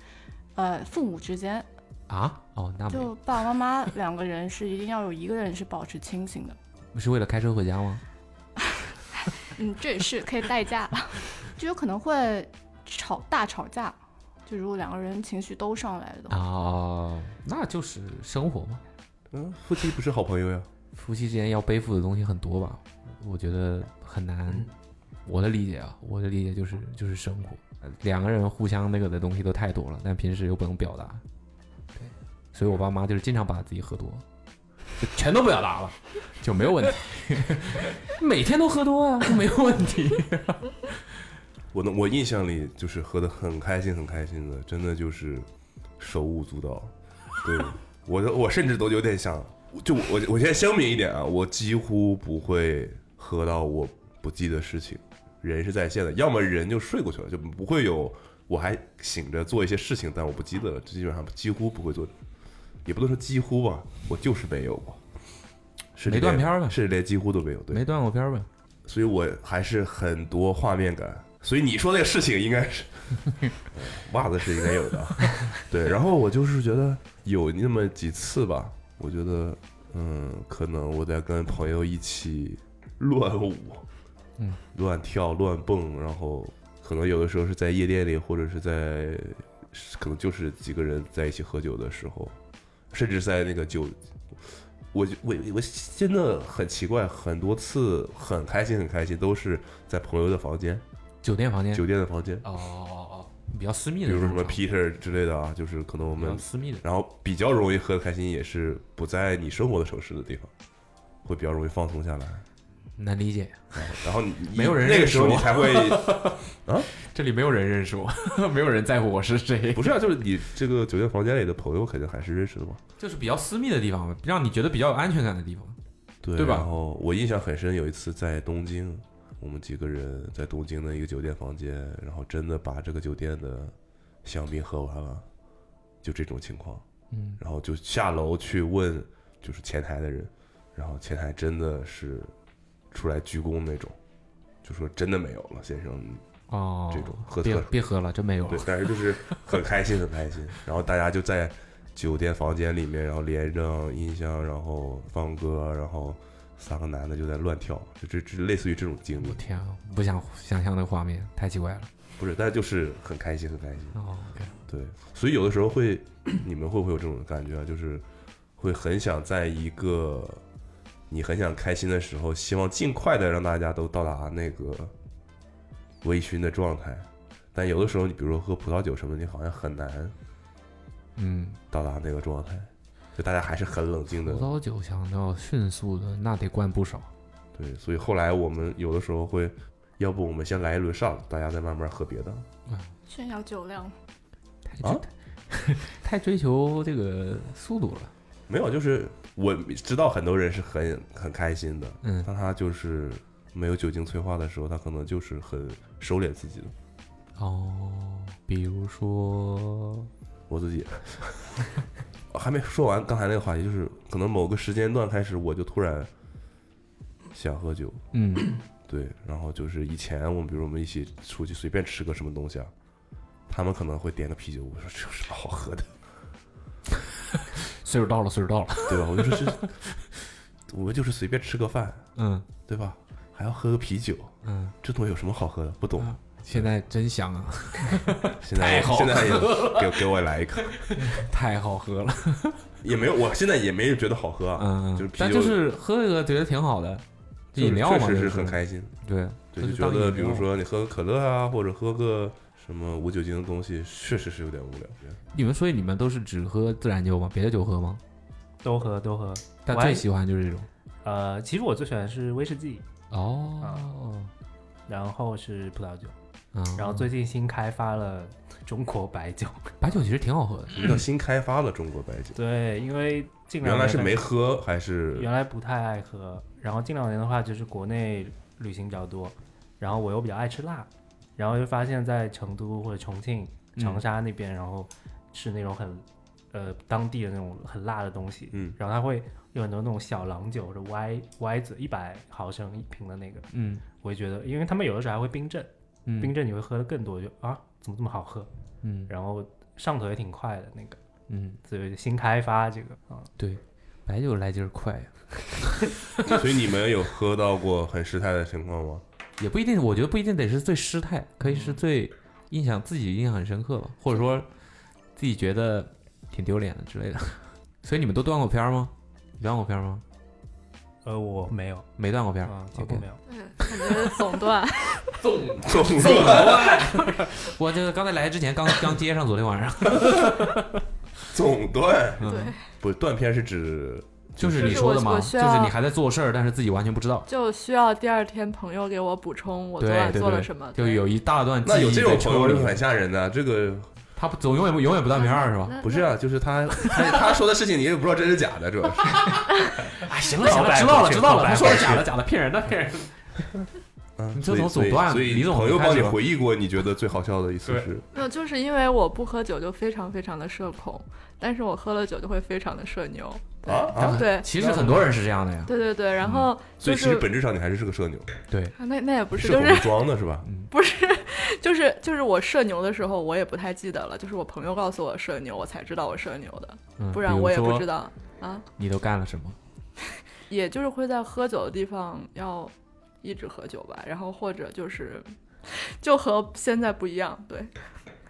[SPEAKER 4] 呃父母之间，
[SPEAKER 2] 啊？哦，那没
[SPEAKER 4] 就爸爸妈妈 [laughs] 两个人是一定要有一个人是保持清醒的，
[SPEAKER 2] 是为了开车回家吗？
[SPEAKER 4] 嗯，这也是可以代驾， [laughs] 就有可能会吵大吵架，就如果两个人情绪都上来了的话，
[SPEAKER 2] 啊，那就是生活嘛。
[SPEAKER 5] 嗯，夫妻不是好朋友呀。
[SPEAKER 2] 夫妻之间要背负的东西很多吧，我觉得很难。我的理解啊，我的理解就是就是生活，呃两个人互相那个的东西都太多了，但平时又不能表达。对，所以我爸妈就是经常把自己喝多，就全都表达了，就没有问题。 [laughs] 每天都喝多啊，就没有问 [laughs] 题。
[SPEAKER 5] 我能，我印象里就是喝的很开心，很开心的，真的就是手舞足蹈。对我都，我甚至都有点想，就我我我现在声明一点啊，我几乎不会喝到我不记得事情，人是在线的，要么人就睡过去了，就不会有我还醒着做一些事情，但我不记得了，基本上几乎不会做，也不能说几乎吧，我就是没有过，是
[SPEAKER 2] 没断片儿吧
[SPEAKER 5] 是连几乎都没有，对，
[SPEAKER 2] 没断过片儿呗？
[SPEAKER 5] 所以我还是很多画面感。所以你说那个事情应该是 [laughs] 嗯袜子是应该有的， [laughs] 对。然后我就是觉得有那么几次吧，我觉得嗯，可能我在跟朋友一起乱舞，
[SPEAKER 2] 嗯，
[SPEAKER 5] 乱跳乱蹦，然后可能有的时候是在夜店里，或者是在可能就是几个人在一起喝酒的时候，甚至在那个酒。我就我我真的很奇怪，很多次很开心很开心，都是在朋友的房间，
[SPEAKER 2] 酒店房间
[SPEAKER 5] 酒店的房间，
[SPEAKER 2] 哦哦哦，比较私密
[SPEAKER 5] 比
[SPEAKER 2] 的那
[SPEAKER 5] 如
[SPEAKER 2] 种嗯
[SPEAKER 5] 说
[SPEAKER 2] 场
[SPEAKER 5] 什
[SPEAKER 2] 合，
[SPEAKER 5] 么 Peter 之类的啊，就是可能我
[SPEAKER 2] 比较
[SPEAKER 5] 们，
[SPEAKER 2] 私密的，
[SPEAKER 5] 然后比较容易喝得开心，也是不在你生活的城市的地方，会比较容易放松下来。
[SPEAKER 2] 难理解。
[SPEAKER 5] 然后你
[SPEAKER 2] 没有人
[SPEAKER 5] 那个
[SPEAKER 2] 认识
[SPEAKER 5] 时候你
[SPEAKER 2] 我
[SPEAKER 5] 才会 [laughs]
[SPEAKER 2] 这里没有人认识我， [laughs] 没有人在乎我是谁，
[SPEAKER 5] 不是啊，就是你这个酒店房间里的朋友肯定还是认识的嘛，
[SPEAKER 2] 就是比较私密的地方，让你觉得比较有安全感的地方。
[SPEAKER 5] 对
[SPEAKER 2] 对吧
[SPEAKER 5] 然后我印象很深，有一次在东京，我们几个人在东京的一个酒店房间，然后真的把这个酒店的香槟喝完了，就这种情况。
[SPEAKER 2] 嗯，
[SPEAKER 5] 然后就下楼去问，就是前台的人，然后前台真的是出来鞠躬那种，就说真的没有了，先生。
[SPEAKER 2] 哦，
[SPEAKER 5] 这种喝
[SPEAKER 2] 别
[SPEAKER 5] 特
[SPEAKER 2] 别喝了，真没有啊
[SPEAKER 5] 对
[SPEAKER 2] 了，。
[SPEAKER 5] 但是就是很开心，很开心。然后大家就在酒店房间里面，然后连上音箱，然后放歌，然后三个男的就在乱跳，就这这类似于这种经历
[SPEAKER 2] 我，天啊，不想想象那个画面，太奇怪了。
[SPEAKER 5] 不是，但就是很开心，很开心。
[SPEAKER 2] 哦，OK，
[SPEAKER 5] 对，所以有的时候会，你们会不会有这种感觉啊？就是会很想在一个你很想开心的时候，希望尽快的让大家都到达那个微醺的状态，但有的时候，你比如说喝葡萄酒什么的，你好像很难
[SPEAKER 2] 嗯，
[SPEAKER 5] 到达那个状态，就大家还是很冷静
[SPEAKER 2] 葡
[SPEAKER 5] 的。
[SPEAKER 2] 萄酒想要迅速的，那得灌不少。
[SPEAKER 5] 对，所以后来我们有的时候会，要不我们先来一轮上，大家再慢慢喝别的。
[SPEAKER 4] 炫耀酒量，
[SPEAKER 2] 太
[SPEAKER 5] 啊
[SPEAKER 2] 追 [laughs] 太追求这个速度了。
[SPEAKER 5] 没有，就是我知道很多人是很很开心的，
[SPEAKER 2] 嗯，
[SPEAKER 5] 但他就是没有酒精催化的时候，他可能就是很收敛自己的。
[SPEAKER 2] 哦，比如说，
[SPEAKER 5] 我自己 [laughs] 还没说完刚才那个话题，就是可能某个时间段开始，我就突然想喝酒，
[SPEAKER 2] 嗯，
[SPEAKER 5] [coughs] 对，然后就是以前我们比如我们一起出去随便吃个什么东西啊，他们可能会点个啤酒，我说这有什么好喝的， [laughs]
[SPEAKER 2] 岁数到了，岁数到了。
[SPEAKER 5] 对吧？我就说这，我们就是随便吃个饭，
[SPEAKER 2] 嗯
[SPEAKER 5] 对吧？还要喝个啤酒，
[SPEAKER 2] 嗯，
[SPEAKER 5] 这东西有什么好喝的？不懂。
[SPEAKER 2] 啊现在真香啊， [laughs]
[SPEAKER 5] 现
[SPEAKER 2] 太
[SPEAKER 5] 在
[SPEAKER 2] 好
[SPEAKER 5] 现在
[SPEAKER 2] [laughs]
[SPEAKER 5] 也给给我来一个，
[SPEAKER 2] 太好喝了。
[SPEAKER 5] 也没有，我现在也没有觉得好喝啊，
[SPEAKER 2] 嗯，
[SPEAKER 5] 就是啤酒
[SPEAKER 2] 但就是喝一个觉得挺好的，
[SPEAKER 5] 就是
[SPEAKER 2] 饮料嘛，
[SPEAKER 5] 确实
[SPEAKER 2] 就是
[SPEAKER 5] 很开心。
[SPEAKER 2] 对，
[SPEAKER 5] 对，
[SPEAKER 2] 就
[SPEAKER 5] 就是觉
[SPEAKER 2] 当饮
[SPEAKER 5] 得
[SPEAKER 2] 料
[SPEAKER 5] 比如说你喝个可乐啊，或者喝个什么无酒精的东西，确实是有点无聊。
[SPEAKER 2] [clears throat] 你们，所以你们都是只喝自然酒吗？别的酒喝吗？
[SPEAKER 6] 都喝都喝。
[SPEAKER 2] 但
[SPEAKER 6] 我还
[SPEAKER 2] 最喜欢就是这种。
[SPEAKER 6] 呃，其实我最喜欢是威士忌，
[SPEAKER 2] 哦，
[SPEAKER 6] 然后是葡萄酒，
[SPEAKER 2] 嗯，
[SPEAKER 6] 然后最近新开发了中国白酒。
[SPEAKER 2] 白酒其实挺好喝的。
[SPEAKER 5] 什么叫新开发的中国白酒？
[SPEAKER 6] 对，因为近两
[SPEAKER 5] 原来
[SPEAKER 6] 年
[SPEAKER 5] 是没
[SPEAKER 6] 的，
[SPEAKER 5] 喝还是
[SPEAKER 6] 原来不太爱喝，然后近两年的话就是国内旅行比较多，然后我又比较爱吃辣，然后就发现在成都或者重庆、长沙那边，然后吃那种很呃当地的那种很辣的东西，
[SPEAKER 5] 嗯，
[SPEAKER 6] 然后它会有很多那种小郎酒，是歪歪嘴一百毫升一瓶的那个，
[SPEAKER 2] 嗯
[SPEAKER 6] 我就觉得，因为他们有的时候还会冰镇，
[SPEAKER 2] 嗯
[SPEAKER 6] 冰镇你会喝的更多，就啊怎么这么好喝，
[SPEAKER 2] 嗯
[SPEAKER 6] 然后上头也挺快的那个，
[SPEAKER 2] 嗯，
[SPEAKER 6] 所以新开发这个啊。
[SPEAKER 2] 对，白酒来劲儿快呀，
[SPEAKER 5] 所以你们有喝到过很失态的情况
[SPEAKER 2] [laughs]
[SPEAKER 5] 吗？
[SPEAKER 2] 也不一定，我觉得不一定得是最失态，可以是最印象自己印象很深刻吧，或者说自己觉得挺丢脸的之类的。所以你们都断过片儿吗？你断过片儿吗？
[SPEAKER 6] 呃，我没有，
[SPEAKER 2] 没断过片儿
[SPEAKER 6] 啊，几乎
[SPEAKER 2] OK，
[SPEAKER 6] 没有。
[SPEAKER 3] 嗯，感觉总段
[SPEAKER 5] 总
[SPEAKER 2] 我这刚才来之前刚刚接上，昨天晚上
[SPEAKER 5] 总断
[SPEAKER 2] 嗯
[SPEAKER 3] 对， [laughs]
[SPEAKER 5] 不断片是指
[SPEAKER 2] 就是你
[SPEAKER 3] 就是
[SPEAKER 2] 说
[SPEAKER 3] 我
[SPEAKER 2] 的嘛，
[SPEAKER 3] 我
[SPEAKER 2] 就
[SPEAKER 3] 需
[SPEAKER 2] 是
[SPEAKER 3] 要
[SPEAKER 2] 你还在做事儿，但是自己完全不知道。
[SPEAKER 3] 就需要第二天朋友给我补充我昨
[SPEAKER 2] 对
[SPEAKER 3] 晚
[SPEAKER 2] 对
[SPEAKER 3] 做了
[SPEAKER 2] 对
[SPEAKER 3] 什么，，
[SPEAKER 2] 就
[SPEAKER 3] 啊对
[SPEAKER 2] 有一大段记
[SPEAKER 5] 那有
[SPEAKER 2] 忆
[SPEAKER 5] 这种
[SPEAKER 2] 被
[SPEAKER 5] 朋
[SPEAKER 2] 抽
[SPEAKER 5] 友就
[SPEAKER 2] 离
[SPEAKER 5] 很，吓人的，啊这个
[SPEAKER 2] [laughs] 他不总永远不永远不断片儿是吧？
[SPEAKER 3] 那
[SPEAKER 5] 不是啊，就是他他他说的事情你也不知道真是假的，主
[SPEAKER 2] [laughs]
[SPEAKER 5] 要是。
[SPEAKER 2] 哎，行
[SPEAKER 6] 了行了知道了知道了他说的假
[SPEAKER 2] 的假的，骗人的骗人。
[SPEAKER 5] 嗯
[SPEAKER 2] 你这
[SPEAKER 5] 所以
[SPEAKER 2] 种
[SPEAKER 5] 所以
[SPEAKER 2] 总断啊
[SPEAKER 5] 所以
[SPEAKER 2] 李总
[SPEAKER 5] 朋友帮你
[SPEAKER 2] 开始吧
[SPEAKER 5] 回忆过，你觉得最好笑的一次
[SPEAKER 2] 对
[SPEAKER 5] 是？
[SPEAKER 3] 没有，就是因为我不喝酒就非常非常的社恐，但是我喝了酒就会非常的社牛。对
[SPEAKER 5] 啊啊
[SPEAKER 3] 对
[SPEAKER 2] 其实很多人是这样的呀，
[SPEAKER 3] 对对对，
[SPEAKER 2] 嗯
[SPEAKER 3] 然后就
[SPEAKER 5] 所以其实
[SPEAKER 3] 是
[SPEAKER 5] 本质上你还是是个社牛，
[SPEAKER 2] 对，
[SPEAKER 3] 啊那那也不是，
[SPEAKER 5] 是
[SPEAKER 3] 就
[SPEAKER 5] 我
[SPEAKER 3] 是
[SPEAKER 5] 们装的是吧？
[SPEAKER 3] 不是就是就是我社牛的时候，我也不太记得了，就是我朋友告诉我社牛，我才知道我社牛的，
[SPEAKER 2] 嗯，
[SPEAKER 3] 不然我也
[SPEAKER 2] 比如
[SPEAKER 3] 不
[SPEAKER 2] 说
[SPEAKER 3] 知道啊。
[SPEAKER 2] 你都干了什么。
[SPEAKER 3] 也就是会在喝酒的地方要一直喝酒吧，然后或者就是 [laughs] 就和现在不一样，对，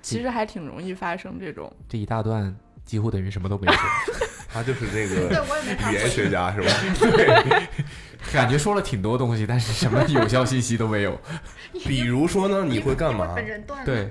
[SPEAKER 3] 其实还挺容易发生这种。
[SPEAKER 2] 这一大段几乎等于什么都没说，
[SPEAKER 5] 他就是那
[SPEAKER 4] [laughs] 对
[SPEAKER 5] 个
[SPEAKER 4] 我也没
[SPEAKER 5] 语言学家是吧？
[SPEAKER 4] [laughs]
[SPEAKER 2] 感觉说了挺多东西，但是什么有效信息都没有。
[SPEAKER 5] 比如说呢，你会干嘛？
[SPEAKER 4] 人断
[SPEAKER 2] 对，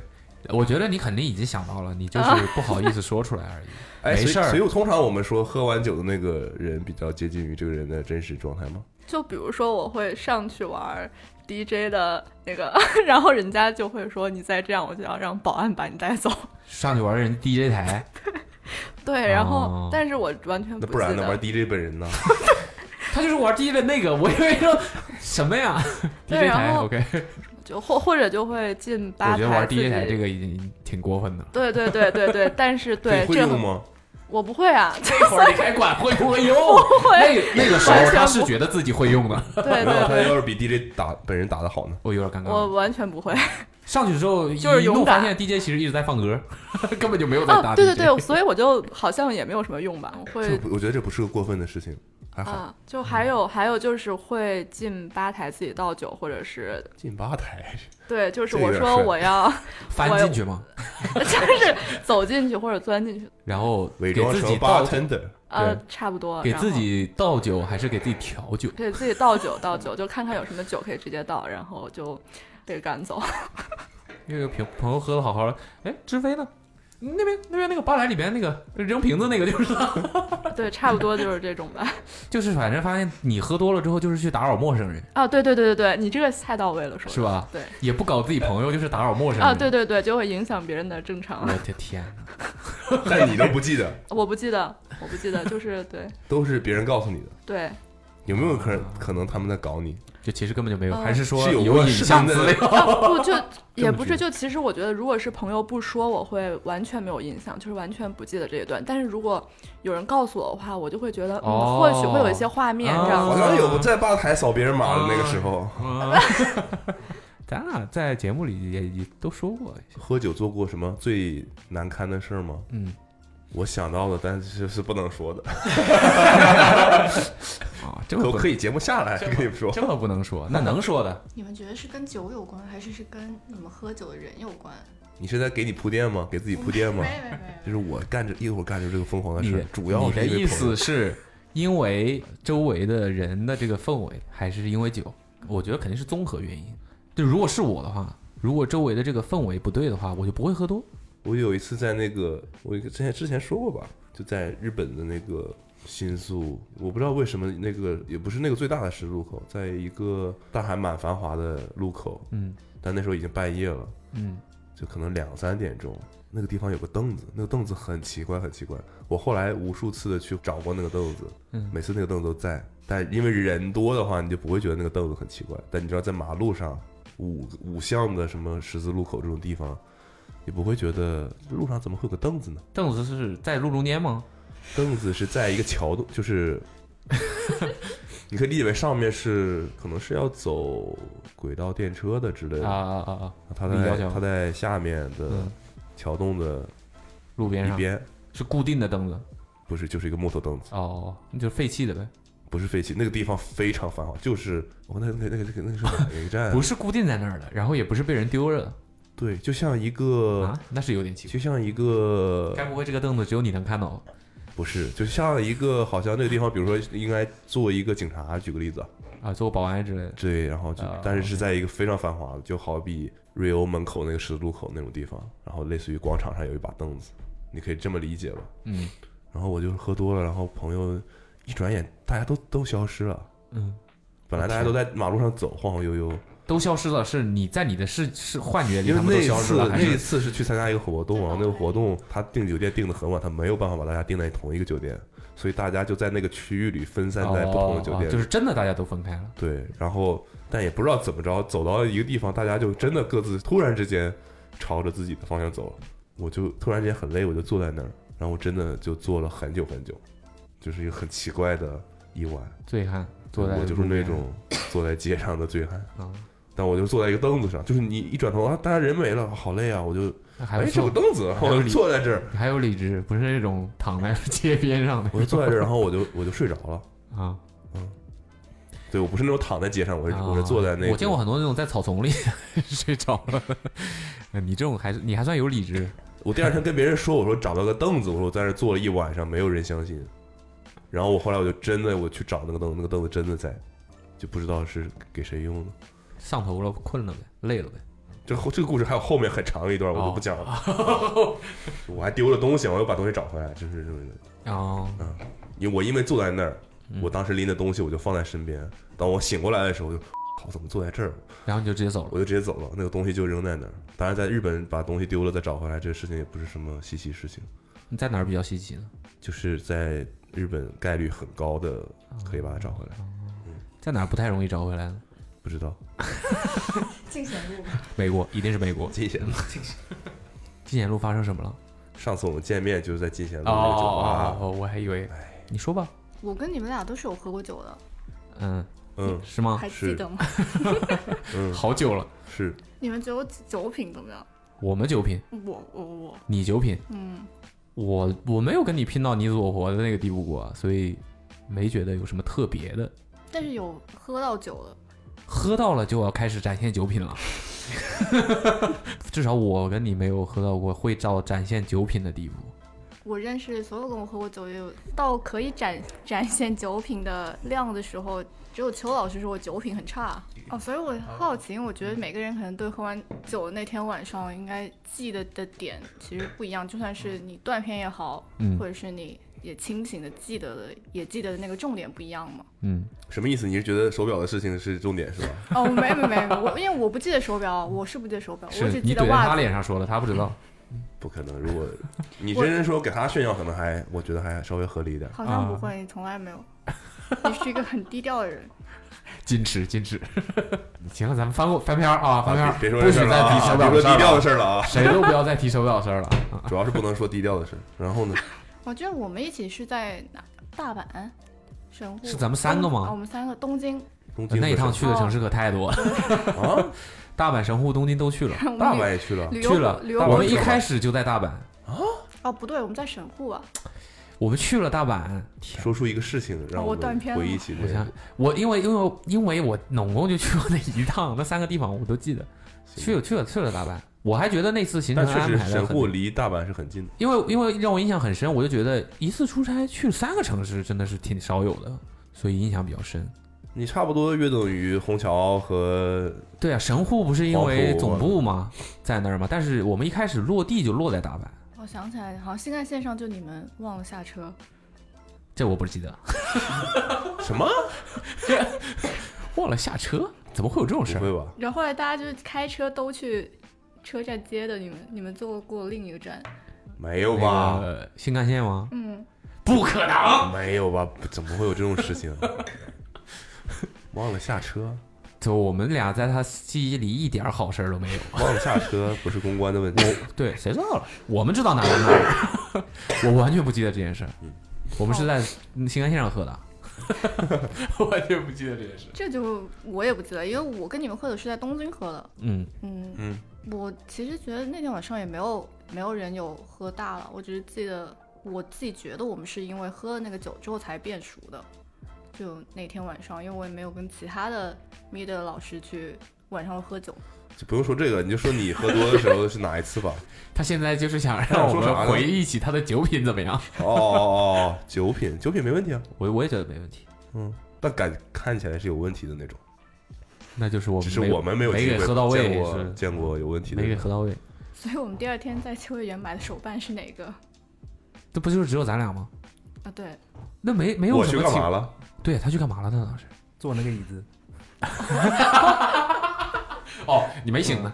[SPEAKER 2] 我觉得你肯定已经想到了，你就是不好意思说出来而已。
[SPEAKER 5] 哎，
[SPEAKER 2] 没
[SPEAKER 5] 所以
[SPEAKER 2] 事儿
[SPEAKER 5] 所以通常我们说喝完酒的那个人比较接近于这个人的真实状态吗？
[SPEAKER 3] 就比如说我会上去玩 DJ 的那个， [laughs] 然后人家就会说你再这样，我就要让保安把你带走。
[SPEAKER 2] 上去玩人家 DJ 台，
[SPEAKER 3] 对，然后、
[SPEAKER 2] 哦
[SPEAKER 3] 但是我完全
[SPEAKER 5] 那
[SPEAKER 3] 不记
[SPEAKER 5] 不然
[SPEAKER 3] 得
[SPEAKER 5] 呢？玩 DJ 本人呢？
[SPEAKER 2] 他就是玩 DJ 的那个，我以为说什么呀
[SPEAKER 3] 对
[SPEAKER 2] ？DJ
[SPEAKER 3] 然
[SPEAKER 2] 台
[SPEAKER 3] 后
[SPEAKER 2] ，OK，
[SPEAKER 3] 就或或者就会进吧
[SPEAKER 2] 我
[SPEAKER 3] 台
[SPEAKER 2] 觉得玩
[SPEAKER 3] 自己
[SPEAKER 2] DJ 台这个已经挺过分的了。
[SPEAKER 3] 对对对对对，
[SPEAKER 2] [laughs]
[SPEAKER 3] 但是对
[SPEAKER 5] 你会
[SPEAKER 3] 这
[SPEAKER 5] 用吗？
[SPEAKER 3] 我不会啊， [laughs]
[SPEAKER 2] 那会儿你还管会不会用？那那个时候他是觉得自己会用的，
[SPEAKER 3] 对
[SPEAKER 5] 没
[SPEAKER 3] 对
[SPEAKER 5] 有，他
[SPEAKER 3] 对，
[SPEAKER 5] 要是比 DJ 打本人打的好呢？
[SPEAKER 2] [laughs] 我有点尴
[SPEAKER 3] 我
[SPEAKER 2] 尬。
[SPEAKER 3] 完全不会。
[SPEAKER 2] 上去之后
[SPEAKER 3] 就是
[SPEAKER 2] 一路
[SPEAKER 3] 勇
[SPEAKER 2] 发
[SPEAKER 3] 敢
[SPEAKER 2] 现 DJ 其实一直在放歌， [laughs] 根本就没有在打
[SPEAKER 3] 哦，
[SPEAKER 2] DJ。
[SPEAKER 3] 对对对，所以我就好像也没有什么用吧，
[SPEAKER 5] 这
[SPEAKER 3] 会
[SPEAKER 5] 不我觉得这不是个过分的事情，还好。
[SPEAKER 3] 啊，就还
[SPEAKER 2] 嗯
[SPEAKER 3] 有还有就是会进吧台自己倒酒，或者是
[SPEAKER 5] 进吧台，
[SPEAKER 3] 对，就是
[SPEAKER 5] 这个
[SPEAKER 3] 我
[SPEAKER 5] 是
[SPEAKER 3] 说
[SPEAKER 2] [laughs]
[SPEAKER 3] 我要 [laughs]
[SPEAKER 2] 翻进去嘛，
[SPEAKER 3] 就是走进去或者钻进去，
[SPEAKER 2] 然后
[SPEAKER 5] 伪
[SPEAKER 2] 给
[SPEAKER 5] 装
[SPEAKER 2] 自
[SPEAKER 5] 成
[SPEAKER 2] 己倒
[SPEAKER 5] bartender，
[SPEAKER 3] 呃
[SPEAKER 2] 对，
[SPEAKER 3] 差不多
[SPEAKER 2] 给
[SPEAKER 3] 然
[SPEAKER 2] 自
[SPEAKER 3] 后
[SPEAKER 2] 己倒酒还是给自己调酒？
[SPEAKER 3] 给自己倒酒倒酒，就看看有什么酒可以直接倒，然后就被赶走。 [laughs]
[SPEAKER 2] 那个朋朋友喝的好好的，哎，志飞呢？那边那边那个吧台里边那个扔瓶子那个就是， [laughs]
[SPEAKER 3] 对，差不多就是这种吧。
[SPEAKER 2] 就是反正发现你喝多了之后就是去打扰陌生人，
[SPEAKER 3] 啊，对对对对对，你这个太到位了，说的
[SPEAKER 2] 是？吧？嗯
[SPEAKER 3] 对。
[SPEAKER 2] 也不搞自己朋友，就是打扰陌生人。
[SPEAKER 3] 啊，对。对对，就会影响别人的正常
[SPEAKER 2] 我。的天哪！
[SPEAKER 5] 但你都不记得，
[SPEAKER 3] 我不记得，我不记得，就是对
[SPEAKER 5] 都是别人告诉你的。
[SPEAKER 3] 对，
[SPEAKER 5] 有没有可能可能他们在搞你？
[SPEAKER 2] 就其实根本就没有，
[SPEAKER 3] 嗯
[SPEAKER 2] 还是说
[SPEAKER 5] 是有
[SPEAKER 2] 有
[SPEAKER 5] 过
[SPEAKER 2] 影
[SPEAKER 5] 视频
[SPEAKER 2] 像
[SPEAKER 5] 的
[SPEAKER 2] 资料？
[SPEAKER 3] 啊
[SPEAKER 4] [laughs]
[SPEAKER 3] 不就也不
[SPEAKER 5] 觉
[SPEAKER 3] 是，就其实我觉得，如果是朋友不说，我会完全没有印象，就是完全不记得这一段。但是如果有人告诉我的话，我就会觉得，嗯，
[SPEAKER 2] 哦
[SPEAKER 3] 或许会有一些画面
[SPEAKER 2] 啊
[SPEAKER 3] 这样
[SPEAKER 4] 哦
[SPEAKER 5] 好
[SPEAKER 3] 子。
[SPEAKER 5] 像有在吧台扫别人码的那个
[SPEAKER 3] 啊
[SPEAKER 5] 时候，
[SPEAKER 2] [laughs] 咱俩在节目里也也都说过，
[SPEAKER 5] 喝酒做过什么最难堪的事儿吗？
[SPEAKER 2] 嗯，
[SPEAKER 5] 我想到了，但是是不能说的，
[SPEAKER 2] 啊，这
[SPEAKER 5] 可
[SPEAKER 2] 么
[SPEAKER 5] 我
[SPEAKER 2] 不
[SPEAKER 5] 可以节目下来跟你们说。
[SPEAKER 2] 这么不能说，那能说的
[SPEAKER 4] 你们觉得是跟酒有关，还是是跟你们喝酒的人有关？
[SPEAKER 5] 你是在给你铺垫吗？给自己铺垫吗？
[SPEAKER 4] 没没没
[SPEAKER 5] 就是我干着一会儿干着这个疯狂的
[SPEAKER 2] 你
[SPEAKER 5] 事
[SPEAKER 2] 的
[SPEAKER 5] 儿，主要
[SPEAKER 2] 你
[SPEAKER 5] 是
[SPEAKER 2] 的
[SPEAKER 5] 因为
[SPEAKER 2] 意
[SPEAKER 5] 朋
[SPEAKER 2] 思
[SPEAKER 5] 友
[SPEAKER 2] 是因为周围的人的这个氛围，还是因为酒？我觉得肯定是综合原因。就如果是我的话，如果周围的这个氛围不对的话，我就不会喝多。
[SPEAKER 5] 我有一次在那个，我一个之前之前说过吧，就在日本的那个新宿，我不知道为什么那个也不是那个最大的十字路口，在一个但还蛮繁华的路口，
[SPEAKER 2] 嗯
[SPEAKER 5] 但那时候已经半夜了，
[SPEAKER 2] 嗯，
[SPEAKER 5] 就可能两三点钟，那个地方有个凳子，那个凳子很奇怪，很奇怪。我后来无数次的去找过那个凳子，
[SPEAKER 2] 嗯
[SPEAKER 5] 每次那个凳子都在，但因为人多的话，你就不会觉得那个凳子很奇怪。但你知道，在马路上五五巷的什么十字路口这种地方，你不会觉得路上怎么会有个凳子呢？
[SPEAKER 2] 凳子是在路中间吗？
[SPEAKER 5] 凳子是在一个桥洞，就是 [laughs] 你可以理解为上面是可能是要走轨道电车的之类
[SPEAKER 2] 啊
[SPEAKER 5] 的，
[SPEAKER 2] 啊啊啊！
[SPEAKER 5] 它
[SPEAKER 2] 立交
[SPEAKER 5] 在
[SPEAKER 2] 桥
[SPEAKER 5] 它在下面的
[SPEAKER 2] 嗯
[SPEAKER 5] 桥洞的
[SPEAKER 2] 路边
[SPEAKER 5] 一
[SPEAKER 2] 上
[SPEAKER 5] 边。
[SPEAKER 2] 是固定的凳子
[SPEAKER 5] 不是，就是一个木头凳子，
[SPEAKER 2] 哦，那就是废弃的呗，
[SPEAKER 5] 不是废弃。那个地方非常繁华，就是我、那那个那个那个那个是
[SPEAKER 2] [laughs]
[SPEAKER 5] 哪个站啊？
[SPEAKER 2] 不是固定在那儿的，然后也不是被人丢了
[SPEAKER 5] 对，就像一
[SPEAKER 2] 的
[SPEAKER 5] 个、
[SPEAKER 2] 啊，那是有点奇怪。
[SPEAKER 5] 就像一个
[SPEAKER 2] 该不会这个凳子只有你能看到吧？
[SPEAKER 5] 不是，就像一个好像那个地方，比如说应该做一个警察，举个例子啊，
[SPEAKER 2] 啊，做保安之类的。
[SPEAKER 5] 对，然后就、
[SPEAKER 2] 啊
[SPEAKER 5] 但是是在一个非常繁华的，就好比瑞欧门口那个十字路口那种地方，然后类似于广场上有一把凳子，你可以这么理解吧。
[SPEAKER 2] 嗯
[SPEAKER 5] 然后我就是喝多了，然后朋友一转眼大家都都消失了，
[SPEAKER 2] 嗯，
[SPEAKER 5] 本来大家都在马路上走，晃晃悠悠，
[SPEAKER 2] 都消失了，是你在你的视视幻觉里
[SPEAKER 5] 因为
[SPEAKER 2] 他们
[SPEAKER 5] 那
[SPEAKER 2] 都
[SPEAKER 5] 一
[SPEAKER 2] 消失
[SPEAKER 5] 次
[SPEAKER 2] 了，还
[SPEAKER 5] 那一
[SPEAKER 2] 是
[SPEAKER 5] 次是去参加一个活动啊，那个活动他订酒店订的很晚，他没有办法把大家订在同一个酒店，所以大家就在那个区域里分散在不同的酒
[SPEAKER 2] 哦
[SPEAKER 5] 店。
[SPEAKER 2] 哦就是真的大家都分开了。
[SPEAKER 5] 对，然后但也不知道怎么着，走到一个地方，大家就真的各自突然之间朝着自己的方向走了。我就突然间很累，我就坐在那儿，然后我真的就坐了很久很久，就是一个很奇怪的一晚。
[SPEAKER 2] 醉汉坐在
[SPEAKER 5] 我就是那种坐在街上的醉汉。
[SPEAKER 2] 啊，
[SPEAKER 5] 但我就坐在一个凳子上，就是你一转头啊，大家人没了，好累啊，我就
[SPEAKER 2] 还
[SPEAKER 5] 哎
[SPEAKER 2] 不
[SPEAKER 5] 这
[SPEAKER 2] 错
[SPEAKER 5] 有，凳子，
[SPEAKER 2] 还有
[SPEAKER 5] 我就
[SPEAKER 2] 理
[SPEAKER 5] 坐在这儿，
[SPEAKER 2] 还有理智，不是那种躺在街边上的
[SPEAKER 5] 我就 [laughs] 坐
[SPEAKER 2] [laughs]
[SPEAKER 5] 在这儿，然后我就我就睡着了。
[SPEAKER 2] 啊。
[SPEAKER 5] 对我不是那种躺在街上，我是、
[SPEAKER 2] 啊
[SPEAKER 5] 我是坐在那个，
[SPEAKER 2] 我见过很多那种在草丛里 [laughs] 睡着了。 [laughs] 呃你这种还是你还算有理智，
[SPEAKER 5] 我第二天跟别人说，我说找到个凳子，我说我在那儿坐了一晚上，没有人相信。然后我后来我就真的我去找那个凳子，那个凳子真的在，就不知道是给谁用的。
[SPEAKER 2] 上头了，困了呗，累了呗。
[SPEAKER 5] 这后这个故事还有后面很长一段，我就
[SPEAKER 2] 哦
[SPEAKER 5] 不讲了。 [laughs] 我还丢了东西，我又把东西找回来，真是这么的。
[SPEAKER 2] 哦，
[SPEAKER 5] 因为我因为坐在那儿，
[SPEAKER 2] 嗯
[SPEAKER 5] 我当时拎的东西我就放在身边。当我醒过来的时候，我就 [laughs] 靠，怎么坐在这儿？
[SPEAKER 2] 然后你就直接走
[SPEAKER 5] 我
[SPEAKER 2] 了。
[SPEAKER 5] 就直接走了，那个东西就扔在那儿。当然，在日本把东西丢了再找回来，这个事情也不是什么稀奇事情，
[SPEAKER 2] 你在哪儿比较稀奇呢？
[SPEAKER 5] 就是在日本概率很高的
[SPEAKER 4] 哦
[SPEAKER 5] 可以把它找回来。
[SPEAKER 2] 在哪儿不太容易找回来呢？
[SPEAKER 5] 不知道，
[SPEAKER 7] 进贤路吧。
[SPEAKER 2] 美
[SPEAKER 5] [laughs]
[SPEAKER 2] 国，一定是美国。
[SPEAKER 5] 金贤路。
[SPEAKER 2] 金贤路发生什么了？
[SPEAKER 5] 上次我们见面就是在金贤路
[SPEAKER 2] 哦
[SPEAKER 5] 那个酒
[SPEAKER 2] 哦
[SPEAKER 5] 吧，啊哎
[SPEAKER 2] 哦，我还以为，你说吧，
[SPEAKER 4] 我跟你们俩都是有喝过酒的，
[SPEAKER 2] 嗯，
[SPEAKER 5] 嗯
[SPEAKER 2] 是吗？
[SPEAKER 4] 还记得吗？
[SPEAKER 5] 嗯，
[SPEAKER 2] 好酒了，
[SPEAKER 5] 是
[SPEAKER 4] 你们酒酒品怎么样？
[SPEAKER 2] 我们酒品，
[SPEAKER 4] 我我我，
[SPEAKER 2] 你酒品，
[SPEAKER 4] 嗯，
[SPEAKER 2] 我我没有跟你拼到你死我活的那个地步过啊，所以没觉得有什么特别的。
[SPEAKER 4] 但是有喝到酒的，
[SPEAKER 2] 喝到了就要开始展现酒
[SPEAKER 5] [laughs]
[SPEAKER 2] 品了，至少我跟你没有喝到过会到展现酒品的地步。
[SPEAKER 4] 我认识所有跟我喝过酒也有到可以展展现酒品的量的时候，只有邱老师说我酒品很差
[SPEAKER 2] 嗯
[SPEAKER 4] 哦，所以我好奇，因为我觉得每个人可能对喝完酒的那天晚上应该记得的点其实不一样，就算是你断片也好，
[SPEAKER 2] 嗯
[SPEAKER 4] 或者是你也清醒的记得的也记得的那个重点不一样嘛。
[SPEAKER 2] 嗯，
[SPEAKER 5] 什么意思？你是觉得手表的事情是重点是吧？
[SPEAKER 4] 哦，没没没，我因为我不记得手表，我是不记得手表，我
[SPEAKER 2] 是
[SPEAKER 4] 只
[SPEAKER 2] 你
[SPEAKER 4] 记
[SPEAKER 2] 怼
[SPEAKER 4] 得
[SPEAKER 2] 在
[SPEAKER 4] 袜
[SPEAKER 2] 他
[SPEAKER 4] 子。
[SPEAKER 2] 脸上说了，他不知
[SPEAKER 4] [laughs]
[SPEAKER 2] 道。
[SPEAKER 5] 不可能，如果你真是说给他炫耀，可能还我觉得还稍微合理一点。
[SPEAKER 4] 好像不
[SPEAKER 2] 啊
[SPEAKER 4] 会，从来没有。你是一个很低调的人。
[SPEAKER 2] 矜持，矜持。行了，咱们翻过翻篇儿啊，翻篇
[SPEAKER 5] 啊
[SPEAKER 2] 儿，
[SPEAKER 5] 别别说
[SPEAKER 2] 不
[SPEAKER 5] 这事
[SPEAKER 2] 许
[SPEAKER 5] 儿了
[SPEAKER 2] 再提
[SPEAKER 5] 啊，
[SPEAKER 2] 手
[SPEAKER 5] 别
[SPEAKER 2] 表
[SPEAKER 5] 说
[SPEAKER 2] 事
[SPEAKER 5] 低
[SPEAKER 2] 儿
[SPEAKER 5] 调的
[SPEAKER 2] 了，
[SPEAKER 5] 事儿了啊，
[SPEAKER 2] 谁都不要再提手表事
[SPEAKER 5] [laughs]
[SPEAKER 2] 儿了。
[SPEAKER 5] 主要是不能说低调的事儿。然后呢，
[SPEAKER 4] 我觉得我们一起哦是在哪？大阪、神户
[SPEAKER 2] 是咱们三个吗
[SPEAKER 4] 东啊我们三个，东京。
[SPEAKER 5] 东京
[SPEAKER 2] 那一趟去的城
[SPEAKER 4] 哦
[SPEAKER 2] 市可太多了，
[SPEAKER 5] 啊，
[SPEAKER 2] 大阪、神户、东京都去了，
[SPEAKER 4] 我们
[SPEAKER 5] 大
[SPEAKER 4] 旅
[SPEAKER 5] 阪也去了，
[SPEAKER 4] 旅游
[SPEAKER 2] 去了
[SPEAKER 4] 旅游。
[SPEAKER 2] 我们
[SPEAKER 5] 去
[SPEAKER 2] 一
[SPEAKER 5] 了吗
[SPEAKER 2] 开始就在大阪，
[SPEAKER 4] 哦，不对，我们在神户啊。 [laughs]
[SPEAKER 2] 我们去了大阪。
[SPEAKER 5] 说出一个事情让
[SPEAKER 4] 哦我断
[SPEAKER 5] 们
[SPEAKER 4] 片了
[SPEAKER 5] 回忆起
[SPEAKER 2] 我
[SPEAKER 5] 这
[SPEAKER 2] 想
[SPEAKER 5] 个。，
[SPEAKER 2] 我因为因为因为我总共就去过那一趟，那三个地方我都记得，去了去了去了大阪。我还觉得那次行程
[SPEAKER 5] 但确
[SPEAKER 2] 安
[SPEAKER 5] 实
[SPEAKER 2] 排的
[SPEAKER 5] 神户
[SPEAKER 2] 很，
[SPEAKER 5] 离大阪是很近的，
[SPEAKER 2] 因为因为让我印象很深，我就觉得一次出差去三个城市真的是挺少有的，所以印象比较深。
[SPEAKER 5] 你差不多约等于虹桥和
[SPEAKER 2] 对啊，神户不是因为
[SPEAKER 5] 黄埔
[SPEAKER 2] 总部吗，在那儿嘛，但是我们一开始落地就落在大阪，
[SPEAKER 4] 我想起来，好像新干线上就你们忘了下车。
[SPEAKER 2] 这我不记得，
[SPEAKER 5] 什么？
[SPEAKER 2] 忘了下车，怎么会有这种事
[SPEAKER 5] 不
[SPEAKER 2] 儿？
[SPEAKER 5] 会吧？
[SPEAKER 4] 然后后来大家就是开车都去车站接的你们，你们坐过另一个站。
[SPEAKER 5] 没有
[SPEAKER 2] 那
[SPEAKER 5] 吧？
[SPEAKER 2] 个新干线吗？
[SPEAKER 4] 嗯，
[SPEAKER 2] 不可能，
[SPEAKER 5] 没有吧？不怎么会有这种事情？啊 [laughs] 忘了下车，
[SPEAKER 2] 就我们俩在他记忆里一点儿好事儿都没有。
[SPEAKER 5] 忘了下车不是公关的问题。
[SPEAKER 2] 对，谁知道了？我们知道哪儿哪儿，
[SPEAKER 5] [laughs]
[SPEAKER 2] 我完全不记得这件事儿。
[SPEAKER 5] 嗯
[SPEAKER 2] 我们是在新干线上喝
[SPEAKER 5] [laughs]
[SPEAKER 2] 的，我完全不记得这件事。
[SPEAKER 4] 这就我也不记得，因为我跟你们喝酒是在东京喝的。
[SPEAKER 2] 嗯，
[SPEAKER 4] 嗯，
[SPEAKER 5] 嗯，
[SPEAKER 4] 我其实觉得那天晚上也没有没有人有喝大了，我只是记得我自己觉得我们是因为喝了那个酒之后才变熟的。就那天晚上，因为我也没有跟其他的 m e d 老师去晚上喝酒，
[SPEAKER 5] 就不用说这个，你就说你喝多的时候是哪一次吧。
[SPEAKER 2] 他现在就是想让我
[SPEAKER 5] 说啥
[SPEAKER 2] 们
[SPEAKER 5] 呢
[SPEAKER 2] 回忆起他的酒品怎么样？
[SPEAKER 5] 哦哦哦，酒品，酒品没问题啊。
[SPEAKER 2] 我我也觉得没问题，
[SPEAKER 5] 嗯，但感看起来是有问题的那种，
[SPEAKER 2] 那就是我们
[SPEAKER 5] 只是我们没有
[SPEAKER 2] 没
[SPEAKER 5] 机
[SPEAKER 2] 给
[SPEAKER 5] 会
[SPEAKER 2] 喝到位，
[SPEAKER 5] 见过
[SPEAKER 2] 是
[SPEAKER 5] 见过有问题的
[SPEAKER 2] 没给
[SPEAKER 5] 人。
[SPEAKER 2] 喝到位，
[SPEAKER 4] 所以我们第二天在秋叶原买的手办是哪个？
[SPEAKER 2] 这不就是只有咱俩吗？
[SPEAKER 4] 啊，对，
[SPEAKER 2] 那没没有
[SPEAKER 5] 我
[SPEAKER 2] 什
[SPEAKER 5] 去
[SPEAKER 2] 么
[SPEAKER 5] 干
[SPEAKER 2] 情
[SPEAKER 5] 嘛了？
[SPEAKER 2] 对他去干嘛了呢？当时
[SPEAKER 6] 坐那个椅子，
[SPEAKER 2] 哦， [laughs] 你没 [laughs] 醒呢，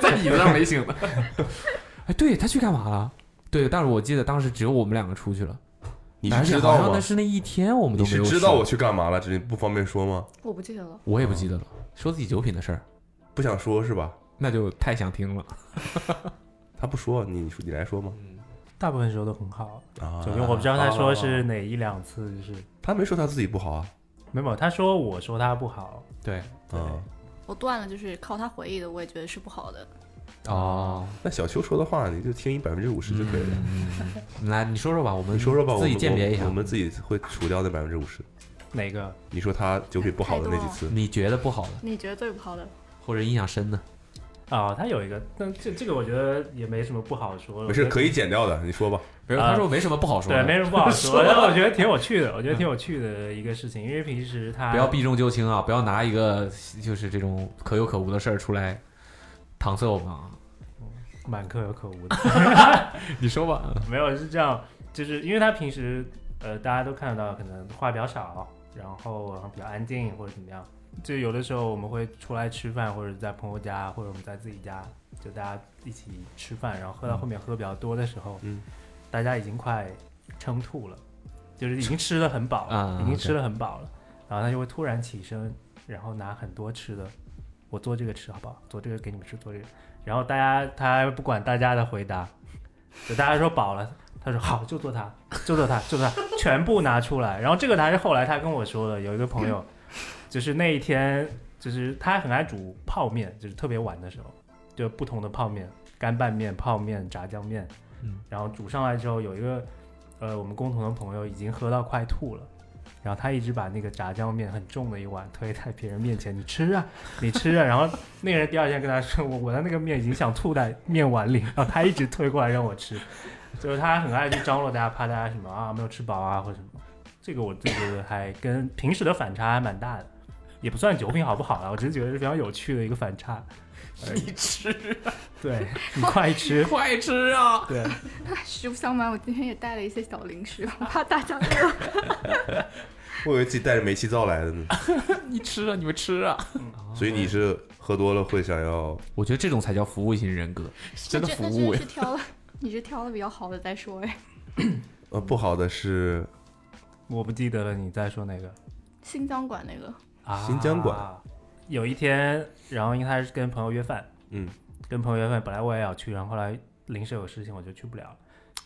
[SPEAKER 2] 在椅子上没醒呢。哎，对他去干嘛了？对，但是我记得当时只有我们两个出去了。
[SPEAKER 5] 你
[SPEAKER 2] 而
[SPEAKER 5] 是
[SPEAKER 2] 且
[SPEAKER 5] 知
[SPEAKER 2] 好像
[SPEAKER 5] 道吗
[SPEAKER 2] 那？是那一天我们都
[SPEAKER 5] 你
[SPEAKER 2] 没有
[SPEAKER 5] 是知道
[SPEAKER 2] 说
[SPEAKER 5] 我去干嘛了？只是不方便说吗？
[SPEAKER 4] 我不记得了。
[SPEAKER 2] 我也不记得了。说自己酒品的事儿，
[SPEAKER 5] 不想说是吧？
[SPEAKER 2] 那就太想听了。
[SPEAKER 5] 他不说，你说你来说吗？
[SPEAKER 6] 大部分时候都很好。
[SPEAKER 5] 啊，
[SPEAKER 6] 就因为我不知道他说是
[SPEAKER 5] 哦，
[SPEAKER 6] 哪一两次，就是
[SPEAKER 5] 他没说他自己不好啊。
[SPEAKER 6] 没有，他说我说他不好，
[SPEAKER 2] 对，
[SPEAKER 5] 啊，
[SPEAKER 4] 头断了，就是靠它回忆的，我也觉得是不好的。
[SPEAKER 2] 哦，
[SPEAKER 5] 那小秋说的话，你就听一百分之五十就可以了。
[SPEAKER 2] 来你说说吧，我们
[SPEAKER 5] 你说说吧，我
[SPEAKER 2] 嗯自己
[SPEAKER 5] 们
[SPEAKER 2] 鉴别一下
[SPEAKER 5] 我，们自己会除掉那百分之五十。
[SPEAKER 6] 哪个？
[SPEAKER 5] 你说他酒品不好的那几次，
[SPEAKER 2] 你觉得不好的
[SPEAKER 4] 你觉得最不好的？
[SPEAKER 2] 或者印象深的，
[SPEAKER 6] 哦，他有一个，但这这个我觉得也没什么不好说，
[SPEAKER 5] 没事可以剪掉的，你说吧。
[SPEAKER 2] 比如他说没什么不好说
[SPEAKER 6] 对，
[SPEAKER 2] 的，
[SPEAKER 6] 没什么不
[SPEAKER 5] [laughs]
[SPEAKER 6] 好说，但我觉得挺有趣的，我觉得挺有趣的一个事情，因为平时他
[SPEAKER 2] 不要避重就轻啊，不要拿一个就是这种可有可无的事儿出来搪塞我们啊。
[SPEAKER 6] 蛮可有可无的，
[SPEAKER 2] 你说吧，
[SPEAKER 6] [laughs] 没有是这样，就是因为他平时呃大家都看得到，可能话比较少，然后然后比较安静或者怎么样，就有的时候我们会出来吃饭，或者在朋友家，或者我们在自己家，就大家一起吃饭，然后喝到后面喝比较多的时候，
[SPEAKER 5] 嗯，
[SPEAKER 6] 大家已经快撑吐了，就是已经吃的很饱了，
[SPEAKER 2] 啊
[SPEAKER 6] 已经吃的很饱了，然后他就会突然起身，然后拿很多吃的，我做这个吃好不好？做这个给你们吃，做这个，然后大家他还不管大家的回答，就大家说饱了。他说好，就做它，就做它，就做它，全部拿出来。然后这个还是后来他跟我说的，有一个朋友，就是那一天，就是他很爱煮泡面，就是特别晚的时候，就不同的泡面，干拌面、泡面、炸酱面，
[SPEAKER 2] 嗯，
[SPEAKER 6] 然后煮上来之后，有一个呃我们共同的朋友已经喝到快吐了。然后他一直把那个炸酱面很重的一碗推在别人面前，你吃啊，你吃啊。然 [laughs] 后那个人第二天跟他说，我我的那个面已经想吐在面碗里，然后他一直推过来让我吃，就是他很爱去张罗大家，怕大家什么啊没有吃饱啊或者什么。这个我就觉得还跟平时的反差还蛮大的，也不算酒品好不好了，我只是觉得是非常有趣的一个反差。
[SPEAKER 2] 你吃
[SPEAKER 6] 对 [laughs] 你快吃，
[SPEAKER 2] 快吃啊！
[SPEAKER 6] 对，
[SPEAKER 4] 实不相瞒，我今天也带了一些小零食，我怕大家饿。
[SPEAKER 5] 我以为自己带着煤气灶来的呢，
[SPEAKER 2] 你吃啊，你们吃啊！
[SPEAKER 5] 所以你是喝多了会想要
[SPEAKER 2] 我觉得这种才叫服务型人格， [laughs] 真的
[SPEAKER 4] 那
[SPEAKER 2] 服
[SPEAKER 4] 真
[SPEAKER 2] 务哎欸呀
[SPEAKER 4] 的是。挑了， [laughs] 你是挑了比较好的再说哎。
[SPEAKER 5] 呃不好的是
[SPEAKER 6] 我不记得了，你在说哪个？
[SPEAKER 4] 新疆馆那个，
[SPEAKER 6] 啊
[SPEAKER 5] 新疆馆。
[SPEAKER 6] 有一天，然后因为他是跟朋友约饭，
[SPEAKER 5] 嗯，
[SPEAKER 6] 跟朋友约饭，本来我也要去，然后后来临时有事情我就去不了了。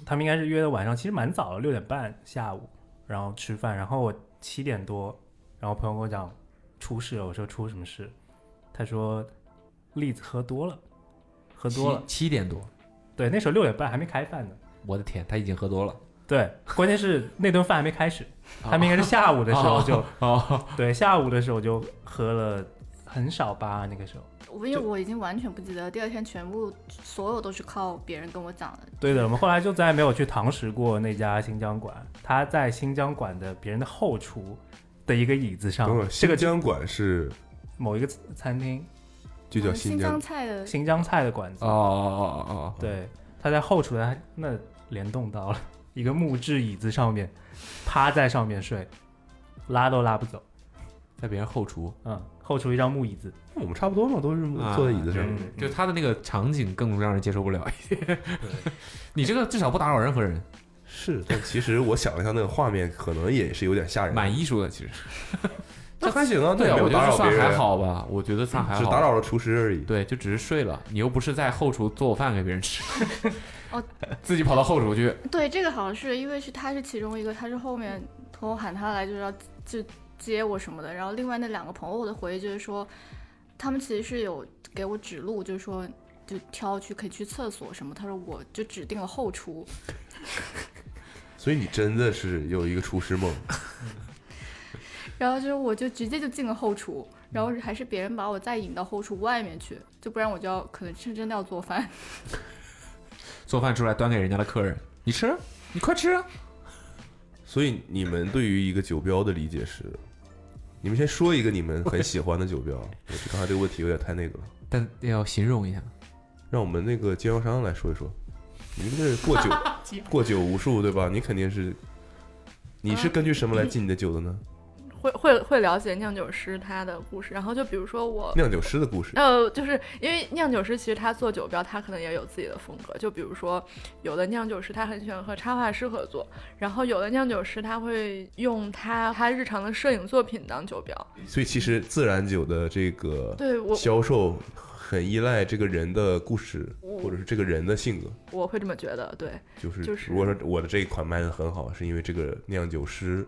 [SPEAKER 6] 他们应该是约的晚上，其实蛮早了，六点半下午，然后吃饭，然后我七点多，然后朋友跟我讲出事了，我说出什么事？他说栗子喝多了，喝多了
[SPEAKER 2] 七，七点多，
[SPEAKER 6] 对，那时候六点半还没开饭呢，
[SPEAKER 2] 我的天，他已经喝多了。
[SPEAKER 6] 对，关键是那顿饭还没开始，他们应该是下午的时候就，
[SPEAKER 2] 哦，
[SPEAKER 6] 对，下午的时候就喝了很少吧，那个时候。
[SPEAKER 4] 我因为我已经完全不记得了，第二天全部所有都是靠别人跟我讲的。
[SPEAKER 6] 对的，我们后来就再也没有去堂食过那家新疆馆。他在新疆馆的别人的后厨的一个椅子
[SPEAKER 2] 啊
[SPEAKER 6] 上
[SPEAKER 5] 等会儿，
[SPEAKER 6] 这
[SPEAKER 5] 新
[SPEAKER 6] 个
[SPEAKER 5] 疆馆是
[SPEAKER 6] 某一个餐厅
[SPEAKER 5] 就
[SPEAKER 4] 我
[SPEAKER 5] 叫
[SPEAKER 4] 们嗯新
[SPEAKER 5] 疆
[SPEAKER 3] 啊
[SPEAKER 4] 疆，菜的
[SPEAKER 6] 新疆菜的馆子。
[SPEAKER 2] 哦哦哦哦，
[SPEAKER 6] 对，他在后厨的那联动到了一个木质椅子上面，趴在上面睡，拉都拉不走。
[SPEAKER 2] 在别人后厨，
[SPEAKER 6] 嗯，后厨一张木椅子，
[SPEAKER 5] 那我们差不多嘛，都是
[SPEAKER 2] 啊
[SPEAKER 5] 坐在椅子上。
[SPEAKER 6] 嗯
[SPEAKER 2] 就他的那个场景更让人接受不了一些。你这个至少不打扰任何人，
[SPEAKER 5] 是，但其实我想了一下，那个画面可能也是有点吓人。
[SPEAKER 2] 蛮艺术的其实。
[SPEAKER 5] 那还行啊，那
[SPEAKER 2] 对啊，
[SPEAKER 5] 没有
[SPEAKER 2] 我觉
[SPEAKER 5] 打
[SPEAKER 2] 得
[SPEAKER 5] 扰别
[SPEAKER 2] 算
[SPEAKER 5] 人啊，
[SPEAKER 2] 还好吧，我觉得算还
[SPEAKER 5] 只
[SPEAKER 2] 好。
[SPEAKER 5] 打扰了厨师而已。
[SPEAKER 2] 对，就只是睡了，你又不是在后厨做饭给别人吃，
[SPEAKER 4] 哦，
[SPEAKER 2] 自己跑到后厨去，
[SPEAKER 4] 对，这个好像是因为是他是其中一个，他是后面朋友喊他来就是要就接我什么的，然后另外那两个朋友我的回忆就是说，他们其实是有给我指路，就是说就挑去可以去厕所什么，他说我就指定了后厨，
[SPEAKER 5] 所以你真的是有一个厨师梦，
[SPEAKER 4] 然后就是我就直接就进了后厨，然后
[SPEAKER 5] 嗯
[SPEAKER 4] 还是别人把我再引到后厨外面去，就不然我就要可能是真的要做 [laughs] 饭。
[SPEAKER 2] 做饭出来端给人家的客人，你吃，你快吃啊！
[SPEAKER 5] 所以你们对于一个酒标的理解是，你们先说一个你们很喜欢的酒标。我觉得刚才这个问题有点太那个了，
[SPEAKER 2] 但要形容一下，
[SPEAKER 5] 让我们那个经销商来说一说。你们这过酒过酒无数对吧？你肯定是，你是根据什么来进你的酒的呢？
[SPEAKER 3] 会会会了解酿酒师他的故事，然后就比如说我。
[SPEAKER 5] 酿酒师的故事。
[SPEAKER 3] 呃，就是因为酿酒师其实他做酒标，他可能也有自己的风格。就比如说，有的酿酒师他很喜欢和插画师合作，然后有的酿酒师他会用他他日常的摄影作品当酒标。
[SPEAKER 5] 所以其实自然酒的这个
[SPEAKER 3] 对我
[SPEAKER 5] 销售很依赖这个人的故事，
[SPEAKER 3] 我
[SPEAKER 5] 或者是这个人的性格。
[SPEAKER 3] 我会这么觉得，对。
[SPEAKER 5] 就
[SPEAKER 3] 嗯
[SPEAKER 5] 是
[SPEAKER 3] 就是
[SPEAKER 5] 如果说我的这一款卖的很好，是因为这个酿酒师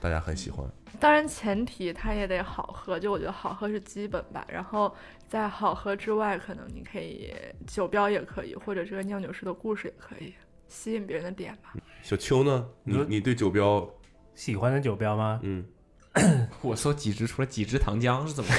[SPEAKER 5] 大家很喜欢。
[SPEAKER 3] 当然前提它也得好喝，就我觉得好喝是基本吧。然后在好喝之外，可能你可以酒标也可以，或者这个酿酒师的故事也可以吸引别人的点吧。
[SPEAKER 5] 小秋呢？你
[SPEAKER 6] 嗯
[SPEAKER 5] 你对酒标，
[SPEAKER 6] 喜欢的酒标吗？
[SPEAKER 5] 嗯，
[SPEAKER 2] [laughs] 我说几支，除了几支糖浆是怎么？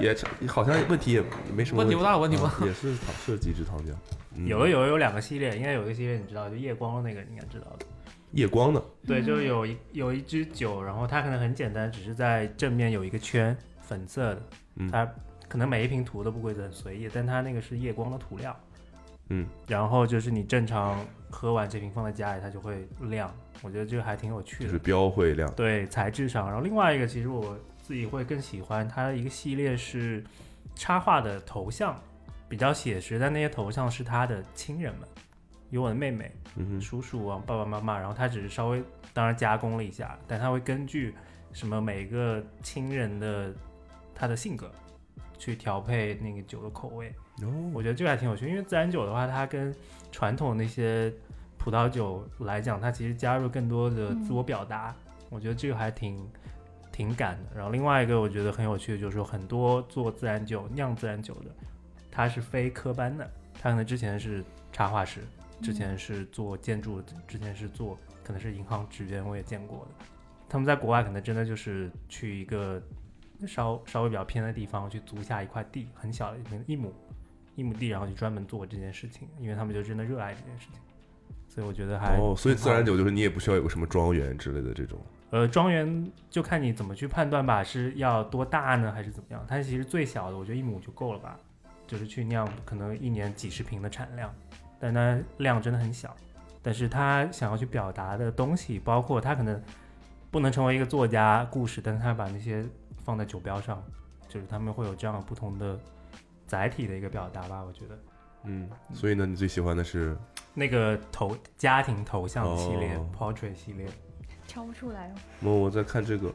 [SPEAKER 5] 也差好像问题也没什么
[SPEAKER 2] 问题不大问题不
[SPEAKER 5] 啊也是糖是几支糖浆，嗯
[SPEAKER 6] 有有有两个系列，应该有一个系列你知道，就夜光的那个你应该知道的。
[SPEAKER 5] 夜光的，
[SPEAKER 6] 对，就有一有一支酒，然后它可能很简单，只是在正面有一个圈，粉色的
[SPEAKER 5] 嗯，
[SPEAKER 6] 它可能每一瓶涂的不规则，很随意，但它那个是夜光的涂料，
[SPEAKER 5] 嗯，
[SPEAKER 6] 然后就是你正常喝完这瓶放在家里，它就会亮，我觉得这个还挺有趣
[SPEAKER 5] 就
[SPEAKER 6] 的
[SPEAKER 5] 是。标会亮，
[SPEAKER 6] 对，材质上，然后另外一个其实我自己会更喜欢它的一个系列是插画的头像，比较写实，但那些头像是他的亲人们，有我的妹妹，
[SPEAKER 5] 嗯哼，
[SPEAKER 6] 叔叔啊、爸爸妈妈，然后他只是稍微当然加工了一下，但他会根据什么每个亲人的他的性格去调配那个酒的口味。
[SPEAKER 5] 哦，
[SPEAKER 6] 我觉得这个还挺有趣，因为自然酒的话，它跟传统那些葡萄酒来讲，它其实加入更多的自我表达，我觉得这个还挺挺感的。然后另外一个我觉得很有趣的就是说，很多做自然酒、酿自然酒的，他是非科班的，他可能之前是插画师，之前是做建筑，之前是做可能是银行职员，我也见过的。他们在国外可能真的就是去一个稍稍微比较偏的地方去租下一块地，很小的可能一亩一亩地，然后就专门做这件事情，因为他们就真的热爱这件事情。所以我觉得还
[SPEAKER 5] 哦，所以
[SPEAKER 6] 挺
[SPEAKER 5] 自
[SPEAKER 6] 好的
[SPEAKER 5] 然酒就是你也不需要有个什么庄园之类的这种，
[SPEAKER 6] 呃，庄园就看你怎么去判断吧，是要多大呢，还是怎么样？它其实最小的，我觉得一亩就够了吧，就是去酿可能一年几十瓶的产量，但它量真的很小。但是他想要去表达的东西，包括他可能不能成为一个作家故事，但是他把那些放在酒标上，就是他们会有这样不同的载体的一个表达吧。我觉得
[SPEAKER 5] 嗯，所以呢，你最喜欢的是
[SPEAKER 6] 那个头家庭头像系列、
[SPEAKER 5] 哦
[SPEAKER 6] portrait 系列，
[SPEAKER 7] 挑不出来哦。
[SPEAKER 5] 我我在看这个，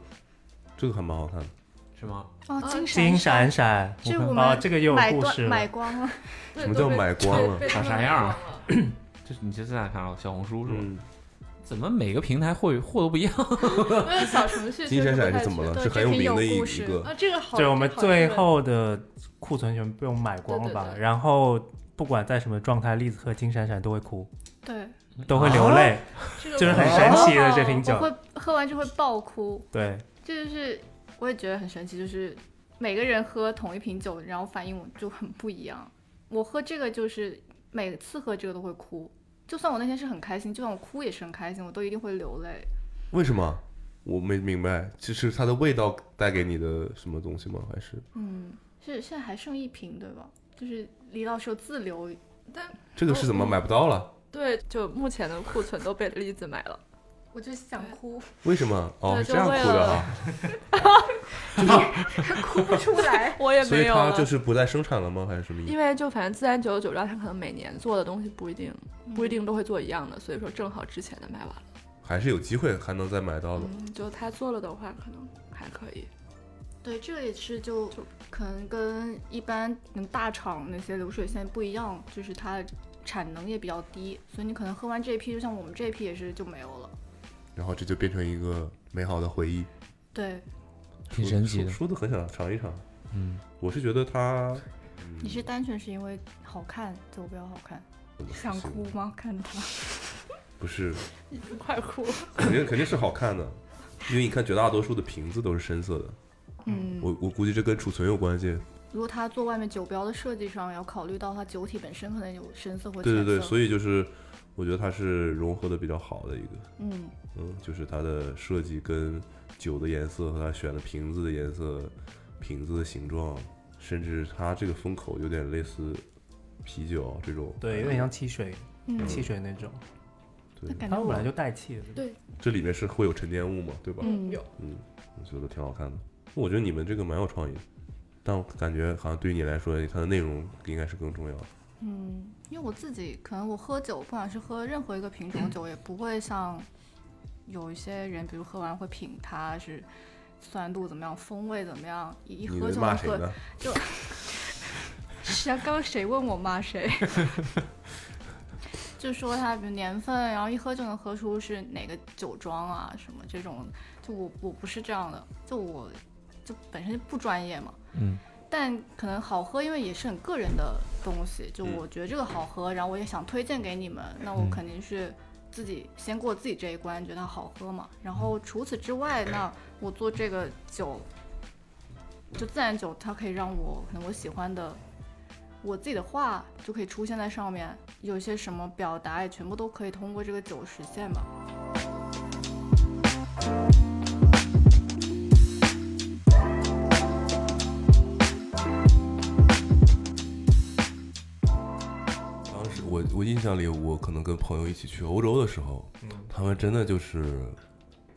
[SPEAKER 5] 这个还蛮好看的，
[SPEAKER 2] [laughs] 是吗？
[SPEAKER 4] 哦，
[SPEAKER 3] 啊
[SPEAKER 4] 金
[SPEAKER 6] 金闪
[SPEAKER 4] 闪，
[SPEAKER 6] 闪，
[SPEAKER 4] 这
[SPEAKER 6] 我看
[SPEAKER 4] 我
[SPEAKER 6] 哦，
[SPEAKER 4] 们
[SPEAKER 6] 这个又
[SPEAKER 4] 买
[SPEAKER 6] 有故
[SPEAKER 4] 断
[SPEAKER 6] 事了。
[SPEAKER 4] 买光了，
[SPEAKER 3] 对
[SPEAKER 5] 什么
[SPEAKER 3] 都
[SPEAKER 5] 叫
[SPEAKER 3] 被
[SPEAKER 5] 买光了
[SPEAKER 3] 被
[SPEAKER 4] [laughs]
[SPEAKER 3] 被
[SPEAKER 2] 嗯长
[SPEAKER 3] 他
[SPEAKER 2] 啥
[SPEAKER 3] 们
[SPEAKER 2] 样啊
[SPEAKER 3] 买
[SPEAKER 2] 了
[SPEAKER 3] 光了
[SPEAKER 2] 这是你这是在看啊？小红书是吗？
[SPEAKER 5] 嗯，
[SPEAKER 2] 怎么每个平台货货都不一样？
[SPEAKER 3] 因为小
[SPEAKER 2] [laughs]
[SPEAKER 3] 程序
[SPEAKER 5] 金闪闪
[SPEAKER 3] 确实
[SPEAKER 5] 是怎
[SPEAKER 3] 不
[SPEAKER 5] 么
[SPEAKER 3] 太
[SPEAKER 5] 了？
[SPEAKER 3] 确
[SPEAKER 5] 是
[SPEAKER 3] 定
[SPEAKER 5] 很有名的一
[SPEAKER 7] 故事
[SPEAKER 5] 一个，
[SPEAKER 3] 啊，这个好，
[SPEAKER 6] 对，我们最
[SPEAKER 3] 好
[SPEAKER 6] 后的库存全部买光了吧？
[SPEAKER 3] 对对对
[SPEAKER 6] 然后不管在什么状态，栗子和金闪闪都会哭，
[SPEAKER 4] 对，
[SPEAKER 6] 都会流泪，
[SPEAKER 3] 这个
[SPEAKER 6] 嗯就是很
[SPEAKER 3] 我
[SPEAKER 6] 神奇的这瓶
[SPEAKER 4] 我
[SPEAKER 6] 酒。
[SPEAKER 4] 会喝完就会爆哭，
[SPEAKER 6] 对，
[SPEAKER 4] 这就是我也觉得很神奇，就是每个人喝同一瓶酒，然后反应就很不一样。我喝这个就是每次喝这个都会哭，就算我那天是很开心，就算我哭也是很开心，我都一定会流泪。
[SPEAKER 5] 为什么？我没明白，这是它的味道带给你的什么东西吗？还是
[SPEAKER 4] 嗯，是现在还剩一瓶对吧？就是李老师有自留，
[SPEAKER 5] 这个是怎么买不到了？
[SPEAKER 3] 对，就目前的库存都被栗子买了。
[SPEAKER 7] 我就想哭，
[SPEAKER 5] 为什么？哦，
[SPEAKER 3] 对
[SPEAKER 5] 是这样
[SPEAKER 3] 就为
[SPEAKER 5] 哭的
[SPEAKER 3] 了
[SPEAKER 5] 啊，
[SPEAKER 7] 哭不出来。
[SPEAKER 3] 哎我也
[SPEAKER 5] 所以
[SPEAKER 3] 没有
[SPEAKER 5] 它
[SPEAKER 3] 了，
[SPEAKER 5] 就是不再生产了吗？还是什么意思？
[SPEAKER 3] 因为就反正自然酒酒庄它可能每年做的东西不一定不一定都会做一样的，所以说正好之前的卖完了。
[SPEAKER 5] 还是有机会还能再买到的。
[SPEAKER 3] 嗯，就他做了的话，可能还可以。
[SPEAKER 4] 对，这个也是就可能跟一般嗯大厂那些流水线不一样，就是它的产能也比较低，所以你可能喝完这一批，就像我们这一批也是就没有了。
[SPEAKER 5] 然后这就变成一个美好的回忆，
[SPEAKER 4] 对，
[SPEAKER 2] 挺神奇的
[SPEAKER 5] 说的很想尝一尝。
[SPEAKER 2] [laughs] 嗯，
[SPEAKER 5] 我是觉得它，嗯
[SPEAKER 4] 你是单纯是因为好看，酒标好看，想哭吗？看它，
[SPEAKER 5] 不是？
[SPEAKER 3] [laughs] 快哭！
[SPEAKER 5] 肯定肯定是好看的，因为你看绝大多数的瓶子都是深色的。
[SPEAKER 4] 嗯，
[SPEAKER 5] 我我估计这跟储存有关系。
[SPEAKER 4] 如果它做外面酒标的设计上，要考虑到它酒体本身可能有深色或浅
[SPEAKER 5] 对
[SPEAKER 4] 色，
[SPEAKER 5] 对对，所
[SPEAKER 4] 以
[SPEAKER 5] 以就是我觉得它是融合的比较好的一个，
[SPEAKER 4] 嗯，
[SPEAKER 5] 嗯，就是它的设计跟酒的颜色和它选的瓶子的颜色、瓶子的形状，甚至它这个封口有点类似啤酒这种。哎
[SPEAKER 6] 对，有点像汽水，
[SPEAKER 4] 嗯
[SPEAKER 6] 汽水那种，
[SPEAKER 5] 对
[SPEAKER 4] 那，感
[SPEAKER 6] 它
[SPEAKER 4] 觉
[SPEAKER 6] 们本来
[SPEAKER 4] 我
[SPEAKER 6] 就带气的。
[SPEAKER 3] 对
[SPEAKER 5] 这里面是会有沉淀物嘛，对吧？
[SPEAKER 4] 嗯
[SPEAKER 3] 有
[SPEAKER 5] 嗯，我觉得挺好看的。我觉得你们这个蛮有创意的，但我感觉好像对于你来说，它的内容应该是更重要的。
[SPEAKER 4] 嗯，因为我自己可能我喝酒，不管是喝任何一个品
[SPEAKER 5] [clears throat]
[SPEAKER 4] 种的酒，也不会像有一些人，比如喝完会品它是酸度怎么样，风味怎么样，一一
[SPEAKER 5] 你
[SPEAKER 4] 喝
[SPEAKER 5] 在
[SPEAKER 4] 就
[SPEAKER 5] 骂
[SPEAKER 4] 能
[SPEAKER 5] 谁
[SPEAKER 4] 喝。
[SPEAKER 5] 呢？
[SPEAKER 4] 是啊，刚刚谁问我骂谁？ [laughs] 就说它比如年份，然后一喝就能喝出是哪个酒庄啊什么这种，就我我不是这样的，就我就本身就不专业嘛，
[SPEAKER 2] 嗯，
[SPEAKER 4] 但可能好喝，因为也是很个人的东西，就
[SPEAKER 5] 嗯
[SPEAKER 4] 我觉得这个好喝，然后我也想推荐给你们，那我
[SPEAKER 2] 嗯
[SPEAKER 4] 肯定是自己先过自己这一关，觉得它好喝嘛，然后除此之外，那我做这个酒。就自然酒，它可以让我可能我喜欢的我自己的话就可以出现在上面，有些什么表达也全部都可以通过这个酒实现吧。
[SPEAKER 5] 当时我我印象里，我可能跟朋友一起去欧洲的时候，他们真的就是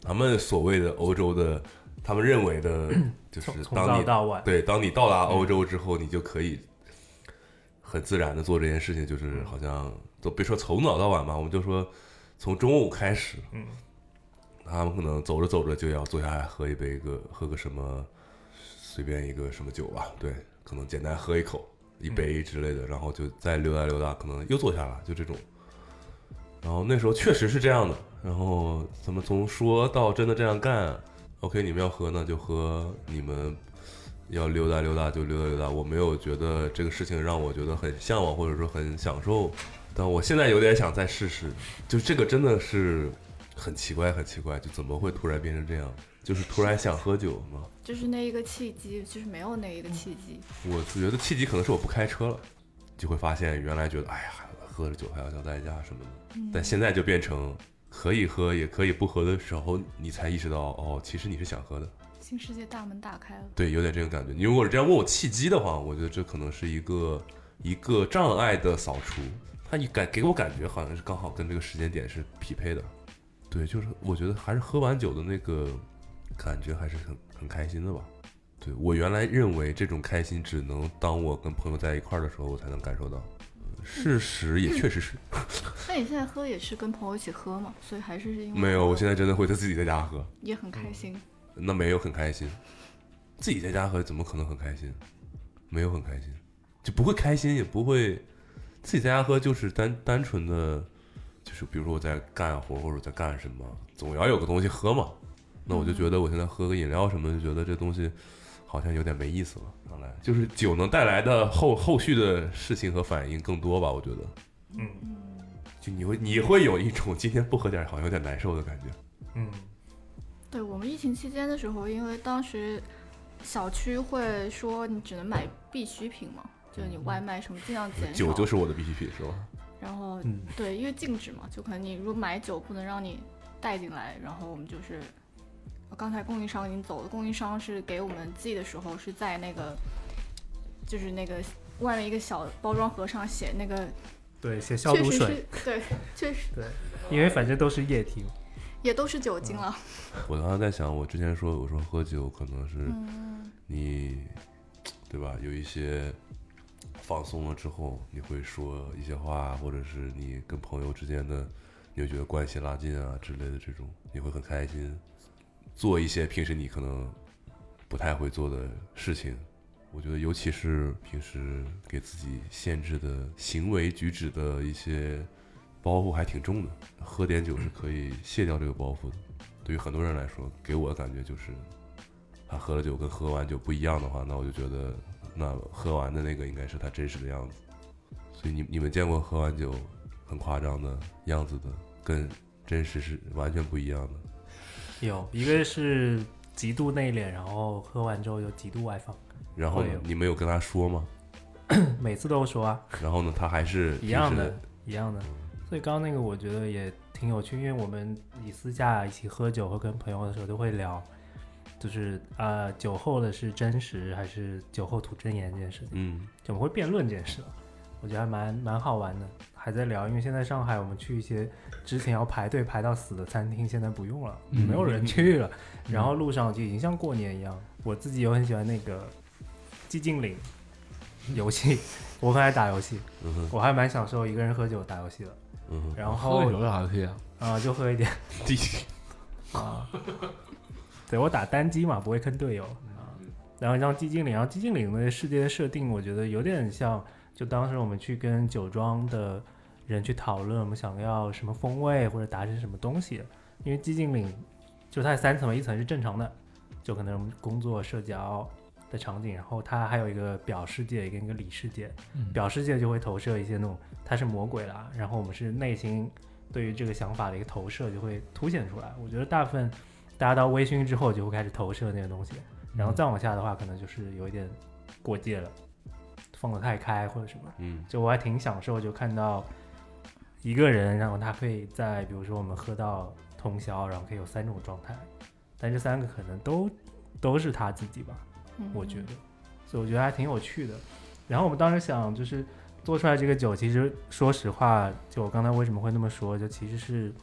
[SPEAKER 5] 他们所谓的欧洲的，他们认为的，就是
[SPEAKER 6] 从从
[SPEAKER 5] 当
[SPEAKER 6] 早
[SPEAKER 5] 你
[SPEAKER 6] 到晚，
[SPEAKER 5] 对，当你到达欧洲之后，你就可以很自然的做这件事情，就是好像都别说从早到晚吧，我们就说从中午开始，
[SPEAKER 6] 嗯，
[SPEAKER 5] 他们可能走着走着就要坐下来喝一杯个喝个什么随便一个什么酒吧，对，可能简单喝一口一杯之类的，然后就再溜达溜达，可能又坐下了，就这种。然后那时候确实是这样的，然后咱们从说到真的这样干，OK，你们要喝呢就喝，你们要溜达溜达就溜达溜达。我没有觉得这个事情让我觉得很向往，或者说很享受，但我现在有点想再试试。就这个真的是很奇怪，很奇怪，就怎么会突然变成这样？就是突然想喝酒吗？
[SPEAKER 4] 就是那一个契机，就是没有那一个
[SPEAKER 5] 嗯
[SPEAKER 4] 契机，
[SPEAKER 5] 我觉得契机可能是我不开车了，就会发现原来觉得哎呀，喝了酒还要叫代驾什么的，但现在就变成可以喝也可以不喝的时候，你才意识到哦，其实你是想喝的。
[SPEAKER 4] 新世界大门打开了。
[SPEAKER 5] 对，有点这个感觉。你如果这样问我契机的话，我觉得这可能是一个一个障碍的扫除。它一感给我感觉好像是刚好跟这个时间点是匹配的。对，就是我觉得还是喝完酒的那个感觉还是很很开心的吧。对我原来认为这种开心只能当我跟朋友在一块儿的时候我才能感受到，呃事实也确实是
[SPEAKER 4] 那你现在喝也是跟朋友一起喝嘛？所以还是因为
[SPEAKER 5] 没有。我现在嗯真的会在自己在家喝，
[SPEAKER 4] 也很开心。
[SPEAKER 5] 那没有很开心。自己在家喝怎么可能很开心？没有很开心，就不会开心，也不会自己在家喝，就是单单纯的，就是比如说我在干活或者我在干什么，总要有个东西喝嘛。那我就觉得我现在喝个饮料什么，就觉得这东西好像有点没意思了。上来就是酒能带来的后后续的事情和反应更多吧，我觉得。
[SPEAKER 6] 嗯
[SPEAKER 5] 就你会你会有一种今天不喝点儿好像有点难受的感觉。
[SPEAKER 6] 嗯
[SPEAKER 4] 对我们疫情期间的时候，因为当时小区会说你只能买必需品嘛，就是你外卖什么尽量减少。
[SPEAKER 5] 嗯酒就是我的必需品，是吧？
[SPEAKER 4] 然后、
[SPEAKER 6] 嗯
[SPEAKER 4] 对，因为禁止嘛，就可能你如果买酒不能让你带进来，然后我们就是，呃刚才供应商已经走了，供应商是给我们寄的时候是在那个，就是那个外面一个小包装盒上写
[SPEAKER 2] [laughs]
[SPEAKER 4] 那个，
[SPEAKER 6] 对，写消
[SPEAKER 4] 确
[SPEAKER 6] 毒
[SPEAKER 4] 实
[SPEAKER 6] 水，
[SPEAKER 4] 是对，确实
[SPEAKER 6] 因为反正都是液体，
[SPEAKER 4] 也都是酒精了，
[SPEAKER 5] 我刚刚在想，我之前说我说喝酒可能是
[SPEAKER 4] 嗯，
[SPEAKER 5] 你，对吧？有一些放松了之后，你会说一些话，或者是你跟朋友之间的，你会觉得关系拉近啊之类的这种，你会很开心，做一些平时你可能不太会做的事情。我觉得，尤其是平时给自己限制的行为举止的一些包袱还挺重的，喝点酒是可以卸掉这个包袱的。对于很多人来说，给我的感觉就是他喝了酒跟喝完酒不一样的话，那我就觉得那喝完的那个应该是他真实的样子。所以你你们见过喝完酒很夸张的样子的，跟真实是完全不一样的。
[SPEAKER 6] 有一个是极度内敛，然后喝完之后又极度外放，
[SPEAKER 5] 然后呢
[SPEAKER 6] 会有
[SPEAKER 5] 你们有跟他说吗？
[SPEAKER 6] 每次都说啊，
[SPEAKER 5] 然后呢，他还是
[SPEAKER 6] 一样的
[SPEAKER 5] 平时，
[SPEAKER 6] 一样的。所以刚刚那个我觉得也挺有趣，因为我们以私啊下一起喝酒和跟朋友的时候都会聊，就是啊、呃酒后的是真实还是酒后吐真言这件事情。
[SPEAKER 5] 嗯
[SPEAKER 6] 就我们会辩论这件事，啊我觉得还蛮蛮好玩的，还在聊。因为现在上海，我们去一些之前要排队排到死的餐厅，现在不用了，
[SPEAKER 2] 嗯
[SPEAKER 6] 没有人去了。然后路上就已经像过年一样。我自己有很喜欢那个寂静岭游戏，我很爱打游戏，
[SPEAKER 5] 嗯哼
[SPEAKER 6] 我还蛮享受一个人喝酒打游戏的。
[SPEAKER 5] 嗯哼，
[SPEAKER 6] 然后啊、
[SPEAKER 2] 啥去啊？
[SPEAKER 6] 就喝一点
[SPEAKER 5] 第
[SPEAKER 6] 啊。对我打单机嘛，不会坑队友啊。然后像寂静岭，然后寂静岭的世界设定，我觉得有点像，就当时我们去跟酒庄的人去讨论我们想要什么风味或者达成什么东西。因为寂静岭就它有三层嘛，一层是正常的，就可能我们工作、社交的场景，然后它还有一个表世界跟一个里世界。
[SPEAKER 2] 嗯
[SPEAKER 6] 表世界就会投射一些那种他是魔鬼啦，然后我们是内心对于这个想法的一个投射就会凸显出来。我觉得大部分大家到微醺之后就会开始投射那个东西，然后再往下的话可能就是有一点过界了，放得太开或者什么。
[SPEAKER 5] 嗯，
[SPEAKER 6] 就我还挺享受，就看到一个人，然后他可以在比如说我们喝到通宵，然后可以有三种状态，但这三个可能都都是他自己吧。我觉得，所以我觉得还挺有趣的。然后我们当时想，就是做出来这个酒，其实说实话，就我刚才为什么会那么说，就其实是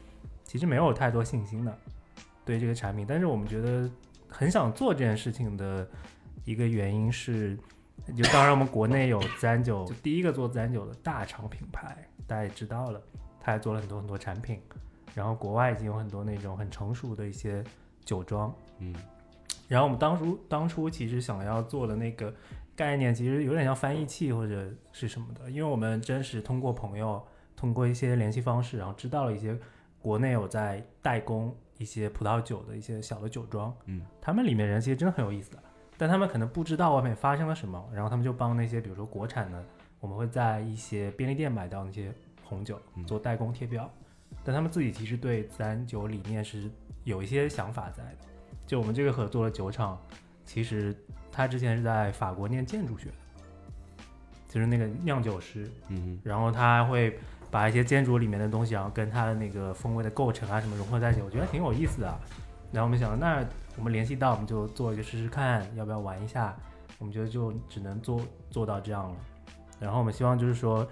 [SPEAKER 6] 其实没有太多信心的对这个产品，但是我们觉得很想做这件事情的一个原因是，就当然我们国内有自然酒，就第一个做自然酒的大厂品牌，大家也知道了，它也做了很多很多产品，然后国外已经有很多那种很成熟的一些酒庄，
[SPEAKER 5] 嗯，
[SPEAKER 6] 然后我们当初当初其实想要做的那个概念，其实有点像翻译器或者是什么的，因为我们真实通过朋友，通过一些联系方式，然后知道了一些国内有在代工一些葡萄酒的一些小的酒庄，
[SPEAKER 5] 嗯，
[SPEAKER 6] 他们里面人其实真的很有意思的，但他们可能不知道外面发生了什么，然后他们就帮那些比如说国产的，我们会在一些便利店买到那些红酒
[SPEAKER 5] 嗯
[SPEAKER 6] 做代工贴标，但他们自己其实对自然酒理念是有一些想法在的。就我们这个合作的酒厂，其实他之前是在法国念建筑学的，就是那个酿酒师，
[SPEAKER 5] 嗯
[SPEAKER 6] 然后他会把一些建筑里面的东西，然后跟它的那个风味的构成啊什么融合在一起，我觉得挺有意思的。然后我们想，那我们联系到，我们就做一个试试看，要不要玩一下？我们觉得就只能做做到这样了。然后我们希望就是说，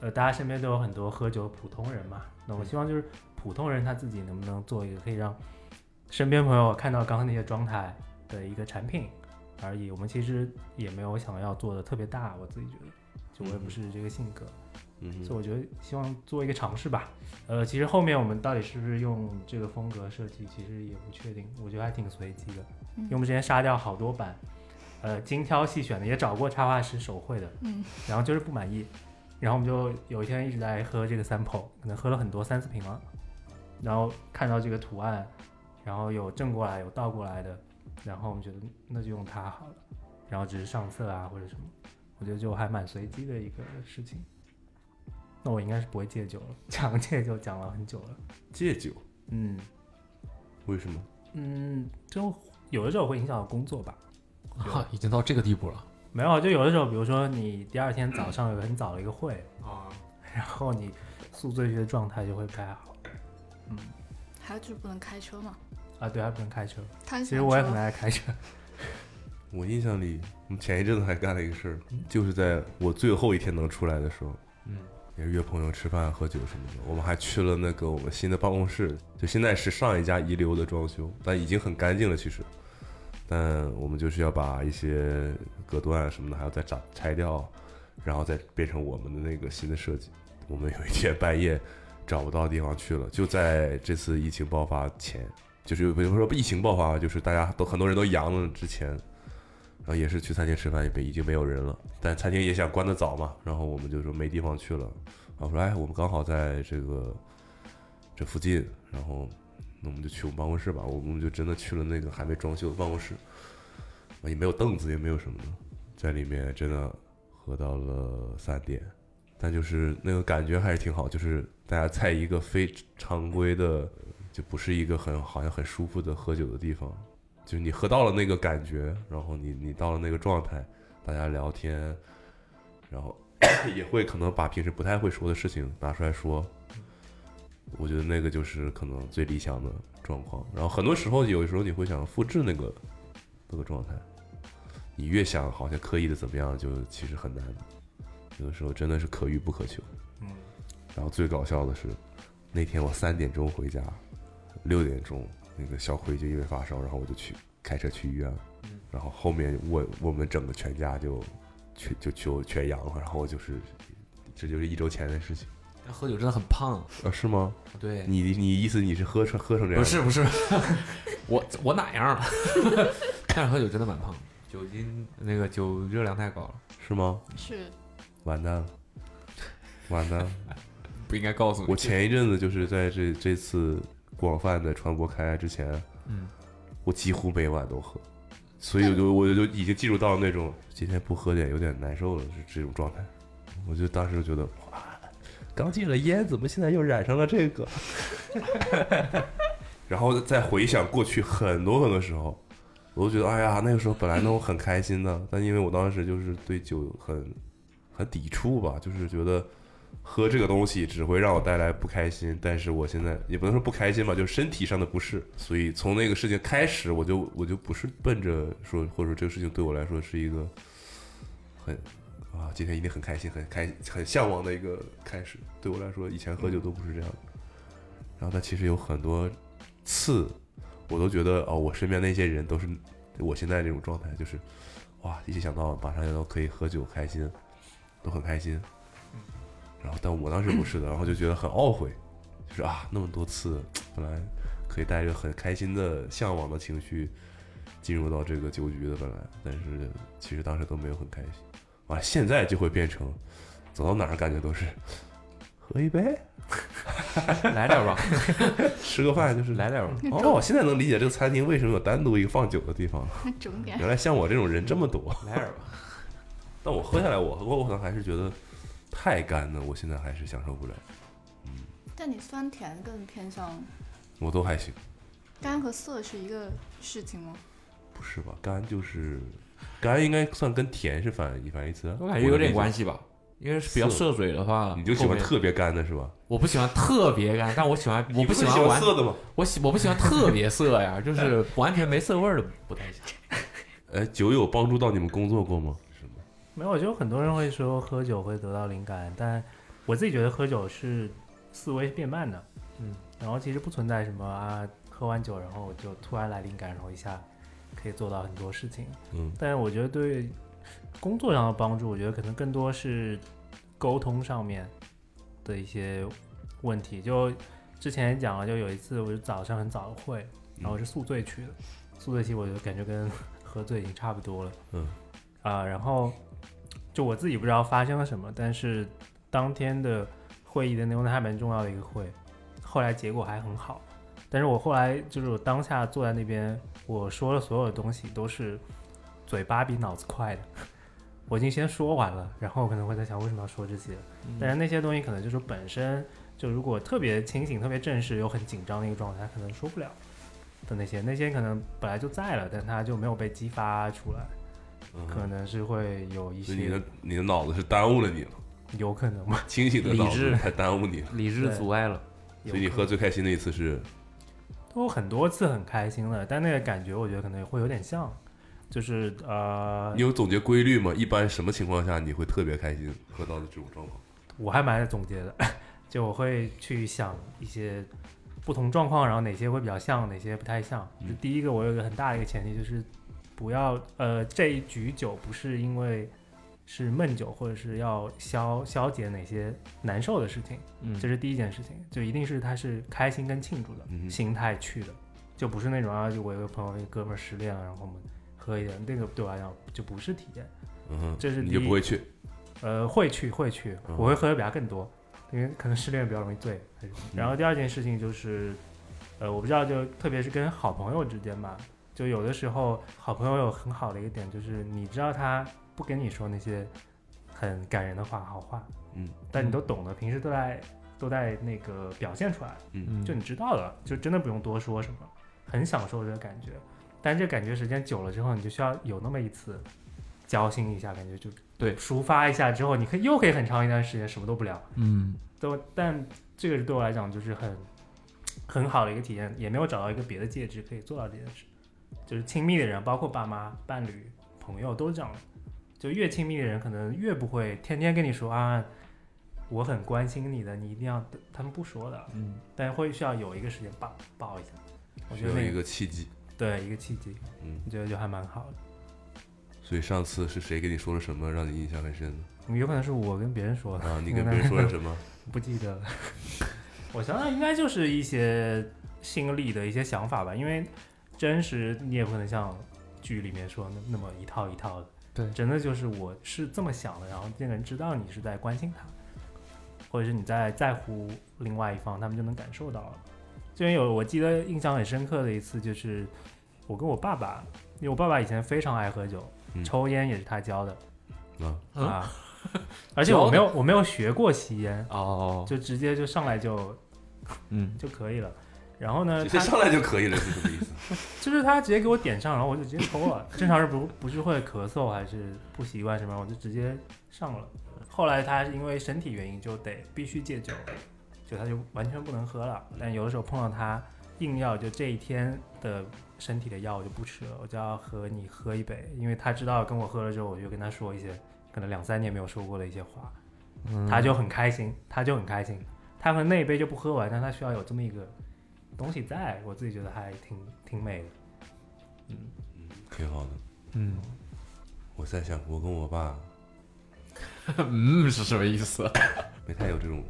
[SPEAKER 6] 呃，大家身边都有很多喝酒的普通人嘛，那我希望就是普通人他自己能不能做一个可以让身边朋友看到刚刚那些状态的一个产品而已。我们其实也没有想要做的特别大，我自己觉得，就我也不是这个性格。
[SPEAKER 5] 嗯
[SPEAKER 6] 所以我觉得希望做一个尝试吧。呃，其实后面我们到底是不是用这个风格设计，其实也不确定，我觉得还挺随机的，
[SPEAKER 4] 嗯
[SPEAKER 6] 因为我们之前杀掉好多版，呃，精挑细选的，也找过插画师手绘的，
[SPEAKER 4] 嗯，
[SPEAKER 6] [laughs] 然后就是不满意，然后我们就有一天一直在喝这个 sample，可能喝了很多三四瓶了，然后看到这个图案，然后有正过来有倒过来的，然后我们觉得那就用它好了，然后只是上色啊或者什么，我觉得就还蛮随机的一个事情。那我应该是不会戒酒了， [laughs] 讲戒酒讲了很久了。
[SPEAKER 5] 戒酒
[SPEAKER 6] 嗯
[SPEAKER 5] 为什么？
[SPEAKER 6] 嗯，就有的时候会影响到工作吧。
[SPEAKER 2] 啊，已经到这个地步了
[SPEAKER 6] 没有，啊就有的时候，比如说你第二天早上有很早的一个会，
[SPEAKER 2] 啊，
[SPEAKER 6] 然后你宿醉的状态就会不太好
[SPEAKER 4] 还有就是不能开车嘛，
[SPEAKER 6] 啊。对，还不能开车。
[SPEAKER 4] 他
[SPEAKER 6] 其实我也很爱开车。 [laughs]
[SPEAKER 5] 我印象里，我们前一阵子还干了一个事儿，就是在我最后一天能出来的时候，
[SPEAKER 2] 嗯，
[SPEAKER 5] 也是约朋友吃饭、喝酒什么的。我们还去了那个我们新的办公室，就现在是上一家遗留的装修，但已经很干净了，其实。但我们就是要把一些隔断啊什么的还要再拆拆掉，然后再变成我们的那个新的设计。我们有一天半夜找不到地方去了，就在这次疫情爆发前，就是比如说疫情爆发，就是大家都很多人都阳了之前，然后也是去餐厅吃饭，也没已经没有人了，但餐厅也想关得早嘛，然后我们就说没地方去了，然后我说哎，我们刚好在这个这附近，然后那我们就去我们办公室吧，我们就真的去了那个还没装修的办公室，啊也没有凳子，也没有什么的，在里面真的喝到了三点，但就是那个感觉还是挺好，就是大家在一个非常规的，就不是一个很好像很舒服的喝酒的地方，就是你喝到了那个感觉，然后你你到了那个状态，大家聊天，然后 [coughs] 也会可能把平时不太会说的事情拿出来说。我觉得那个就是可能最理想的状况。然后很多时候，有时候你会想复制那个那个状态，你越想好像刻意的怎么样，就其实很难。有的时候真的是可遇不可求。
[SPEAKER 6] 嗯，
[SPEAKER 5] 然后最搞笑的是，那天我三点钟回家，六点钟那个小辉就因为发烧，然后我就去开车去医院了
[SPEAKER 2] 嗯，
[SPEAKER 5] 然后后面我我们整个全家就全就就全阳了，然后就是这就是一周前的事情
[SPEAKER 2] 但喝酒真的很胖，
[SPEAKER 5] 啊？是吗？
[SPEAKER 2] 对，
[SPEAKER 5] 你你意思你是喝成喝成这样？
[SPEAKER 2] 不是 [laughs] 不是，我我哪样了？ [laughs] 但是喝酒真的蛮胖的，酒精那个酒热量太高了。
[SPEAKER 5] 是吗？
[SPEAKER 4] 是
[SPEAKER 5] 完蛋了，完蛋了，
[SPEAKER 2] 不应该告诉你。
[SPEAKER 5] 我前一阵子就是在这这次广泛的传播开来之前，
[SPEAKER 2] 嗯，
[SPEAKER 5] 我几乎每晚都喝，所以我就我就已经进入到那种今天不喝点有点难受了，是这种状态。我就当时觉得，哇，刚戒了烟，怎么现在又染上了这个？ [laughs] 然后再回想过去很多很多时候，我都觉得，哎呀，那个时候本来呢我很开心的，但因为我当时就是对酒很很抵触吧，就是觉得喝这个东西只会让我带来不开心，但是我现在也不能说不开心吧，就是身体上的不适。所以从那个事情开始，我就我就不是奔着说，或者说这个事情对我来说是一个很啊，今天一定很开心、很开、很向往的一个开始。对我来说，以前喝酒都不是这样的。然后，但其实有很多次，我都觉得哦，我身边那些人都是我现在这种状态，就是哇，一想到马上要可以喝酒开心，都很开心。然后，但我当时不是的，然后就觉得很懊悔，就是啊，那么多次，本来可以带着很开心的、向往的情绪进入到这个酒局的，本来，但是其实当时都没有很开心。啊，现在就会变成走到哪儿感觉都是喝一杯，
[SPEAKER 2] 来点吧， [laughs]
[SPEAKER 5] 吃个饭就是
[SPEAKER 2] 来点吧。
[SPEAKER 5] 哦，我现在能理解这个餐厅为什么有单独一个放酒的地方了，
[SPEAKER 4] 整点。
[SPEAKER 5] 原来像我这种人这么多。
[SPEAKER 2] 来点吧，
[SPEAKER 5] 但我喝下来，我我可能还是觉得太干了，我现在还是享受不了。
[SPEAKER 4] 但你酸甜更偏向
[SPEAKER 5] 我都还行，
[SPEAKER 4] 干和涩是一个事情吗？
[SPEAKER 5] 不是吧？干就是干，应该算跟甜是反反义词。
[SPEAKER 2] 我感觉有点关
[SPEAKER 5] 系。
[SPEAKER 2] 系吧，因为是比较涉水的话，
[SPEAKER 5] 你就喜欢
[SPEAKER 2] 后面，
[SPEAKER 5] 特别干的是吧？
[SPEAKER 2] 我不喜欢特别干，但我喜欢，我
[SPEAKER 5] 你不是
[SPEAKER 2] 喜
[SPEAKER 5] 喜
[SPEAKER 2] 欢
[SPEAKER 5] 欢
[SPEAKER 2] 完，
[SPEAKER 5] 涩的吗？
[SPEAKER 2] 我喜我不喜欢特别涩 [laughs] 呀，就是完全没涩味儿的不太行。
[SPEAKER 5] 哎，酒有帮助到你们工作过吗？是吗？
[SPEAKER 6] 没有，就很多人会说喝酒会得到灵感，但我自己觉得喝酒是思维变慢的，
[SPEAKER 2] 嗯，
[SPEAKER 6] 然后其实不存在什么啊，喝完酒然后就突然来灵感，然后一下可以做到很多事情。
[SPEAKER 5] 嗯，
[SPEAKER 6] 但是我觉得对工作上的帮助，我觉得可能更多是沟通上面的一些问题。就之前也讲了，就有一次我就早上很早的会，然后我是宿醉去的，宿醉期我就感觉跟喝醉已经差不多了。
[SPEAKER 5] 嗯，
[SPEAKER 6] 啊、然后就我自己不知道发生了什么，但是当天的会议的内容它还蛮重要的一个会，后来结果还很好。但是我后来就是我当下坐在那边，我说的所有的东西都是嘴巴比脑子快的。 [laughs] 我已经先说完了，然后我可能会在想为什么要说这些，
[SPEAKER 5] 嗯
[SPEAKER 6] 但是那些东西可能就是本身就如果特别清醒、特别正式又很紧张的一个状态，可能说不了的那些，那些可能本来就在了，但它就没有被激发出来，可能是会有一
[SPEAKER 5] 嗯所以你
[SPEAKER 6] 些
[SPEAKER 5] 的你的脑子是耽误了你了，
[SPEAKER 6] 有可能吧，
[SPEAKER 5] 清醒的脑
[SPEAKER 2] 理智
[SPEAKER 5] 子还耽误你了。
[SPEAKER 2] 理智
[SPEAKER 6] 对
[SPEAKER 2] 阻碍了，
[SPEAKER 6] 有
[SPEAKER 5] 所以你
[SPEAKER 6] 可
[SPEAKER 5] 喝最开心的一次是，
[SPEAKER 6] 都很多次很开心了，但那个感觉我觉得可能会有点像，就是呃
[SPEAKER 5] 你，有总结规律吗？一般什么情况下你会特别开心喝到的这种状况？
[SPEAKER 6] 我还蛮爱总结的，就我会去想一些不同状况，然后哪些会比较像，哪些不太像。
[SPEAKER 5] 嗯
[SPEAKER 6] 就第一个，我有一个很大的一个前提就是不要呃这一局酒不是因为是闷酒或者是要消消解哪些难受的事情，
[SPEAKER 2] 嗯
[SPEAKER 6] 这是第一件事情，就一定是他是开心跟庆祝的、
[SPEAKER 5] 嗯哼
[SPEAKER 6] 心态去的，就不是那种啊，就我有个朋友一个哥们儿失恋了，然后我们喝一点，那个对我来讲就不是体验。
[SPEAKER 5] 嗯哼，
[SPEAKER 6] 这是
[SPEAKER 5] 你
[SPEAKER 6] 第
[SPEAKER 5] 就
[SPEAKER 6] 一
[SPEAKER 5] 不会去，
[SPEAKER 6] 呃，会去会去，
[SPEAKER 5] 嗯
[SPEAKER 6] 我会喝的比他更多，因为可能失恋比较容易醉。还是然后第二件事情就是，呃，我不知道，就特别是跟好朋友之间吧，就有的时候好朋友有很好的一个点，就是你知道他不跟你说那些很感人的话、好话，
[SPEAKER 5] 嗯，
[SPEAKER 6] 但你都懂得，平时都在都在那个表现出来，
[SPEAKER 2] 嗯
[SPEAKER 6] 就你知道了，就真的不用多说什么，很享受这个感觉。但这感觉时间久了之后，你就需要有那么一次交心一下，感觉就
[SPEAKER 2] 对
[SPEAKER 6] 抒发一下之后，你可以又可以很长一段时间什么都不聊，
[SPEAKER 2] 嗯，
[SPEAKER 6] 都但这个对我来讲就是很很好的一个体验，也没有找到一个别的介质可以做到这件事。就是亲密的人，包括爸妈、伴侣、朋友都是这样的，就越亲密的人可能越不会天天跟你说啊，我很关心你的，你一定要，他们不说的，
[SPEAKER 2] 嗯，
[SPEAKER 6] 但会需要有一个时间抱抱一下，我
[SPEAKER 5] 需
[SPEAKER 6] 觉得
[SPEAKER 5] 要
[SPEAKER 6] 那
[SPEAKER 5] 一个契机。
[SPEAKER 6] 对一个契机，
[SPEAKER 5] 嗯，
[SPEAKER 6] 我觉得就还蛮好的。
[SPEAKER 5] 所以上次是谁跟你说了什么让你印象很深
[SPEAKER 6] 有可能是我跟别人说
[SPEAKER 5] 的
[SPEAKER 6] 的
[SPEAKER 5] 啊？你跟别人说了什么？
[SPEAKER 6] 不记得了。 [laughs] 我想想，应该就是一些心里的一些想法吧，因为真实你也不可能像剧里面说那那么一套一套的。
[SPEAKER 2] 对
[SPEAKER 6] 真的就是我是这么想的，然后那个人知道你是在关心他，或者是你在在乎另外一方，他们就能感受到了。之前有我记得印象很深刻的一次，就是我跟我爸爸，因为我爸爸以前非常爱喝酒，
[SPEAKER 5] 嗯
[SPEAKER 6] 抽烟也是他教的、
[SPEAKER 5] 啊，
[SPEAKER 2] 嗯
[SPEAKER 6] 啊，而且我没有我没有学过吸烟，
[SPEAKER 2] 哦，
[SPEAKER 6] 就直接就上来就
[SPEAKER 2] 嗯，
[SPEAKER 6] 就可以了。然后呢，
[SPEAKER 5] 直接
[SPEAKER 6] 他
[SPEAKER 5] 上来就可以了，是什么意思？
[SPEAKER 6] 就是他直接给我点上，然后我就直接抽了。正常人不不是会咳嗽还是不习惯什么，我就直接上了。后来他因为身体原因就得必须戒酒，就他就完全不能喝了。但有的时候碰到他硬要就这一天的身体的药我就不吃了，我就要和你喝一杯，因为他知道跟我喝了之后，我就跟他说一些可能两三年没有说过的一些话，他就很开心，他就很开心。他可能那一杯就不喝完，但他需要有这么一个东西在，我自己觉得还挺挺美的。
[SPEAKER 5] 挺好的。
[SPEAKER 2] 嗯
[SPEAKER 5] 我在想，我跟我爸
[SPEAKER 2] 嗯 [laughs] 是什么意思？
[SPEAKER 5] 没太有这种，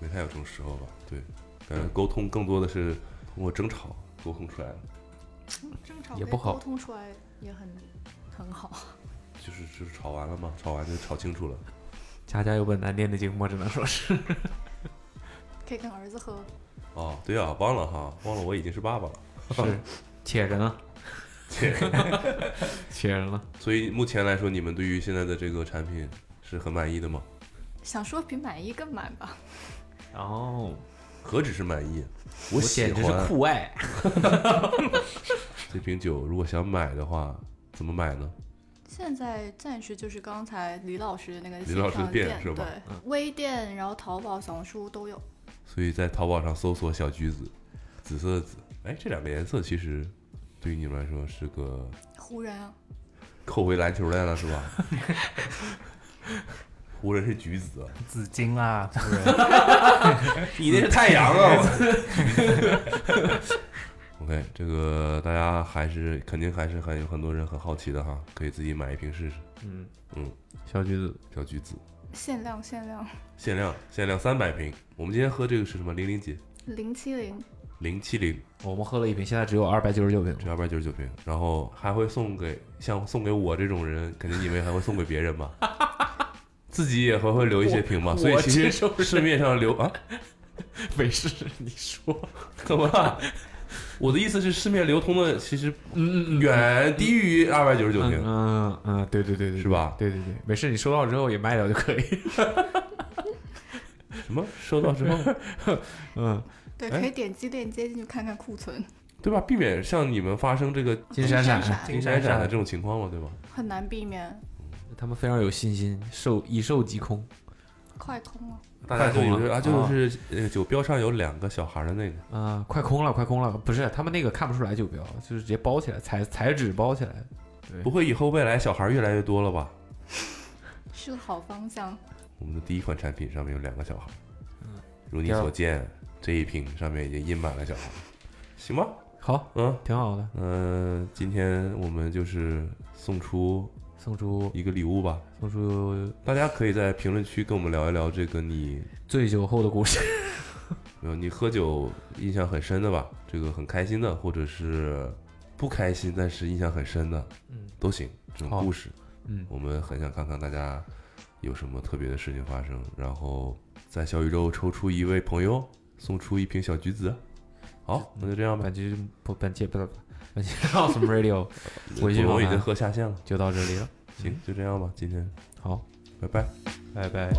[SPEAKER 5] 没太有这种时候吧？对，感觉沟通更多的是通过争吵沟通出来的，
[SPEAKER 4] 嗯正常
[SPEAKER 2] 也不好
[SPEAKER 4] 沟通出来也很很好。
[SPEAKER 5] 就是就是吵完了嘛，吵完就吵清楚了。
[SPEAKER 2] 家家有本难念的经，我只能说 [laughs] 是。
[SPEAKER 4] 可以跟儿子喝，
[SPEAKER 5] 哦，对啊，忘了哈，忘了我已经是爸爸了。
[SPEAKER 2] 是，铁人啊了， [laughs] 铁人啊了。
[SPEAKER 5] 所以目前来说，你们对于现在的这个产品是很满意的吗？
[SPEAKER 4] 想说比满意更满吧？
[SPEAKER 2] 然后
[SPEAKER 5] 何止是满意，
[SPEAKER 2] 哦我
[SPEAKER 5] 喜
[SPEAKER 2] 简直是
[SPEAKER 5] 欢
[SPEAKER 2] 酷爱，
[SPEAKER 5] 这瓶酒。如果想买的话，怎么买呢？
[SPEAKER 4] 现在暂时就是刚才李老师那个
[SPEAKER 5] 李老师的
[SPEAKER 4] 线上
[SPEAKER 5] 店
[SPEAKER 4] 店
[SPEAKER 5] 是吧嗯
[SPEAKER 4] 对，微店，然后淘宝、小红书都有。
[SPEAKER 5] 所以在淘宝上搜索“小橘子”，紫色的紫。哎，这两个颜色其实对于你们来说是个
[SPEAKER 4] 湖人啊，
[SPEAKER 5] 扣回篮球来了，是吧？ [laughs] 湖人是橘子啊，
[SPEAKER 6] 紫金啊，
[SPEAKER 5] 你那是太阳啊。OK，这个大家还是肯定还是很有很多人很好奇的哈，可以自己买一瓶试试。
[SPEAKER 2] 嗯
[SPEAKER 5] 嗯，
[SPEAKER 2] 小橘子
[SPEAKER 5] 小橘子，
[SPEAKER 4] 限量限量，
[SPEAKER 5] 限量限量三百瓶。我们今天喝这个是什么？零零几？
[SPEAKER 4] 零七零，
[SPEAKER 5] 零七零，
[SPEAKER 2] 我们喝了一瓶，现在只有二百九十九瓶
[SPEAKER 5] 这。二百九十九瓶。然后还会送给像送给我这种人，肯定你们还会送给别人吧？ [laughs] 自己也还会留一些瓶嘛。所以
[SPEAKER 2] 我
[SPEAKER 5] 其
[SPEAKER 2] 这
[SPEAKER 5] 实
[SPEAKER 2] 种人
[SPEAKER 5] 市面上留啊，
[SPEAKER 2] [laughs] 没事，你说。
[SPEAKER 5] 怎么了？我的意思是，市面流通的其实
[SPEAKER 2] 嗯嗯嗯，
[SPEAKER 5] 远低于二百九十九
[SPEAKER 2] 嗯
[SPEAKER 5] 瓶，
[SPEAKER 2] 嗯嗯，对对对对，
[SPEAKER 5] 是？吧？
[SPEAKER 2] 对对对，没事，你收到之后也卖掉就可以。
[SPEAKER 5] 什么收到之后，
[SPEAKER 2] [laughs] 嗯，
[SPEAKER 4] 对，
[SPEAKER 5] 哎
[SPEAKER 4] 可以点击链接进去看看库存，
[SPEAKER 5] 对吧？避免像你们发生这个
[SPEAKER 2] 金闪闪，
[SPEAKER 6] 金
[SPEAKER 5] 闪
[SPEAKER 6] 闪
[SPEAKER 5] 闪的
[SPEAKER 6] 闪
[SPEAKER 5] 这，种情况嘛，对吧？
[SPEAKER 4] 很难避免
[SPEAKER 2] [laughs] 他们非常有信心，售一售即空。
[SPEAKER 4] 快空了。
[SPEAKER 5] 大家就以为啊，
[SPEAKER 2] 啊
[SPEAKER 5] 就是呃，酒标上有两个小孩的那个，
[SPEAKER 2] 啊，快空了，快空了！不是，他们那个看不出来酒标，就是直接包起来，彩彩纸包起来。
[SPEAKER 5] 不会以后未来小孩越来越多了吧？
[SPEAKER 4] 是个好方向，
[SPEAKER 5] 我们的第一款产品上面有两个小孩，
[SPEAKER 2] 嗯
[SPEAKER 5] 如你
[SPEAKER 2] 第二
[SPEAKER 5] 所见，这一瓶上面已经印满了小孩，行吗？
[SPEAKER 2] 好，
[SPEAKER 5] 嗯
[SPEAKER 2] 挺好的，
[SPEAKER 5] 嗯、呃今天我们就是送出
[SPEAKER 2] 送出
[SPEAKER 5] 一个礼物吧，
[SPEAKER 2] 送出
[SPEAKER 5] 大家可以在评论区跟我们聊一聊这个你
[SPEAKER 2] 醉酒后的故事。 [laughs]
[SPEAKER 5] 没有，你喝酒印象很深的吧？这个很开心的，或者是不开心但是印象很深的
[SPEAKER 2] 嗯
[SPEAKER 5] 都行。这种
[SPEAKER 2] 好
[SPEAKER 5] 故事，
[SPEAKER 2] 嗯，
[SPEAKER 5] 我们很想看看大家有什么特别的事情发生，然后在小宇宙抽出一位朋友，送出一瓶小橘子。好，
[SPEAKER 2] 嗯
[SPEAKER 5] 那就这样吧。
[SPEAKER 2] 本期不本期 [laughs] 不本期 Awesome [laughs] Radio 回去
[SPEAKER 5] 我
[SPEAKER 2] 吧
[SPEAKER 5] 已经喝下线了，
[SPEAKER 2] 就到这里了。
[SPEAKER 5] 行，就这样吧，今天
[SPEAKER 2] 好，
[SPEAKER 5] 拜拜。
[SPEAKER 2] 拜拜。